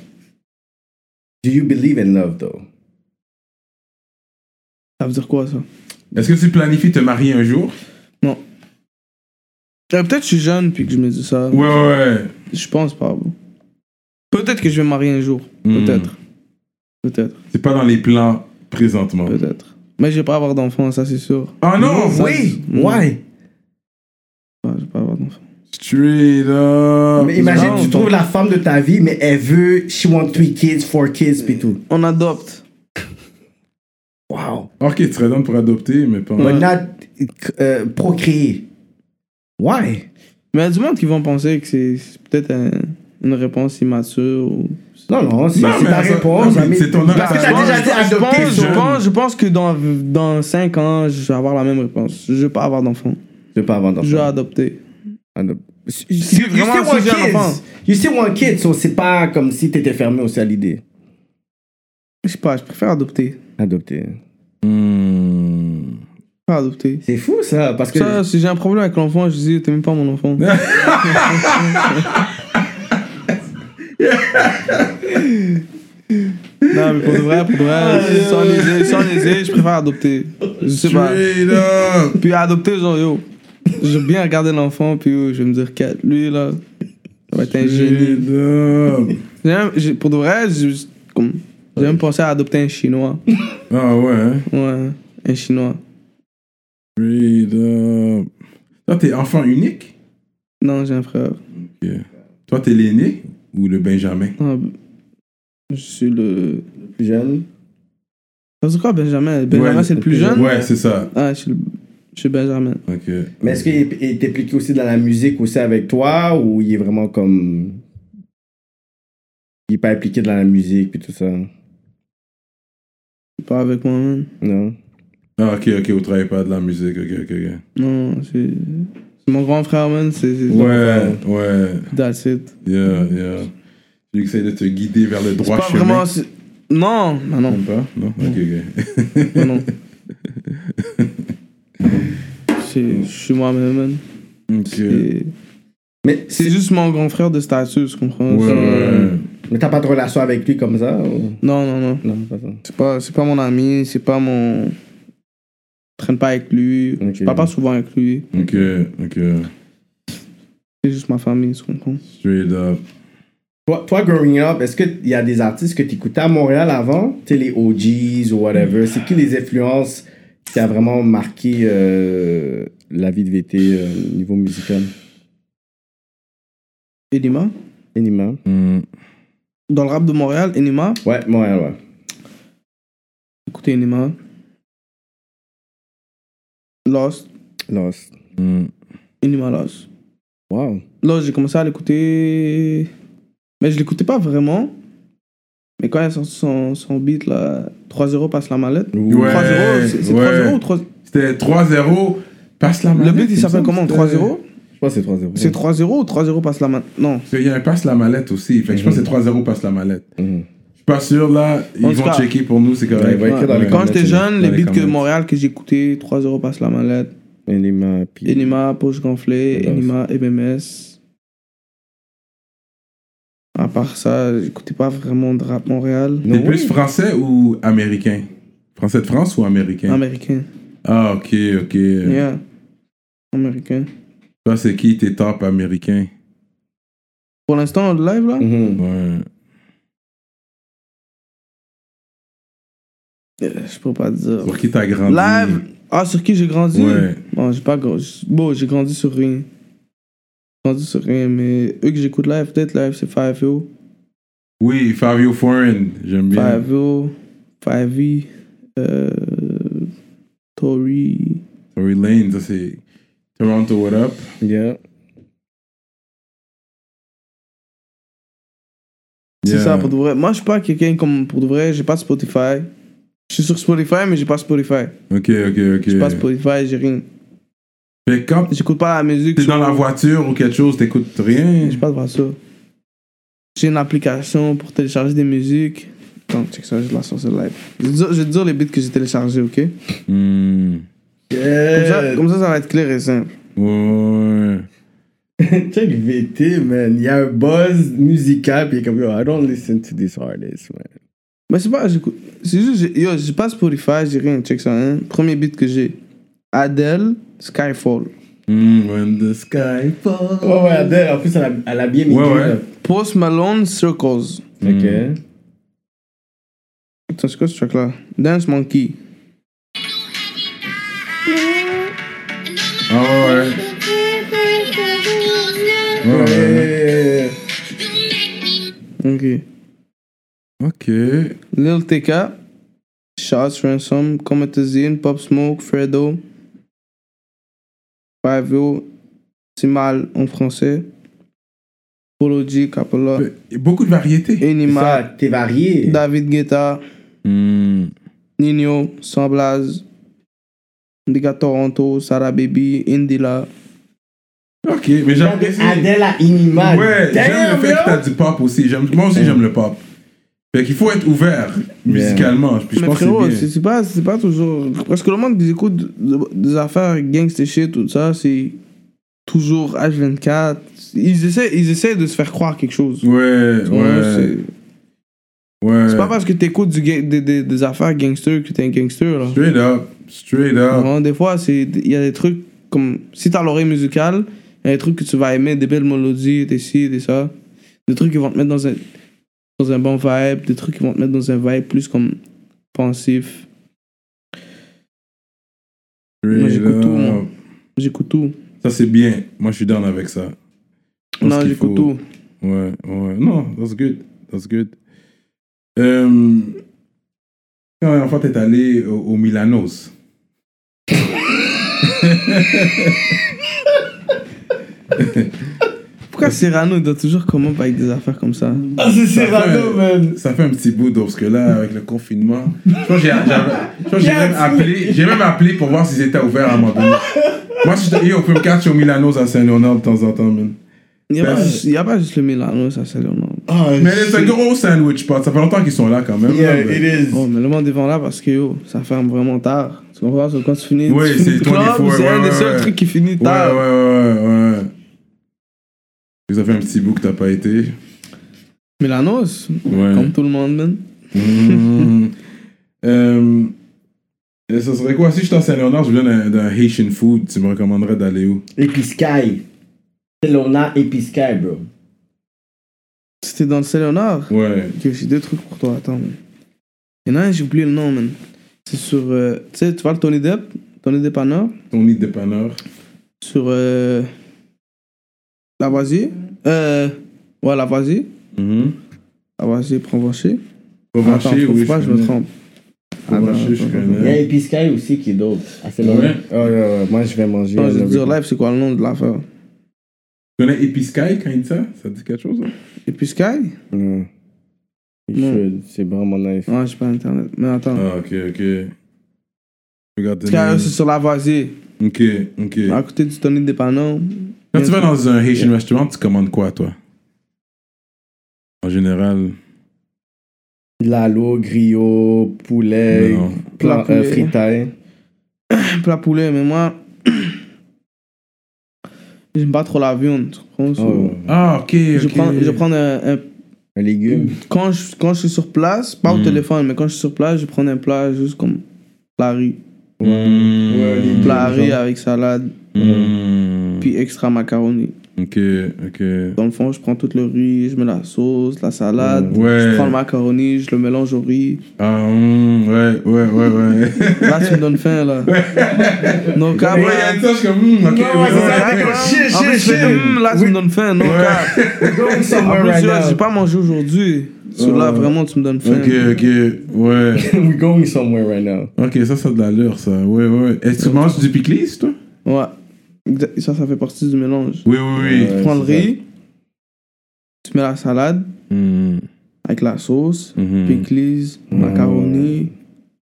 Do you believe in love, though?
Ça veut dire quoi, ça
Est-ce que tu planifies te marier un jour?
Euh, Peut-être que je suis jeune puis que je me dis ça.
Ouais, ouais, ouais.
Je pense pas. Peut-être que je vais me marier un jour.
Hmm.
Peut-être. Peut-être.
C'est pas dans les plans présentement.
Peut-être. Mais je vais pas avoir d'enfant, ça c'est sûr.
Ah non!
Ça,
oui!
c'est-
Why?
Ouais, je vais pas avoir d'enfant.
Straight up.
Mais imagine,
non,
tu
non.
trouves la femme de ta vie, mais elle veut, she want three kids, four kids, pis tout.
On adopte.
Wow.
Ok, tu serais down pour adopter, mais pas.
But not euh, procréer. Why?
Mais il y a du monde qui vont penser que c'est c'est peut-être un- une réponse immature. Ou...
Non, non, c'est
Non,
c'est
mais
ta
ça-
réponse.
non, mais
mais-
c'est ton
Parce que
argument.
t'as déjà été
je,
adopté,
pense,
so-
je, pense, je pense que dans, dans 5 ans, je vais avoir la même réponse. Je vais pas avoir d'enfant.
Je veux pas avoir
Je vais
d'enfant.
adopter.
You you
Si
still
vraiment, si
want
j'ai un enfant.
kids. You still want kids, so c'est pas comme si t'étais fermé aussi à l'idée.
Je sais pas, je préfère adopter.
Adopter.
Hmm.
Je préfère adopter.
C'est fou ça, parce que.
Ça, si j'ai un problème avec l'enfant, je dis, t'es même pas mon enfant. non, mais pour de vrai, pour de vrai, sans niaiser, sans niaiser, je préfère adopter. Je sais pas.
Straight up.
Puis adopter, genre, yo, je vais bien regarder l'enfant, puis yo, je vais me dire, Cat, lui, là, ça va être un génie.
Straight up.
J'ai même- j'ai- pour de vrai, j'ai comme- j'ai même pensé à adopter un chinois.
Ah ouais, hein.
Ouais, un chinois.
Straight up. Toi, t'es enfant unique?
Non, j'ai un frère.
Ok. Toi, t'es l'aîné ou le Benjamin?
Non, je suis le.
plus jeune.
Parce que quoi, Benjamin Benjamin,
Ouais,
c'est le plus jeune
Ouais, c'est ça.
Ah, je suis le. chez Benjamin.
Ok.
Mais est-ce qu'il est- est impliqué aussi dans la musique aussi avec toi ou il est vraiment comme. Il est pas impliqué dans la musique puis tout ça?
Pas avec moi, man.
Non?
Ah, ok, ok, vous travaillez pas de la musique, ok, ok, ok.
Non, c'est c'est mon grand frère, man. C'est. c'est-
Ouais, ouais,
That's it.
yeah, yeah. J'essaie de te guider vers le
C'est
droit
pas
chemin.
vraiment. c'est- Non, non, Ah, non,
Même pas? Non? Ok, ok.
non, non. C'est- Je suis moi-même, man. Mm.
Ok.
Et-
Mais,
C'est juste mon grand frère de statut, tu comprends?
Ouais,
C'est-
ouais.
mais t'as pas de relation avec lui comme ça? ou-
Non, non, non.
Non, pas ça.
C'est pas, c'est pas mon ami, c'est pas mon. Je traîne pas avec lui.
Ok.
Je parle pas souvent avec lui.
Ok, ok.
C'est juste ma famille, tu comprends?
Straight up.
Toi, toi, growing up, est-ce qu'il y a des artistes que t'écoutais à Montréal avant? Tu sais, les OGs ou whatever. C'est qui les influences qui a vraiment marqué euh, la vie de VT euh, niveau musical?
Enima?
Enima?
Hmm.
Dans le rap de Montréal, Enima?
Ouais, Montréal, ouais.
Écoutez Enima. Lost.
Lost.
Hmm.
Enima Lost.
Wow.
Lost, j'ai commencé à l'écouter. Mais je l'écoutais pas vraiment. Mais quand il a sorti son, son beat, là, 3 euros passe la mallette.
Ouais,
3 euros, c'est c'est 3
ouais.
euros ou 3
C'était 3-0. Passe la
Le
mallette.
beat, il
me
s'appelle
semble
comment
que
3
c'était-
euros
Je pense que c'est 3-0.
C'est 3 euros ou 3 euros passe la mallette Non.
Parce qu'il y a un passe la mallette aussi. Fait que je pense que c'est 3-0 passe la mallette.
Mhm.
Je suis pas sûr, là. Ils
En tout
vont
cas-
checker pour nous, c'est correct.
Ouais, ouais. écrire dans les
Quand
comments,
j'étais
c'est
jeune,
dans
les
les
beats que
comments.
Montréal que j'écoutais, 3 euros passe la mallette.
Enima, puis...
Enima, Poche Gonflée,
J'adore
Enima, MMS. À part ça, j'écoutais pas vraiment de rap Montréal.
T'es plus français ou américain Français de France ou américain
Américain.
Ah, ok, ok.
Yeah. Américain.
Toi, c'est qui tes top américains
Pour l'instant, le live
Mm.
là,
Mhm.
Ouais.
euh, je peux pas dire.
Sur qui t'as grandi
Live Ah, sur qui j'ai grandi
Ouais.
Bon, j'ai pas grandi. Bon, j'ai grandi sur rien. J'ai grandi sur rien, mais eux que j'écoute live, peut-être live, c'est 5O.
Oui, Fabio Foreign, j'aime bien.
5O, 5E, euh, Tory.
Tory Lane, ça c'est Toronto What Up.
Yeah.
C'est
Yeah.
ça, pour de vrai. Moi, je suis pas quelqu'un comme pour de vrai, j'ai pas Spotify. Je suis sur Spotify, mais j'ai pas Spotify.
Ok, ok, ok.
J'ai pas Spotify, j'ai rien.
Fait que quand
J'écoute pas la musique.
t'es
sur-
dans la voiture ou quelque chose, t'écoutes rien.
J'ai pas de ça. J'ai une application pour télécharger des musiques. Attends, check ça, je la sors sur le live. Je vais te dire- je vais te dire les beats que j'ai téléchargés, ok?
Hmm.
Comme
Euh.
ça, comme ça, ça va être clair et simple.
Ouais.
Check VT, man. Il y a un buzz musical, puis il est comme, yo, I don't listen to this artist, man.
Mais c'est pas, j'écoute. C'est juste, j'ai- yo, j'ai pas Spotify, j'ai rien, check ça, hein. Premier beat que j'ai. Adele, Skyfall.
Hmm, when the sky falls.
Ouais, Oh, ouais, Adele, en plus, elle a, elle a bien mis
Ouais,
tout,
ouais. Mm.
là.
Post Malone, Circles.
Ok.
Attends, c'est quoi ce truc-là? Dance Monkey.
Ah ouais. ouais. Ouais, ouais.
Euh,
Ok.
Ok. Euh,
Lil TK, Shots Ransom, Cometazine, Pop Smoke, Fredo, Five-O, Timal en français, Polo G, Capola,
Beaucoup de variétés.
Enima,
ça, T'es varié.
David Guetta,
Hmm.
Nino, Sans Blaze, Diga Toronto, Sarah Baby, Indila.
Ok, mais j'aime bien.
Adèle à Inima.
Ouais, j'aime le
Damn,
fait que t'as
yo.
du pop aussi. J'aime- Moi aussi, j'aime le pop. Fait qu'il faut être ouvert musicalement. Puis je
Mais
pense que
frérot,
c'est
c'est
bien.
c'est pas, c'est pas toujours. Parce que le monde qui écoute de- des affaires gangster shit, tout ça, c'est toujours H24. Ils essaient, ils essaient de se faire croire quelque chose.
Ouais,
Tu vois,
ouais.
c'est-
ouais.
C'est pas parce que t'écoutes du ga- des, des, des affaires gangster que t'es un gangster, là.
Straight up. Straight up.
Vraiment, des fois, c'est- il y a des trucs comme. Si t'as l'oreille musicale, il y a des trucs que tu vas aimer, des belles mélodies, des ci, des ça. Des trucs qui vont te mettre dans un, dans un bon vibe, des trucs qui vont te mettre dans un vibe plus comme pensif. Moi,
Straight
j'écoute tout,
up.
moi. J'écoute tout.
Ça, c'est bien. Moi, je suis down avec ça. Je pense
Non,
qu'il
j'écoute
faut-
tout.
Ouais, ouais. Non, that's good. That's good. Euh, Quand la dernière fois, t'es allé au, au Milanos.
Pourquoi Serrano il doit toujours comment up avec des affaires comme ça
Ah, c'est
Serrano, Ça fait un petit bout donc, parce que là, avec le confinement, je crois que j'ai- j'ai- je crois que j'ai même appelé, j'ai même appelé pour voir s'ils étaient ouverts à mon donné. Moi, si j'étais au Film 4 sur Milano's à Saint-Léonard de temps en temps, man.
Il n'y a,
Ben,
pas juste- il y a pas juste le Milano, ça c'est le nom.
Mais c'est un gros sandwich spot. Ça fait longtemps qu'ils sont là quand même. là,
Ah, Yeah,
mais-
it is.
Oh, mais le monde est devant là parce que yo, ça ferme vraiment tard. Tu comprends Parce que Quand tu finis,
Ouais,
tu finis
c'est
le club,
24,
c'est un
ouais,
des
ouais,
seuls
ouais.
trucs qui finit
Ouais, ouais,
tard.
ouais, ouais. Vous avez un petit bout que t'as pas été.
Milanos,
Ouais.
comme tout le monde, man.
Mmh. Euh, et ça serait quoi? Si je suis à Saint-Léonard, je viens d'un d'un Haitian food. Tu me recommanderais d'aller où?
Épiscaille. Lona Épiscaille, bro.
C'était dans le Saint-Léonard.
Ouais.
Ok, j'ai deux trucs pour toi, attends. Man. Il y en a un, j'ai oublié le nom, man. C'est sur. euh, tu sais, tu vois le Tony Depp, Tony Depp à Nord,
Ton de dépanneur.
sur. Euh, Lavoisier. Euh. Ouais, Lavoisier.
Mmh.
Lavoisier, Provencher.
Provencher,
Mm-hmm. Attends, faut
oui.
pas,
je
je me
connais.
trompe.
Provencher, je
Attends,
Il y a
connais.
Épiscaille aussi qui est dope. Ah, c'est
Ouais.
Lona.
Tu
Oh, yo, yo, moi, je vais manger.
Non, je vais
un
te dire live, c'est quoi le nom de l'affaire
connais Episcaille quand il dit ça? Ça te dit quelque chose? hein?
Et puis Sky
Non. You
Non.
should. C'est vraiment nice.
Non, j'ai pas internet. Mais attends.
Ah, ok, ok. Regarde.
Sky, eux, c'est Ah, sur Lavoisier,
Ok, ok.
à côté du Tony Dépanneur.
Quand tu vas dans un Haitian restaurant, tu commandes quoi, toi? En général,
Lalo, griot, poulet,
Non.
plat,
Plat
euh,
poulet.
fritaille.
plat poulet, mais moi. J'aime pas trop la viande, tu comprends? So,
Oh,
Ah, ok, ok.
Je prends, je prends un, un-
un légume.
quand, je, quand je suis sur place, pas au
Mm.
téléphone, mais quand je suis sur place, je prends un plat juste comme la riz. Mm.
Mmh.
Ouais,
Plat
genre.
riz avec salade,
Mmh.
puis extra macaroni.
Ok, ok.
Dans le fond, je prends tout le riz, je mets la sauce, la salade.
Mm, Ouais.
Je prends le macaroni, je le mélange au riz.
Ah, hmm, ouais, ouais, ouais, ouais.
Là, tu me donnes faim, là. Non, cap.
Ouais, il y a une touche comme, hmm, ok, ouais, ouais.
En plus, je fais, hum, là, tu me donnes faim, non, cap. En plus, tu vois, j'ai pas mangé aujourd'hui. So, là, vraiment, tu me donnes faim.
Ok, ok, ouais.
We're going somewhere right now.
Ok, ça, ça a de l'allure, ça. Ouais, ouais. Est-ce que tu manges du pickles, toi?
Ouais. Exact- Ça, ça fait partie du mélange.
Oui, oui, oui.
Tu prends le
c'est
riz, tu mets la salade
Mmh,
avec la sauce,
mmh.
pickles, macaroni.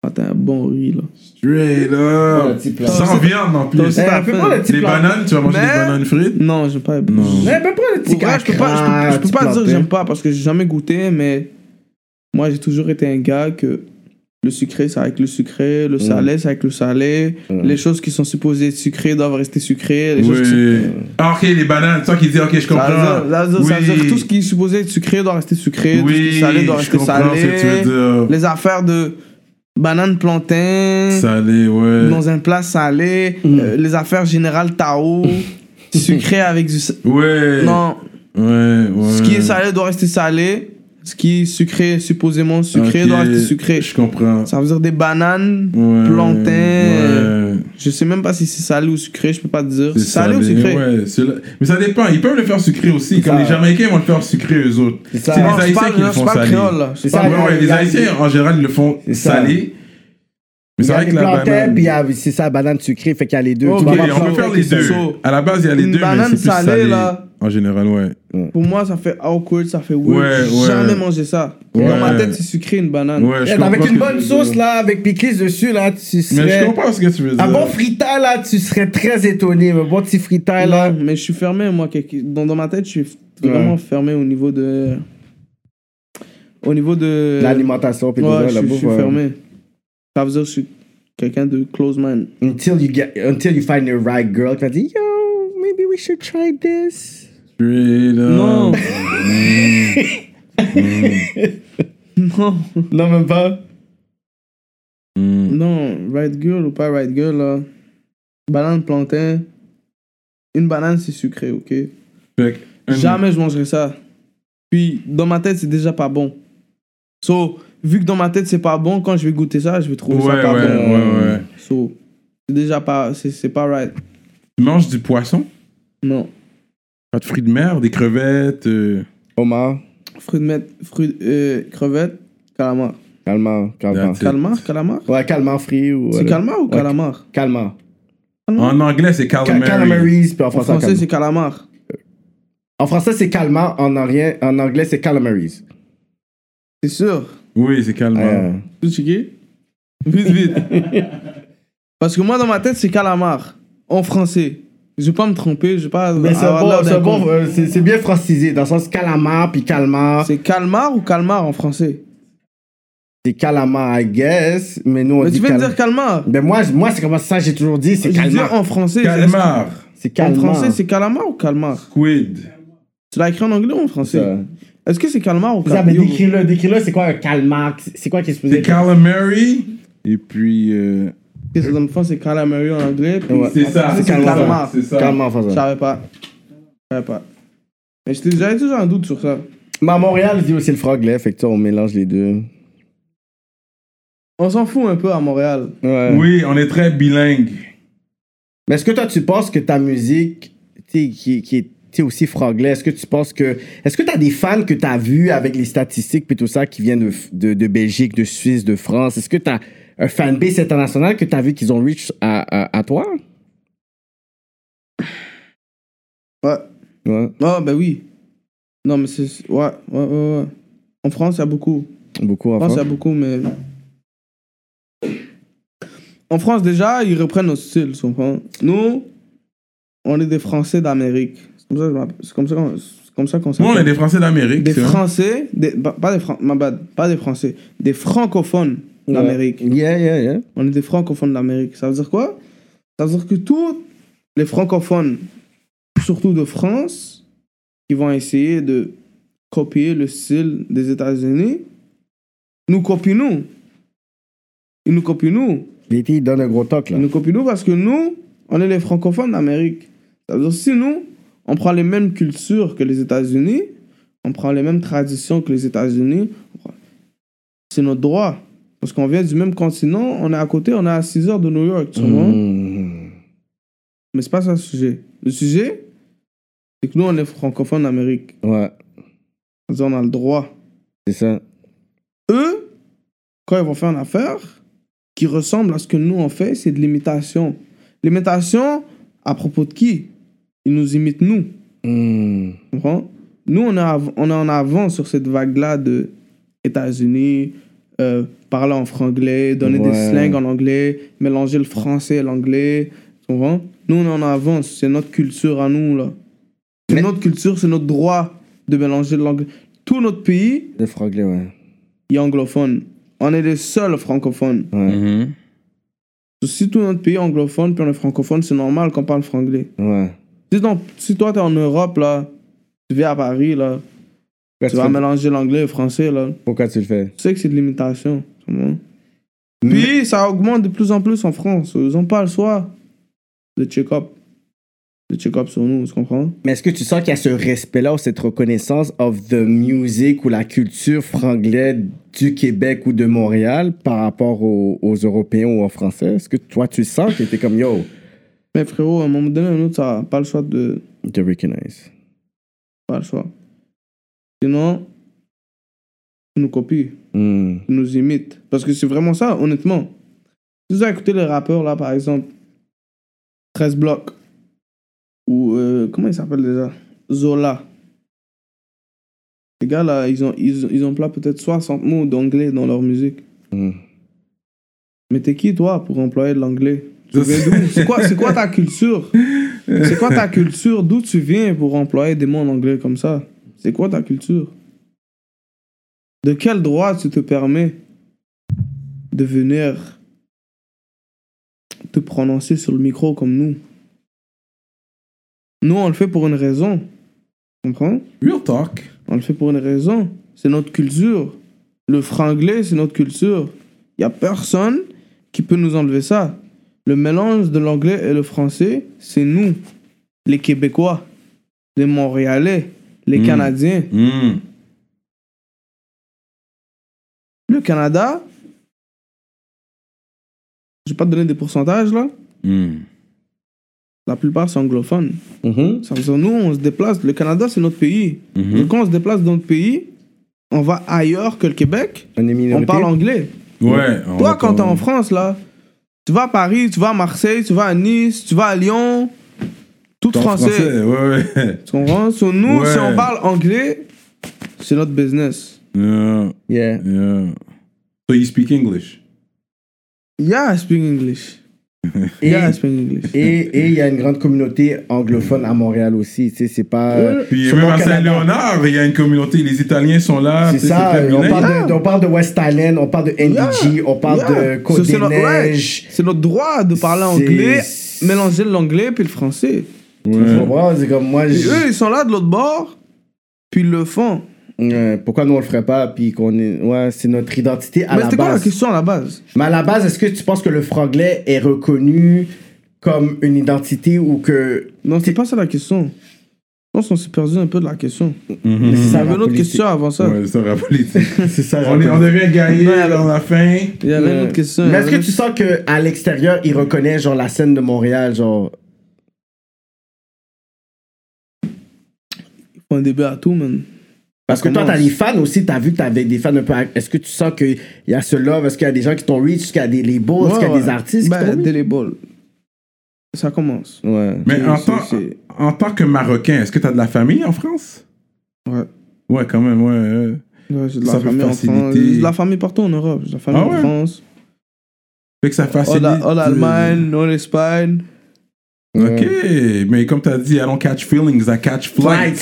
Ah, t'as un bon riz, là.
Straight
Un
up.
petit plat.
Sans viande, en
Toi
plus.
aussi,
Les
t'as
on peut
faim.
prendre Eh, le petit-
Des bananes, tu vas manger des
Mais-
bananes frites?
Non, je pas.
Non.
Mais peu près le
Pour vrai, je peux pas, je peux, je peux pas dire que j'aime pas parce que j'ai jamais goûté, mais moi j'ai toujours été un gars que le sucré c'est avec le sucré,
Mm.
le salé c'est avec le salé, les choses qui sont supposées être sucrées doivent rester sucrées, les choses qui sont-
Oui. Ah, ok, les bananes, toi qui dis, ok, je comprends.
Ça veut dire- ça veut dire- ça veut dire
Oui.
que tout ce qui est supposé être sucré doit rester sucré, tout ce qui
Oui,
est salé doit
je
rester
comprends
salé.
ce que tu veux dire.
Les affaires de banane plantain
Salé, ouais.
dans un plat salé,
Mm.
euh, les affaires générales Tao, sucré avec du. sa-
Ouais.
Non.
Ouais, ouais.
Ce qui est salé doit rester salé. Ce qui est sucré, supposément sucré,
Ok,
doit rester sucré.
Je comprends.
Ça veut dire des bananes,
Ouais,
plantain.
Ouais.
Je sais même pas si c'est salé ou sucré, je peux pas te dire.
C'est
Salé, ou sucré
ouais, c'est là- Mais ça dépend. Ils peuvent le faire sucré aussi. Comme
ça.
les Jamaïcains vont le faire sucré, eux autres.
C'est ça.
C'est les
Non, je
Haïtiens
parle,
qui le
là, je
font
parle
salé.
créole. là.
C'est
Je
ça,
parle-
Ouais, ouais, les Haïtiens, en général, ils le font
C'est ça.
salé.
Il
Mais
y
c'est
a
vrai que
des
la
plantains,
banane.
puis il y a- c'est ça, banane sucrée, fait qu'il y a les deux.
Ok,
Tu
Ok,
vas pas
va pas
on peut
prendre-
faire
avec
les
les
deux.
sauces.
À la base, il y a les
Une
deux, mais
banane
c'est plus
salée,
salé.
là.
En général, ouais.
Eh,
Pour moi, ça fait awkward, ça fait weird.
Ouais,
J'ai
ouais.
jamais mangé ça.
Ouais.
Dans ma tête, c'est sucré une banane.
Ouais, je
Eh,
comprends
Avec
ce
une
que tu
bonne
veux
sauce,
dire.
là, avec pickles dessus, là, tu
Mais je
serais...
comprends ce que tu veux dire.
Un bon frita, là, tu serais très étonné. Un bon petit frita,
Là,
là.
mais je suis fermé, moi. quelque- Dans, dans ma tête, je suis vraiment
Ouais.
fermé au niveau de. Au niveau de.
L'alimentation, puis tout
Ouais,
ça,
je,
la
suis- je
bouffe.
suis
ouais.
fermé. Ça veut dire que je suis quelqu'un de close man.
Until you get, until you find the right girl, qui va dire yo, maybe we should try this.
Straight up. Mm.
Non, non,
Non, même pas.
Mm.
non. Right girl ou pas right girl, là. Banane plantain. Une banane, c'est sucré, ok?
Fait que-
Jamais je mangerai ça. Puis, dans ma tête, c'est déjà pas bon. So, vu que dans ma tête, c'est pas bon, quand je vais goûter ça, je vais trouver
Ouais,
ça
ouais,
pas
ouais,
bon.
ouais.
So, c'est déjà pas... C'est c'est pas right.
Tu manges du poisson
Non.
Pas de fruits de mer, des crevettes euh,
Omar,
Fruits de mer, fruits... Euh, crevettes, calamar.
calmant, calmant.
That's it.
Calamar, calamar?
Ouais, calmant frit ou.
C'est
whatever.
calamar ou
Ouais.
calamar
Calmant.
Hmm.
En anglais, c'est calamari.
Calamaries, puis en
En
français,
français,
calam-
c'est calamar.
en français, c'est calmar, en, anglais- en anglais, c'est calamaries.
C'est sûr.
Oui, c'est calamari.
Euh,
Tu checker Vite, vite. Parce que moi, dans ma tête, c'est calamar. En français. Je vais pas me tromper, je vais pas.
Mais
Ah,
c'est
avoir
bon,
l'air d'un
c'est bon,
con.
euh, c'est- c'est bien francisé, dans le sens calamar, puis calmar.
C'est calmar ou calmar en français
C'est calamar, I guess, mais nous, on
Mais
dit
tu viens de
calmar.
dire calmar.
Ben moi, je- moi c'est comme ça, j'ai toujours dit,
Je
c'est
dis
calmar.
en français.
Calmar.
C'est
est-ce que- En
calmar.
français, c'est calamar ou calmar
Squid.
Tu l'as écrit en anglais ou en français
Ça.
Est-ce que c'est calmar ou
Ça,
calmar
mais décris-le, décris-le, c'est quoi un calmar C'est- C'est quoi qui est supposé
C'est calamari. Et puis. euh,
Qu'est-ce que ça me fait C'est calamari en anglais. Puis
Ouais.
C'est ça.
C'est calmar.
C'est ça.
Calmar, en
Je
français.
savais pas. Je savais pas. Mais j'étais- j'avais toujours un doute sur ça.
Mais à Bah, Montréal, ils disent aussi le franglais, fait que tu vois, on mélange les deux.
On s'en fout un peu à Montréal.
Ouais.
Oui, on est très bilingue.
Mais est-ce que toi, tu penses que ta musique, tu sais, qui, qui est tu sais, aussi franglais, est-ce que tu penses que. Est-ce que tu as des fans que tu as vus avec les statistiques puis tout ça qui viennent de, F- de, de Belgique, de Suisse, de France Est-ce que tu as un fanbase international que tu as vu qu'ils ont reach à, à, à toi
Ouais.
Ouais,
Ah, bah oui. Non, mais c'est. Ouais, ouais, ouais, ouais. En France, il y a beaucoup.
beaucoup en
En France, il y a
France.
beaucoup, mais. En France, déjà, ils reprennent nos styles, tu comprends Nous, on est des Français d'Amérique. C'est comme ça que je m'appelle- C'est comme ça qu'on c'est comme ça qu'on
Nous, on est
s'appelle.
des hein. Français d'Amérique.
Des
c'est vrai.
Français, des- bah, pas des Fran- ma bad, pas des Français, des francophones d'Amérique.
Yeah, yeah, yeah.
On est des francophones d'Amérique. Ça veut dire quoi Ça veut dire que tous les francophones, surtout de France, qui vont essayer de copier le style des États-Unis, nous copient nous. Ils nous copient nous.
L'été, il donne un gros toc, là.
Ils nous copient nous parce que nous, on est les francophones d'Amérique. Ça veut dire si nous, on prend les mêmes cultures que les États-Unis, on prend les mêmes traditions que les États-Unis, on prend- c'est notre droit. Parce qu'on vient du même continent, on est à côté, on est à 6 heures de New York, tu vois.
Mmh.
Mais c'est pas ça le sujet. Le sujet, c'est que nous, on est francophones d'Amérique.
Ouais,
C'est-à-dire, On a le droit.
c'est ça.
Eux, quand ils vont faire une affaire qui ressemble à ce que nous, on fait, c'est de l'imitation. L'imitation, à propos de qui Ils nous imitent, nous.
Mmh.
Tu comprends Nous, on est, av- on est en avant sur cette vague-là de États-Unis, euh, parler en franglais, donner
Ouais.
des slangs en anglais, mélanger le français et l'anglais. Tu comprends Nous, on est en avance. C'est notre culture à nous, là. C'est notre culture, c'est notre droit de mélanger de l'anglais. Tout notre pays
Le franglais, ouais.
est anglophone. On est les seuls francophones.
Ouais,
Mhm.
Si tout notre pays est anglophone, puis on est francophone, c'est normal qu'on parle franglais.
ouais.
Si, ton- si toi, t'es en Europe, là, tu viens à Paris, là,
Pourquoi
tu
tu,
vas
fais-
mélanger l'anglais et le français, là.
pourquoi tu le fais
Tu sais que c'est de l'imitation. tu comprends? Puis ça augmente de plus en plus en France. Ils n'ont pas le choix de check-up. De check-up sur nous, tu comprends?
Mais est-ce que tu sens qu'il y a ce respect-là ou cette reconnaissance of the music ou la culture franglais du Québec ou de Montréal par rapport aux, aux Européens ou aux Français Est-ce que toi, tu sens que t'es comme yo,
Mais frérot, à un moment donné, ou à un autre, ça a pas le choix de.
to recognize
Pas le choix. Sinon, ils nous copient,
Mmh.
ils nous imitent. Parce que c'est vraiment ça, honnêtement. Si vous avez écouté les rappeurs, là, par exemple, 13 blocs, ou euh, comment il s'appelle déjà Zola. Les gars là, ils ont, ils, ont- ils ont plat peut-être 60 mots d'anglais dans leur musique.
Mm.
Mais t'es qui toi pour employer de l'anglais
Ça,
Tu viens d'où C'est quoi, c'est quoi ta culture C'est quoi ta culture D'où tu viens pour employer des mots en anglais comme ça C'est quoi ta culture De quel droit tu te permets de venir te prononcer sur le micro comme nous nous, on le fait pour une raison. Tu comprends
Real talk.
On le fait pour une raison. C'est notre culture. Le franglais, c'est notre culture. Il n'y a personne qui peut nous enlever ça. Le mélange de l'anglais et le français, c'est nous, les Québécois, les Montréalais, les
Mm.
Canadiens.
Mhm.
Le Canada, je vais pas te donner des pourcentages là.
Mhm.
La plupart sont anglophones.
Mhm.
Ça veut dire, nous, on se déplace. Le Canada, c'est notre pays.
Mhm.
Donc, quand on se déplace dans notre pays, on va ailleurs que le Québec,
On est
on
minorité
parle anglais.
Ouais. on
Toi,
va
quand t'es
parler.
en France, là, Tu vas à Paris, tu vas à Marseille, tu vas à Nice, tu vas à Lyon. Tout
Dans le
français.
français, ouais, ouais.
Tu comprends? So, nous,
Ouais.
si on parle anglais, c'est notre business.
Yeah,
Yeah.
yeah. So you speak English?
Yeah, I speak English.
Et-
Yeah, I speak English.
Et et il y a une grande communauté anglophone à Montréal aussi. Tu sais, c'est pas. euh,
Puis
seulement
même à
Canada.
Saint-Léonard, il y a une communauté, les Italiens sont là.
C'est
tu sais,
ça,
très
euh, on
bilingue.
parle, de, on parle de West Island, on parle de NDG, on parle
Yeah.
de Côte
So,
des
c'est notre- Ah. ouais,
Neiges.
c'est notre droit de parler
C'est-
anglais, mélanger l'anglais puis le français.
Tu comprends? C'est comme moi,
Puis
je-
eux, ils sont là de l'autre bord, puis ils le font.
Ouais, pourquoi nous on le ferait pas puis qu'on est ouais c'est notre identité à
Mais
la
c'était quoi la
base.
question à la base?
Mais à la base est-ce que tu penses que le franglais est reconnu comme une identité ou que
Non, c'est pas ça la question. Je pense qu'on s'est perdu un peu de la question.
Mais c'est
Il y
ça,
avait
la
une autre
politique.
question avant ça.
Ouais, ça la politique.
c'est ça. la
on, est, on
politique.
devient gaillé
Ouais,
dans la fin.
Il y avait une autre question.
Mais est-ce que tu sens que à l'extérieur ils reconnaissent genre la scène de Montréal genre
fais un débat à tout, man.
parce que toi,
Commence.
t'as des fans aussi, t'as vu que t'avais des fans un peu. Est-ce que tu sens qu'il y a ce love? Est-ce qu'il y a des gens qui t'ont reach? Est-ce qu'il y a des labels? est-ce qu'il y a des artistes qui
Ben,
t'ont reach?
dès les balles. Ça commence.
Ouais.
Mais en
c'est-
tant,
c'est-
en tant que Marocain, est-ce que tu as de la famille en France?
Ouais.
Ouais, quand même, ouais, ouais.
Ouais, j'ai de
Ça
la
peut
famille en
faciliter.
France. J'ai de la famille partout en Europe. J'ai de la famille
Ah ouais?
en France.
Fait que ça
En
facilite. euh,
en Allemagne, en Espagne.
Ok, mais comme tu as dit, I don't catch feelings, I catch flights.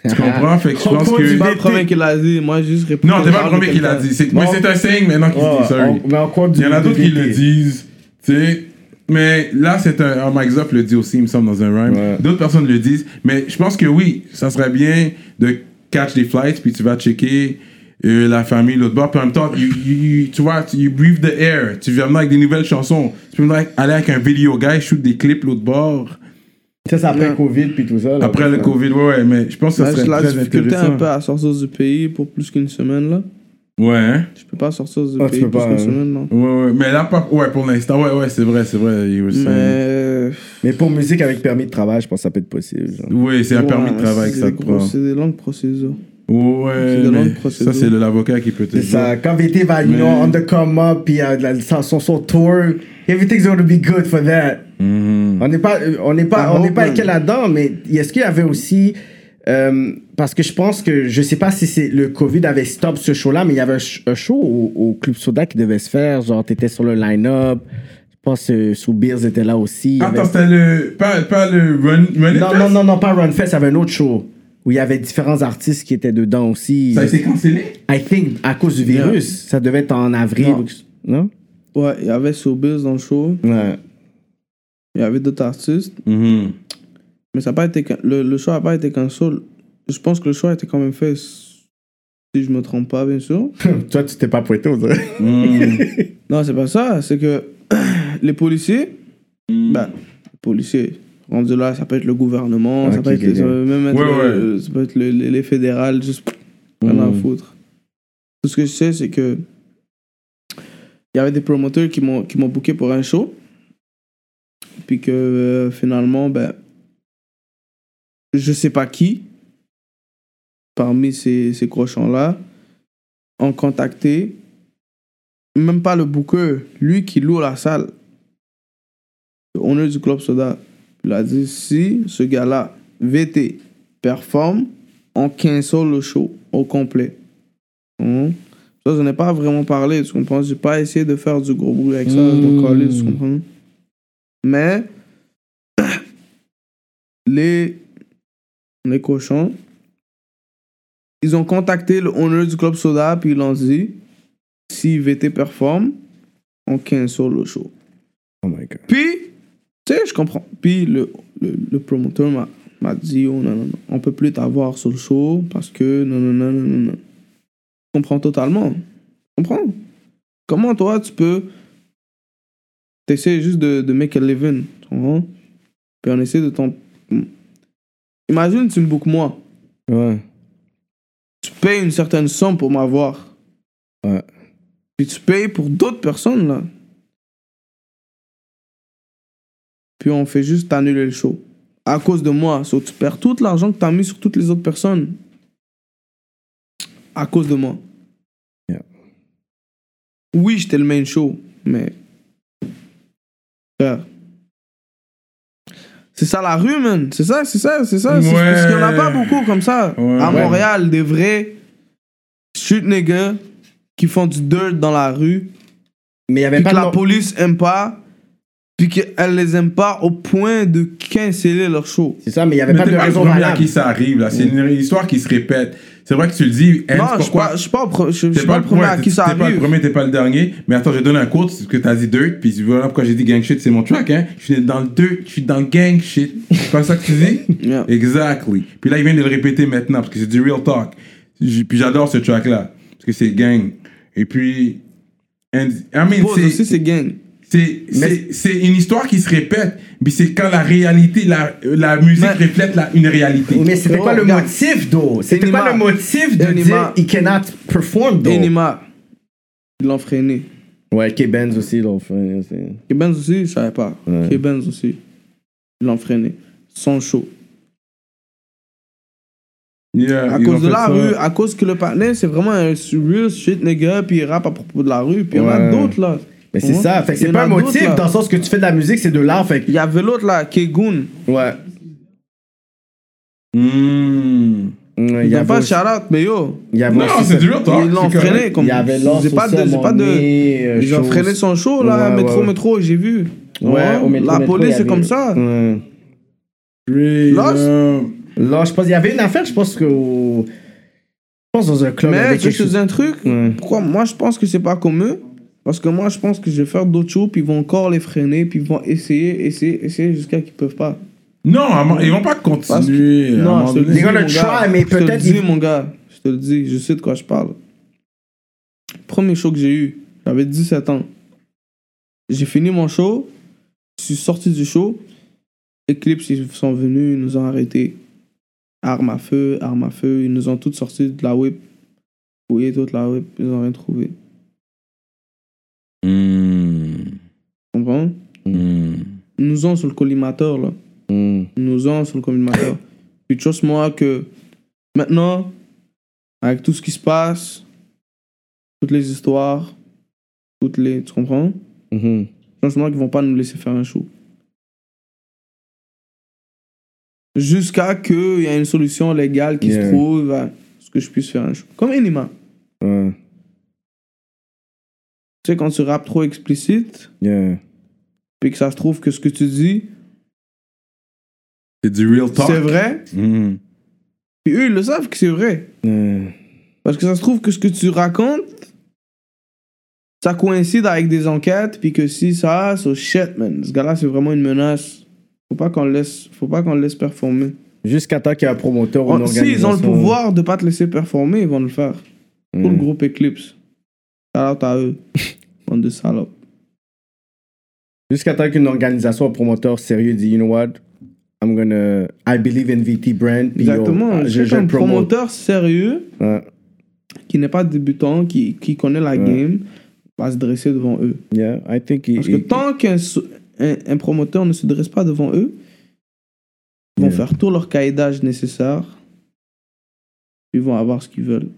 Lights.
Tu comprends? Fait que je
On
pense
conduit
que.
C'est pas
mais
le premier qui l'a dit. Moi, j'ai juste répondu.
Non, t'es pas le premier qui l'a dit. c'est- Mais c'est un signe maintenant qu'il
Ouais,
dit, sorry.
on- mais on compte du-
Il y en a
du
d'autres qui le
VT.
disent, tu sais. Mais là, c'est un. un Mike Zop le dit aussi, il me semble, dans un rhyme.
Ouais.
D'autres personnes le disent. Mais je pense que oui, ça serait bien de catch des flights, puis tu vas checker euh, la famille l'autre bord. Puis en même temps, you- you- you- tu vois, tu you breathe the air. Tu viens avec des nouvelles chansons. Tu peux venir aller avec un vidéo guy, shoot des clips l'autre bord.
Ça, c'est après le Covid puis tout ça. là.
Après le COVID, ouais, ouais. Mais je pense que ça
J'ai
serait
de la
très
difficulté un
intéressant.
peu à sortir du pays pour plus qu'une semaine, là.
Ouais, hein?
Je peux pas sortir du
Ah, tu
pays
peux
plus
pas,
qu'une
hein.
euh,
semaine, non.
Ouais, ouais. Mais là, pas- ouais, pour l'instant, ouais, ouais, c'est vrai, c'est vrai. you were saying.
Mais.
Mais pour musique avec permis de travail, je pense que ça peut être possible. genre.
Oui, c'est un permis
Ouais,
de travail que
c'est
ça
des
te
gros-
prend.
C'est des longues procédures.
Ouais,
C'est de
mais
longues
ça
procédures.
c'est le- l'avocat qui peut te
C'est
dire.
ça. Quand VT va, you
Mais-
know, on the come up, puis euh, la- son, son, son tour, everything's gonna be good for that.
Mhm.
On n'est pas, euh, on n'est pas,
I
on n'est
hope,
pas
man.
égal là-dedans, mais est-ce qu'il y avait aussi, euh, parce que je pense que, je sais pas si c'est le Covid avait stop ce show-là, mais il y avait un, sh- un show au, au Club Soda qui devait se faire, genre t'étais sur le line-up, je pense que Sous Beers était là aussi. il y avait-
Attends, c'était le. Pas, pas le Run. Run It
non,
Fest?
non, non, non, pas Run Fest, il y avait un autre show où il y avait différents artistes qui étaient dedans aussi.
Ça a été cancellé
I think à cause du virus, ça devait être en avril. Non?
Ouais, il y avait Sobeys dans le show.
Ouais.
Il y avait d'autres artistes.
Mhm.
Mais ça a pas été. qu'un- Le, le show a pas été qu'un seul. Je pense que le show a été quand même fait. Si je me trompe pas, bien sûr.
Toi, tu t'es pas pointé, on dirait.
Non, c'est pas ça. C'est que les policiers,
Hmm.
ben, les policiers, rendu là, ça peut être le gouvernement,
Ah,
ça
Ok,
peut être,
ok,
les- ça
ok.
peut même être
Ouais,
le- ça peut être le- les, les fédérales, juste rien
Hmm.
à foutre. Tout ce que je sais, c'est que il y avait des promoteurs qui m'ont qui m'ont booké pour un show, puis que euh, finalement, ben, je sais pas qui, parmi ces, ces crochants-là, ont contacté même pas le booker, lui qui loue la salle. Le honneur du club soda. Il a dit si ce gars-là, VT, performe, on cancel le show au complet. Hein? Ça, je n'ai pas vraiment parlé, tu comprends? J'ai pas essayé de faire du gros bruit avec ça, de
Hmm.
coller, tu comprends? Mais, les, les cochons, ils ont contacté le honneur du club soda, puis ils l'ont dit si VT performe, on cancel le show.
Oh my god.
Puis, tu sais, je comprends. Puis, le, le, le promoteur m'a, m'a dit, oh non, non, non, on peut plus t'avoir sur le show parce que non, non, non, non, non, non. Je comprends totalement. Je comprends. Comment toi, tu peux. T'essaies juste de, de make a living, tu comprends? Puis on essaie de t'en. Imagine, tu me bookes moi.
Ouais.
Tu payes une certaine somme pour m'avoir.
Ouais.
Puis tu payes pour d'autres personnes, là. Puis on fait juste annuler le show. À cause de moi. So, tu perds tout l'argent que tu as mis sur toutes les autres personnes. À cause de moi.
Yeah.
Oui, j'étais le main show, mais frère. C'est ça la rue, man. C'est ça, c'est ça, c'est ça. C'est-
Ouais.
Parce qu'il n'y en a pas beaucoup comme ça.
Ouais.
À
Ouais.
Montréal, des vrais street niggas qui font du dirt dans la rue,
Mais il y avait
puis
pas
que
de
la
nom-
police aime pas, puis qu'elle les aime pas au point de canceller leur show.
C'est ça, mais il n'y avait
Mais
pas
t'es
de
pas le
raison
premier à
valable.
qui ça arrive, là. C'est une histoire qui se répète. C'est vrai que tu le dis, Hans,
non, je suis
pourquoi
pas, je suis pas, au pre- je- je
T'es
suis pas le premier
ouais,
à
t'es-
qui ça
T'es pas le
arrive.
premier, t'es pas le dernier. Mais attends, je donne un cours parce que t'as dit dirt, puis voilà pourquoi j'ai dit gang shit, c'est mon track, hein. Je suis dans le dirt, je suis dans le gang shit. C'est comme ça que tu dis
Yeah.
Exactly. Puis là, il vient de le répéter maintenant parce que c'est du real talk. J- Puis j'adore ce track-là parce que c'est gang. Et puis. And, I mean,
Pause
c'est-
aussi, c'est gang.
c'est- c'est c'est une histoire qui se répète, mais c'est quand la réalité, la, la musique
Mais-
reflète la- une réalité.
Mais c'était
Oh,
quoi le
regarde.
motif, d'eau C'était
Enima.
quoi le motif de
Enima.
dire he cannot perform, though?
Enima, ils l'ont freiné.
Ouais, K-Benz aussi, là. enfin, c'est-
Kebenz aussi, je savais pas.
Ouais.
Kebenz aussi, ils l'ont freiné. Sans show.
Yeah,
À
ils ont
cause de
fait
la
ça.
rue, à cause que le partenaire, c'est vraiment un real shit nigga, puis il rappe à propos de la rue, puis il y en a
Ouais.
d'autres là.
Mais c'est
Ouais.
ça, fait que
Il y
c'est
en
pas
a
un
d'autres, là.
motif dans le sens que tu fais de la musique, c'est de l'art, fait que.
Il y avait l'autre là, Kegun.
Ouais.
Hmm.
Ouais,
Il
Il
y
y
a pas
avait.
de shout out, mais yo,
Il y avait
Non,
aussi
c'est
ça.
du real talk.
ils l'ont
c'est correct.
freiné comme.
Il y avait
j'ai
l'autre
pas
aussi,
de,
à un
j'ai pas
moment
de.
donné, euh,
Ils ont
chose.
freiné son show là,
Ouais,
métro,
ouais.
métro, j'ai vu.
Ouais, au métro,
La
métro, il
police,
y
c'est
avait-
comme ça.
Ouais.
Straight
Lost?
up.
Là, je pense, il y avait une affaire, je pense que. au- Je pense dans un club. il y avait
Mais tu
quelque
sais, je te
chose-
dis un truc.
Ouais.
Pourquoi Moi, je pense que c'est pas comme eux. Parce que moi, je pense que je vais faire d'autres shows, puis ils vont encore les freiner, puis ils vont essayer, essayer, essayer jusqu'à qu'ils peuvent pas.
Non, à un moment- ils vont pas
Parce que-
continuer. à un
Non,
moment
je te le
donné.
dis,
They're
mon
gonna
gars.
try, mais
Je te le
peut-être
dis,
ils-
mon gars. Je te le dis, je sais de quoi je parle. Premier show que j'ai eu, j'avais 17 ans. J'ai fini mon show, je suis sorti du show. Eclipse, ils sont venus, ils nous ont arrêtés. Armes à feu, armes à feu, ils nous ont toutes sortis de la whip. Oui, toute la whip, ils ont rien trouvé. Hmm. Tu comprends? Hmm. Ils nous ont sur le collimateur, là. Ils nous ont sur le collimateur. Puis, chose, moi, que maintenant, avec tout ce qui se passe, toutes les histoires, toutes les. Tu comprends?
Hmm.
Mhm.
Chose, moi, qu'ils vont pas nous laisser faire un show. Jusqu'à qu'il y ait une solution légale qui se
Yeah.
trouve à ce que je puisse faire un show. Comme Enima. Hmm.
Ouais.
Tu sais, quand tu rappes trop explicite,
Yeah.
puis que ça se trouve que ce que tu dis,
C'est du real talk.
c'est vrai,
Mm.
puis eux, ils le savent que c'est vrai.
Ouais.
Parce que ça se trouve que ce que tu racontes, ça coïncide avec des enquêtes, puis que si ça, so shit, man. Ce gars-là, c'est vraiment une menace. Faut pas qu'on le laisse, faut pas qu'on le laisse performer.
Jusqu'à temps qu'il y ait un promoteur ou une
On- S'ils ont le
organisation- Hmm.
pouvoir de pas te laisser performer, ils vont le faire. Tout le groupe Eclipse. Shout out à eux. Bande de salopes.
Jusqu'à temps qu'une organisation, un promoteur sérieux dit, you know what, I'm gonna. I believe in VT brand. puis yo, ah,
Exactement.
Je,
C'est
je
un
le promote. Ah,
promoteur sérieux
Ouais.
qui n'est pas débutant, qui, qui connaît la game, va se dresser devant eux.
Yeah, I think he-
Parce que
he-
tant qu'un so- un, un promoteur ne se dresse pas devant eux, ils vont
Yeah.
faire tout leur caïdage nécessaire. Ils vont avoir ce qu'ils veulent.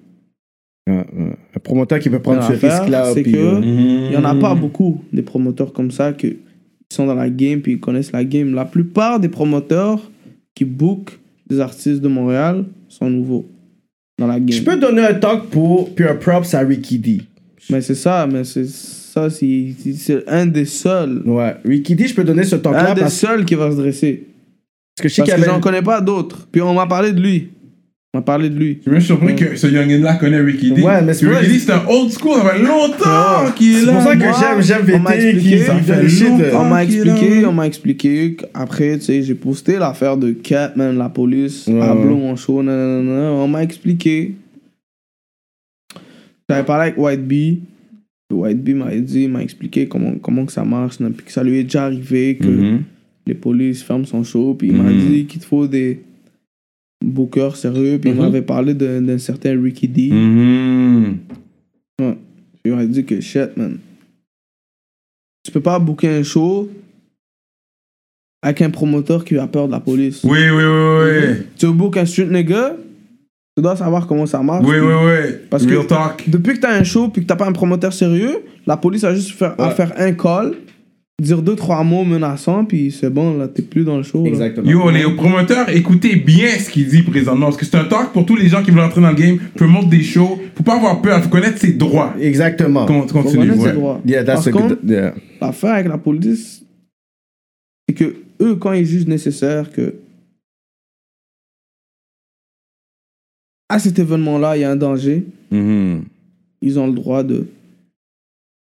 Ouais, ouais. ah, Un promoteur qui peut prendre ce
Leur affaire,
risque-là.
c'est
puis,
que
Hmm.
euh,
Il n'y en a pas beaucoup des promoteurs comme ça qui sont dans la game puis ils connaissent la game. La plupart des promoteurs qui bookent des artistes de Montréal sont nouveaux dans la game.
Je peux donner un talk pour. Puis un props à Ricky D.
Mais c'est ça, mais c'est ça, c'est c'est un des seuls.
Ouais. Ricky D, je peux donner ce
Un
talk-là
Ah, des
parce
seuls qui va se dresser.
que je sais
Parce
qu'il y
que
avait.
j'en connais pas d'autres. Puis on m'a parlé de lui. On m'a parlé de lui.
Je suis même surpris
Mm.
que ce youngin là connaît Ricky D.
Ouais, mais c'est
Ricky
vrai.
D, c'est un old school, ça fait longtemps qu'il est
C'est
là.
pour ça que
moi,
j'aime, j'aime
on m'a
VT qui
expliqué,
ça
fait
fait le shit. euh.
longtemps.
On m'a
Tranquille,
expliqué,
hein.
on m'a expliqué qu'après, tu sais, j'ai posté l'affaire de Catman, la police,
Ouais,
à
ouais.
Blond en show, nanana, on m'a expliqué. J'avais parlé avec White Bee. puis White Bee m'a dit, m'a expliqué comment, comment que ça marche, nan, puis que ça lui est déjà arrivé, que
Mm-hmm.
Mhm.
les polices ferment son show, puis il m'a
Mhm.
dit qu'il te faut des bookers sérieux,
Mm-hmm.
puis il m'avait parlé d'un d'un certain Ricky D.
Mhm.
Il aurait dit que shit, man. Tu peux pas booker un show avec un promoteur qui a peur de la police.
Oui, oui, oui, oui.
Tu bookes un street nigga, tu dois savoir comment ça marche.
Oui,
Puis
oui, oui.
Parce que-
real talk.
Depuis que t'as un show puis que t'as pas un promoteur sérieux, la police a juste faire, à faire un call dire deux, trois mots menaçants, puis c'est bon, là, t'es plus dans le show. là.
Exactement.
Yo, les promoteurs, écoutez bien ce qu'il dit présentement, parce que c'est un talk pour tous les gens qui veulent entrer dans le game, promote des shows, faut pas avoir peur, faut connaître ses droits.
Exactement.
Con-
Faut
Continue,
connaître ses
ouais.
droits.
Yeah, that's
Par
a
contre,
good. yeah.
l'affaire avec la police, c'est que eux, quand ils jugent nécessaire que à cet événement-là, il y a un danger,
Mhm.
ils ont le droit de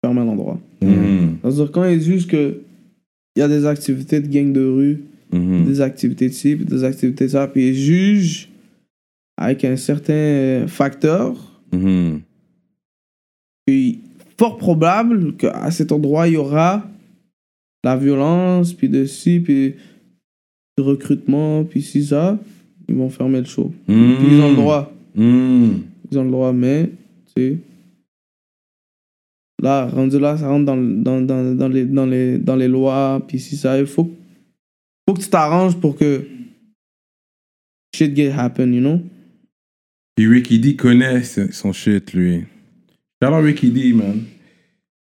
fermer l'endroit.
Mhm.
C'est-à-dire quand ils jugent que il y a des activités de gang de rue,
Mhm.
des activités de ci, puis des activités de ça, puis ils jugent avec un certain euh, facteur,
Mhm.
puis fort probable qu'à cet endroit, il y aura la violence, puis de ci, puis du recrutement, puis si ça, ils vont fermer le show.
Hmm.
Puis ils ont le droit.
Mhm.
Ils ont le droit, mais, tu sais, là, rendu là, ça rentre dans, dans, dans, dans les, dans, les, dans les lois, puis si ça, il faut, faut que tu t'arranges pour que shit get happen, you know?
Puis Ricky D connaît ce- son shit, lui. Alors Ricky D, man.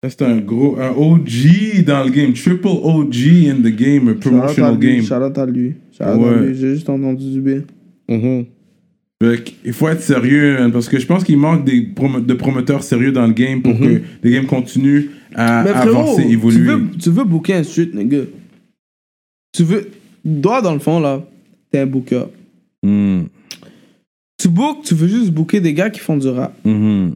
Ça, c'est un gros, un OG dans le game. Triple OG in the game, a
Shout-out à
promotional
lui,
game.
shout-out à lui. Shout-out à
Ouais.
lui, j'ai juste entendu du bien.
Mhm.
Fait que, il faut être sérieux, man, parce que je pense qu'il manque des promo- de promoteurs sérieux dans le game pour que le game continue à
Mhm. Mais frérot,
avancer,
Tu
évoluer.
veux, tu veux booker un street, nigga. Tu veux. Toi, dans le fond, là, t'es un booker.
Mm,
Tu book, tu veux juste booker des gars qui font du rap.
mhm,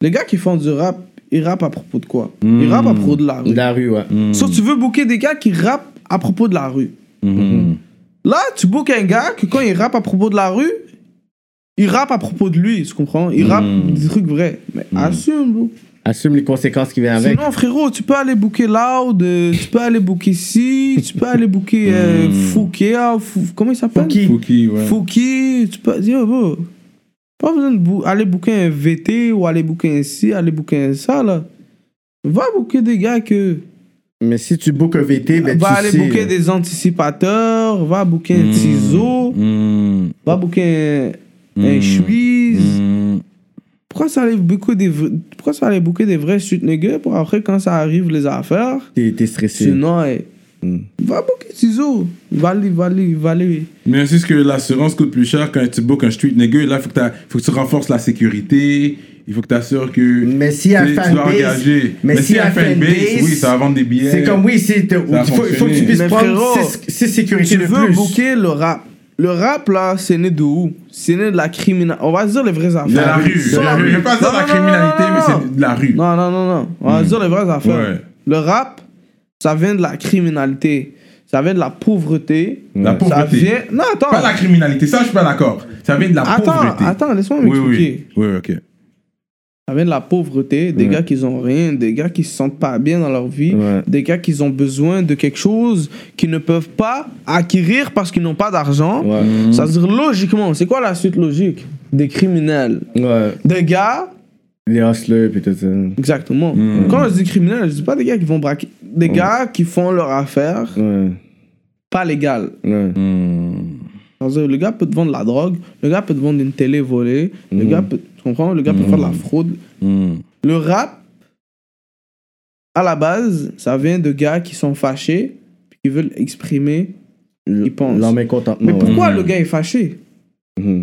Les gars qui font du rap, ils rappent à propos de quoi
Mm.
Ils rappent à propos de la rue.
La rue, ouais.
mm,
Sauf que tu veux booker des gars qui rappent à propos de la rue.
mhm.
Là, tu bookes un gars que quand il rappe à propos de la rue, il rappe à propos de lui, tu comprends Il rappe des trucs vrais. Mais assume, bro.
Assume les conséquences qui viennent avec.
Sinon, frérot, tu peux aller booker Loud, euh, tu peux aller booker ici, tu peux aller booker euh, Fouquet, ah, Fou- comment il s'appelle
Hmm. Fouki.
Fouki, ouais.
Fouki, tu peux dire, bro, pas besoin d'aller booker un VT ou aller booker un ci, aller booker un ça, là. Va booker des gars que.
Mais si tu bookes un VT, ben
va
tu
aller
sais.
booker des anticipateurs, va booker
Hmm.
un Tizo,
Mm,
va booker un,
Hmm.
un Chouise.
mm.
Pourquoi ça allait booker des, vr- pourquoi ça allait booker des vrais street niggas pour après, quand ça arrive, les affaires,
T'es t'es stressé.
sinon, eh, va booker Tizo, va aller, va aller, va aller.
Mais c'est ce que l'assurance coûte plus cher quand tu bookes un street nigga. Là, il faut, que t'as- faut que tu renforces la sécurité. Il faut que tu assures que
Mais s'il y a
tu,
fanbase-
tu vas engager.
mais s'il
s'il y a
y a
fanbase,
fanbase,
oui, ça va vendre des billets.
C'est comme oui, c'est- il
Ça a
faut, il faut que
fonctionné.
tu puisses
Mais frérot,
prendre 6 sécurités
Tu
de
veux
plus.
booker le rap. Le rap, là, c'est né de où C'est né de la criminalité. On va se dire les vraies affaires.
De la rue. De
Sans-
la rue. Je ne pas dire la
Non, non, non,
criminalité,
non,
mais
non.
c'est de la rue.
Non, non, non, non. On va dire les vraies affaires.
Ouais.
Le rap, ça vient de la criminalité. Ça vient de la pauvreté.
La
Ça
pauvreté.
vient. Non, attends.
Pas la criminalité, ça, je suis pas d'accord. Ça vient de la
attends,
pauvreté.
attends, laisse-moi
oui,
m'expliquer.
oui. Oui, ok.
Ça vient de la pauvreté, des gars qui n'ont rien, des gars qui se sentent pas bien dans leur vie,
Ouais.
des gars qui ont besoin de quelque chose qu'ils ne peuvent pas acquérir parce qu'ils n'ont pas d'argent.
Ouais.
Ça veut dire logiquement, c'est quoi la suite logique Des criminels.
Ouais.
Des gars
Les hustlers pis tout ça.
Exactement. Quand je dis criminels, je dis pas des gars qui vont braquer. Des gars qui font leur affaire
Ouais.
pas légale.
Ouais.
Mm. C'est-à-dire, Le gars peut te vendre la drogue, le gars peut te vendre une télé volée, le
Mhm.
gars peut, tu comprends, le gars peut faire de la fraude. Le rap, à la base, ça vient de gars qui sont fâchés, puis qui veulent exprimer. Ils pensent.
L'homme est Mm. content.
Mais
Mhm.
pourquoi le gars est fâché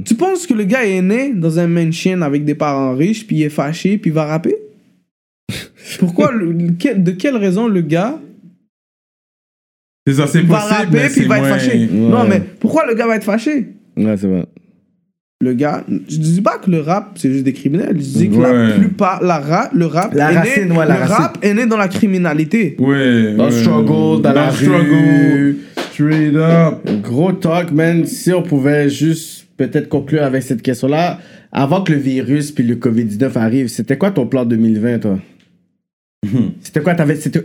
Tu penses que le gars est né dans un mansion avec des parents riches, puis il est fâché, puis il va rapper Pourquoi le- le- quel- De quelle raison le gars
C'est ça, c'est
va
possible.
rapper,
mais
puis
c'est
il va être
moins-
fâché Non,
Ouais.
mais pourquoi le gars va être fâché
Ouais, c'est vrai.
le gars, je dis pas que le rap c'est juste des criminels, je dis que
Ouais.
la plupart, la ra- le rap,
La
est
racine,
né,
ouais, la
le
racine.
rap est né dans la criminalité.
Ouais.
Dans le
ouais.
struggle, dans la
le Euh, struggle.
rue.
Straight up.
Gros talk, man. Si on pouvait juste peut-être conclure avec cette question-là, avant que le virus puis le COVID-19 arrive, c'était quoi ton plan 2020, toi C'était quoi t'avais c'était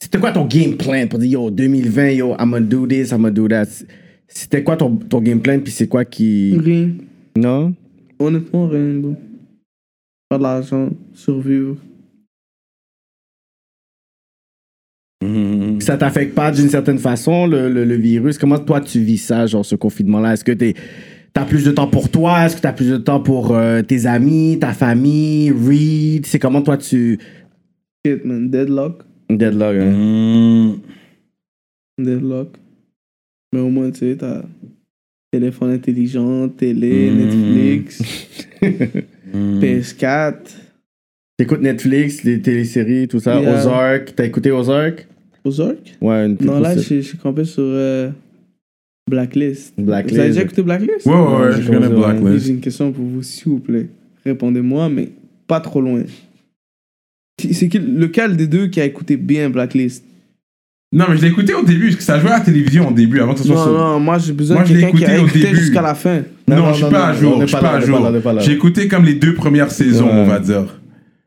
c'était quoi ton game plan pour dire yo 2020 yo I'm gonna do this, I'm gonna do that. C'était quoi ton, ton game plan puis c'est quoi qui
Rien.
non
Honnêtement, rien, bro. Pas de l'argent, survivre.
Ça t'affecte pas d'une certaine façon le, le, le virus Comment toi tu vis ça genre ce confinement là Est-ce que t'es T'as plus de temps pour toi, est-ce que t'as plus de temps pour euh, tes amis, ta famille, read, c'est comment toi tu...
Shit, man, deadlock.
Deadlock, hein.
Mm.
Deadlock. Mais au moins, tu sais, t'as téléphone intelligent, télé,
Mhm.
Netflix, PS4.
T'écoutes Netflix, les téléséries, tout ça.
Yeah.
Ozark. T'as écouté Ozark?
Ozark
Ouais, une petite
Non, là,
grosse-
je je suis campé sur euh, Blacklist.
Blacklist.
Vous avez déjà écouté Blacklist
Ouais, ouais, ouais, je connais
Ouais.
Blacklist.
J'ai une question pour vous, s'il vous plaît. Répondez-moi, mais pas trop loin. C'est qui- lequel des deux qui a écouté bien Blacklist
Non, mais je l'ai écouté au début, parce que ça jouait à la télévision au début, avant que ce soit
Non,
sur-
non, moi j'ai besoin
Moi,
de
je l'ai
quelqu'un qui a
écouté au
écouté
début.
jusqu'à la fin.
Non,
Non,
non,
je suis
non,
pas à
non,
jour.
on
Je
n'est
suis
pas
pas
là,
à
on n'est pas là, on n'est pas
jour.
là.
J'ai écouté comme les deux premières saisons,
Ouais.
on va dire.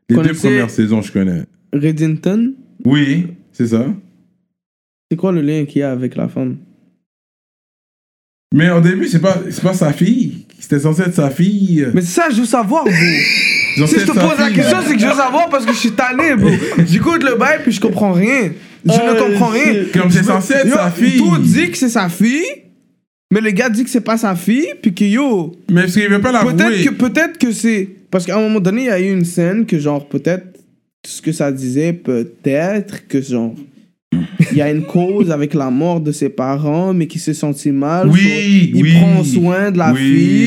Les deux
Connaissez-
premières saisons, je connais.
Reddington,
Oui, c'est ça.
c'est quoi le lien qu'il y a avec la femme
Mais au début, c'est pas, c'est pas sa fille. C'était censé être sa fille.
Mais c'est ça, je veux savoir, bro.
Censé
si je te
être sa
pose la
fille.
question, c'est que je veux savoir parce que je suis tanné, bro. J'écoute le bail puis je comprends rien. Je ne comprends rien.
Comme c'est censé être
Yo,
sa fille.
Tout dit que c'est sa fille, mais le gars dit que c'est pas sa fille, puis que yo,
Mais parce qu'il veut pas l'avouer.
peut-être que, peut-être que c'est. Parce qu'à un moment donné, il y a eu une scène que, genre, peut-être, ce que ça disait, peut-être que, genre, il y a une cause avec la mort de ses parents, mais qui se sentit mal.
Oui,
so, il
oui.
prend soin de la
Oui,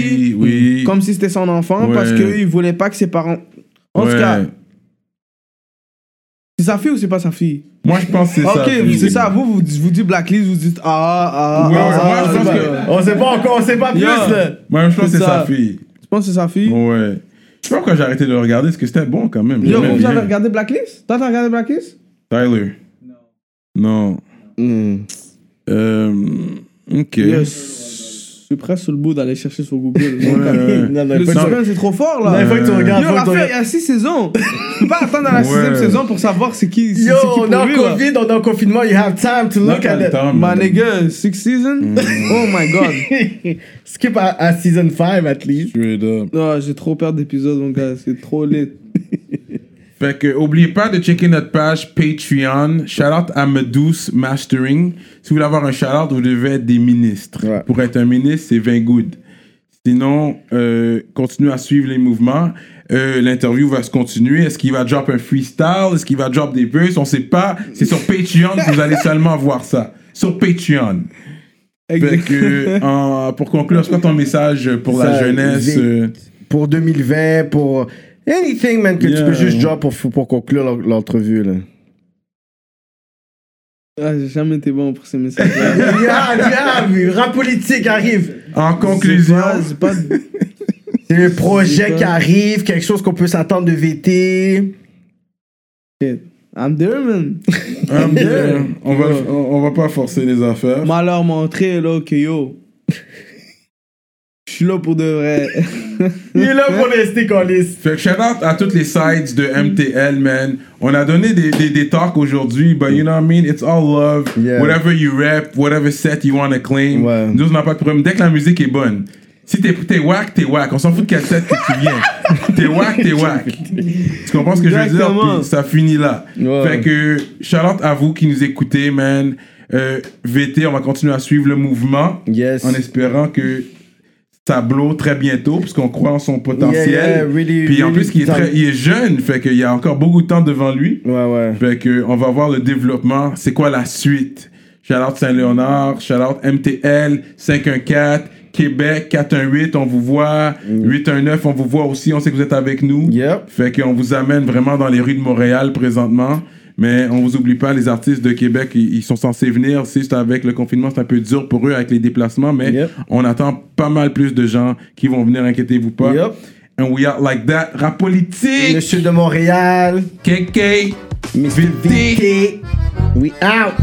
fille,
oui.
comme si c'était son enfant,
Ouais.
parce qu'il voulait pas que ses parents. En
Ouais.
tout cas, c'est sa fille ou c'est pas sa fille?
Moi, je pense que c'est ça.
Ok, c'est ça. Vous, vous, vous dites Blacklist, vous dites ah, ah,
Ouais,
ah,
ouais,
ah,
moi, je
ah,
pense
ah,
que-
ah.
On sait pas encore, on sait pas plus,
Yo.
là.
Moi, je pense que
C'est
c'est sa
ça.
fille.
Tu penses que c'est sa fille?
Ouais. Je sais pas pourquoi j'ai arrêté de le regarder, parce que c'était bon quand même.
Yo,
J'aimais
vous
bien.
avez regardé Blacklist? Toi, t'as regardé Blacklist?
Tyler. Non. Non.
Mm.
Euh, ok.
Yes. Je suis presque sur le bout d'aller chercher sur Google.
Ouais, ouais.
Non, non,
Le
il faut que tu-
suspense c'est trop fort là.
il faut que tu regardes.
Yo,
faut que tu
l'affaire, il
regardes.
y a 6 saisons. Je peux pas attendre à la
Ouais.
6 saison pour savoir c'est qui. c'est-
Yo,
c'est qui
on
pour
est en
lui, là. Bah,
COVID, on est en confinement, you have time to
Là,
look
t'as
at
le
it.
temps,
My
man.
nigga, 6 seasons?
Mm.
Oh my god.
Skip à, à season 5, at least.
Straight up.
Oh, J'ai trop peur d'épisodes, mon gars. C'est trop lit.
Fait que, oubliez pas de checker notre page Patreon. Shout out à Medus Mastering. Si vous voulez avoir un shout out, vous devez être des ministres.
Ouais.
Pour être un ministre, c'est 20 good. Sinon, euh, continuez à suivre les mouvements. Euh, L'interview va se continuer. Est-ce qu'il va drop un freestyle? Est-ce qu'il va drop des buzz? On sait pas. C'est sur Patreon que vous allez seulement voir ça. Sur Patreon. Fait que, en- pour conclure, c'est quoi ton message pour la
Ça,
jeunesse?
vite.
euh,
Pour 2020, pour anything, man, que tu
Yeah.
peux juste drop pour, pour conclure l'en- l'entrevue, là.
Ah, J'ai jamais été bon pour ces messages-là.
yeah, yeah, rap politique arrive.
En conclusion,
J'ai pas- j'ai pas-
C'est le projet
C'est
qui
pas-
arrive, quelque chose qu'on peut s'attendre de VT.
Shit. I'm there, man.
hum, on, va, on, on va pas forcer les affaires.
Moi, leur montrer, là, que yo. Je suis là pour de vrai.
Il est là pour rester qu'on liste.
Fait que shout out à toutes les sides de MTL, man. On a donné des, des, des talks aujourd'hui, but you know what I mean? It's all love.
Yeah.
Whatever you rap, whatever set you want to claim.
Ouais.
Nous, on n'a pas de problème. Dès que la musique est bonne. Si t'es t'es whack, t'es whack. On s'en fout de quel set que tu viens. t'es whack, t'es whack. Tu comprends ce que je veux dire?
Exactement.
Puis ça finit là.
Ouais.
Fait que shout out à vous qui nous écoutez, man. Euh, VT, on va continuer à suivre le mouvement
Yes.
en espérant que ça blow très bientôt, puisqu'on croit en son potentiel.
Yeah, yeah, really,
Puis en
really
plus, il est,
time.
très, il est jeune, fait qu'il y a encore beaucoup de temps devant lui.
Ouais, ouais.
Fait Ben que on va voir le développement. C'est quoi la suite? Shout-out Saint-Léonard, shout-out MTL, 514, Québec, 418, on vous voit. 819, on vous voit aussi. On sait que vous êtes avec nous.
Mm. Yep.
Fait qu'on vous amène vraiment dans les rues de Montréal présentement. Mais on vous oublie pas, les artistes de Québec, ils ils sont censés venir. C'est juste avec le confinement, c'est un peu dur pour eux avec les déplacements. Mais
Yep.
on attend pas mal plus de gens qui vont venir, inquiétez-vous pas.
Yep.
And we are like that. Rap politique,
Monsieur de Montréal,
KK,
Mr.
VT.
VT. We out.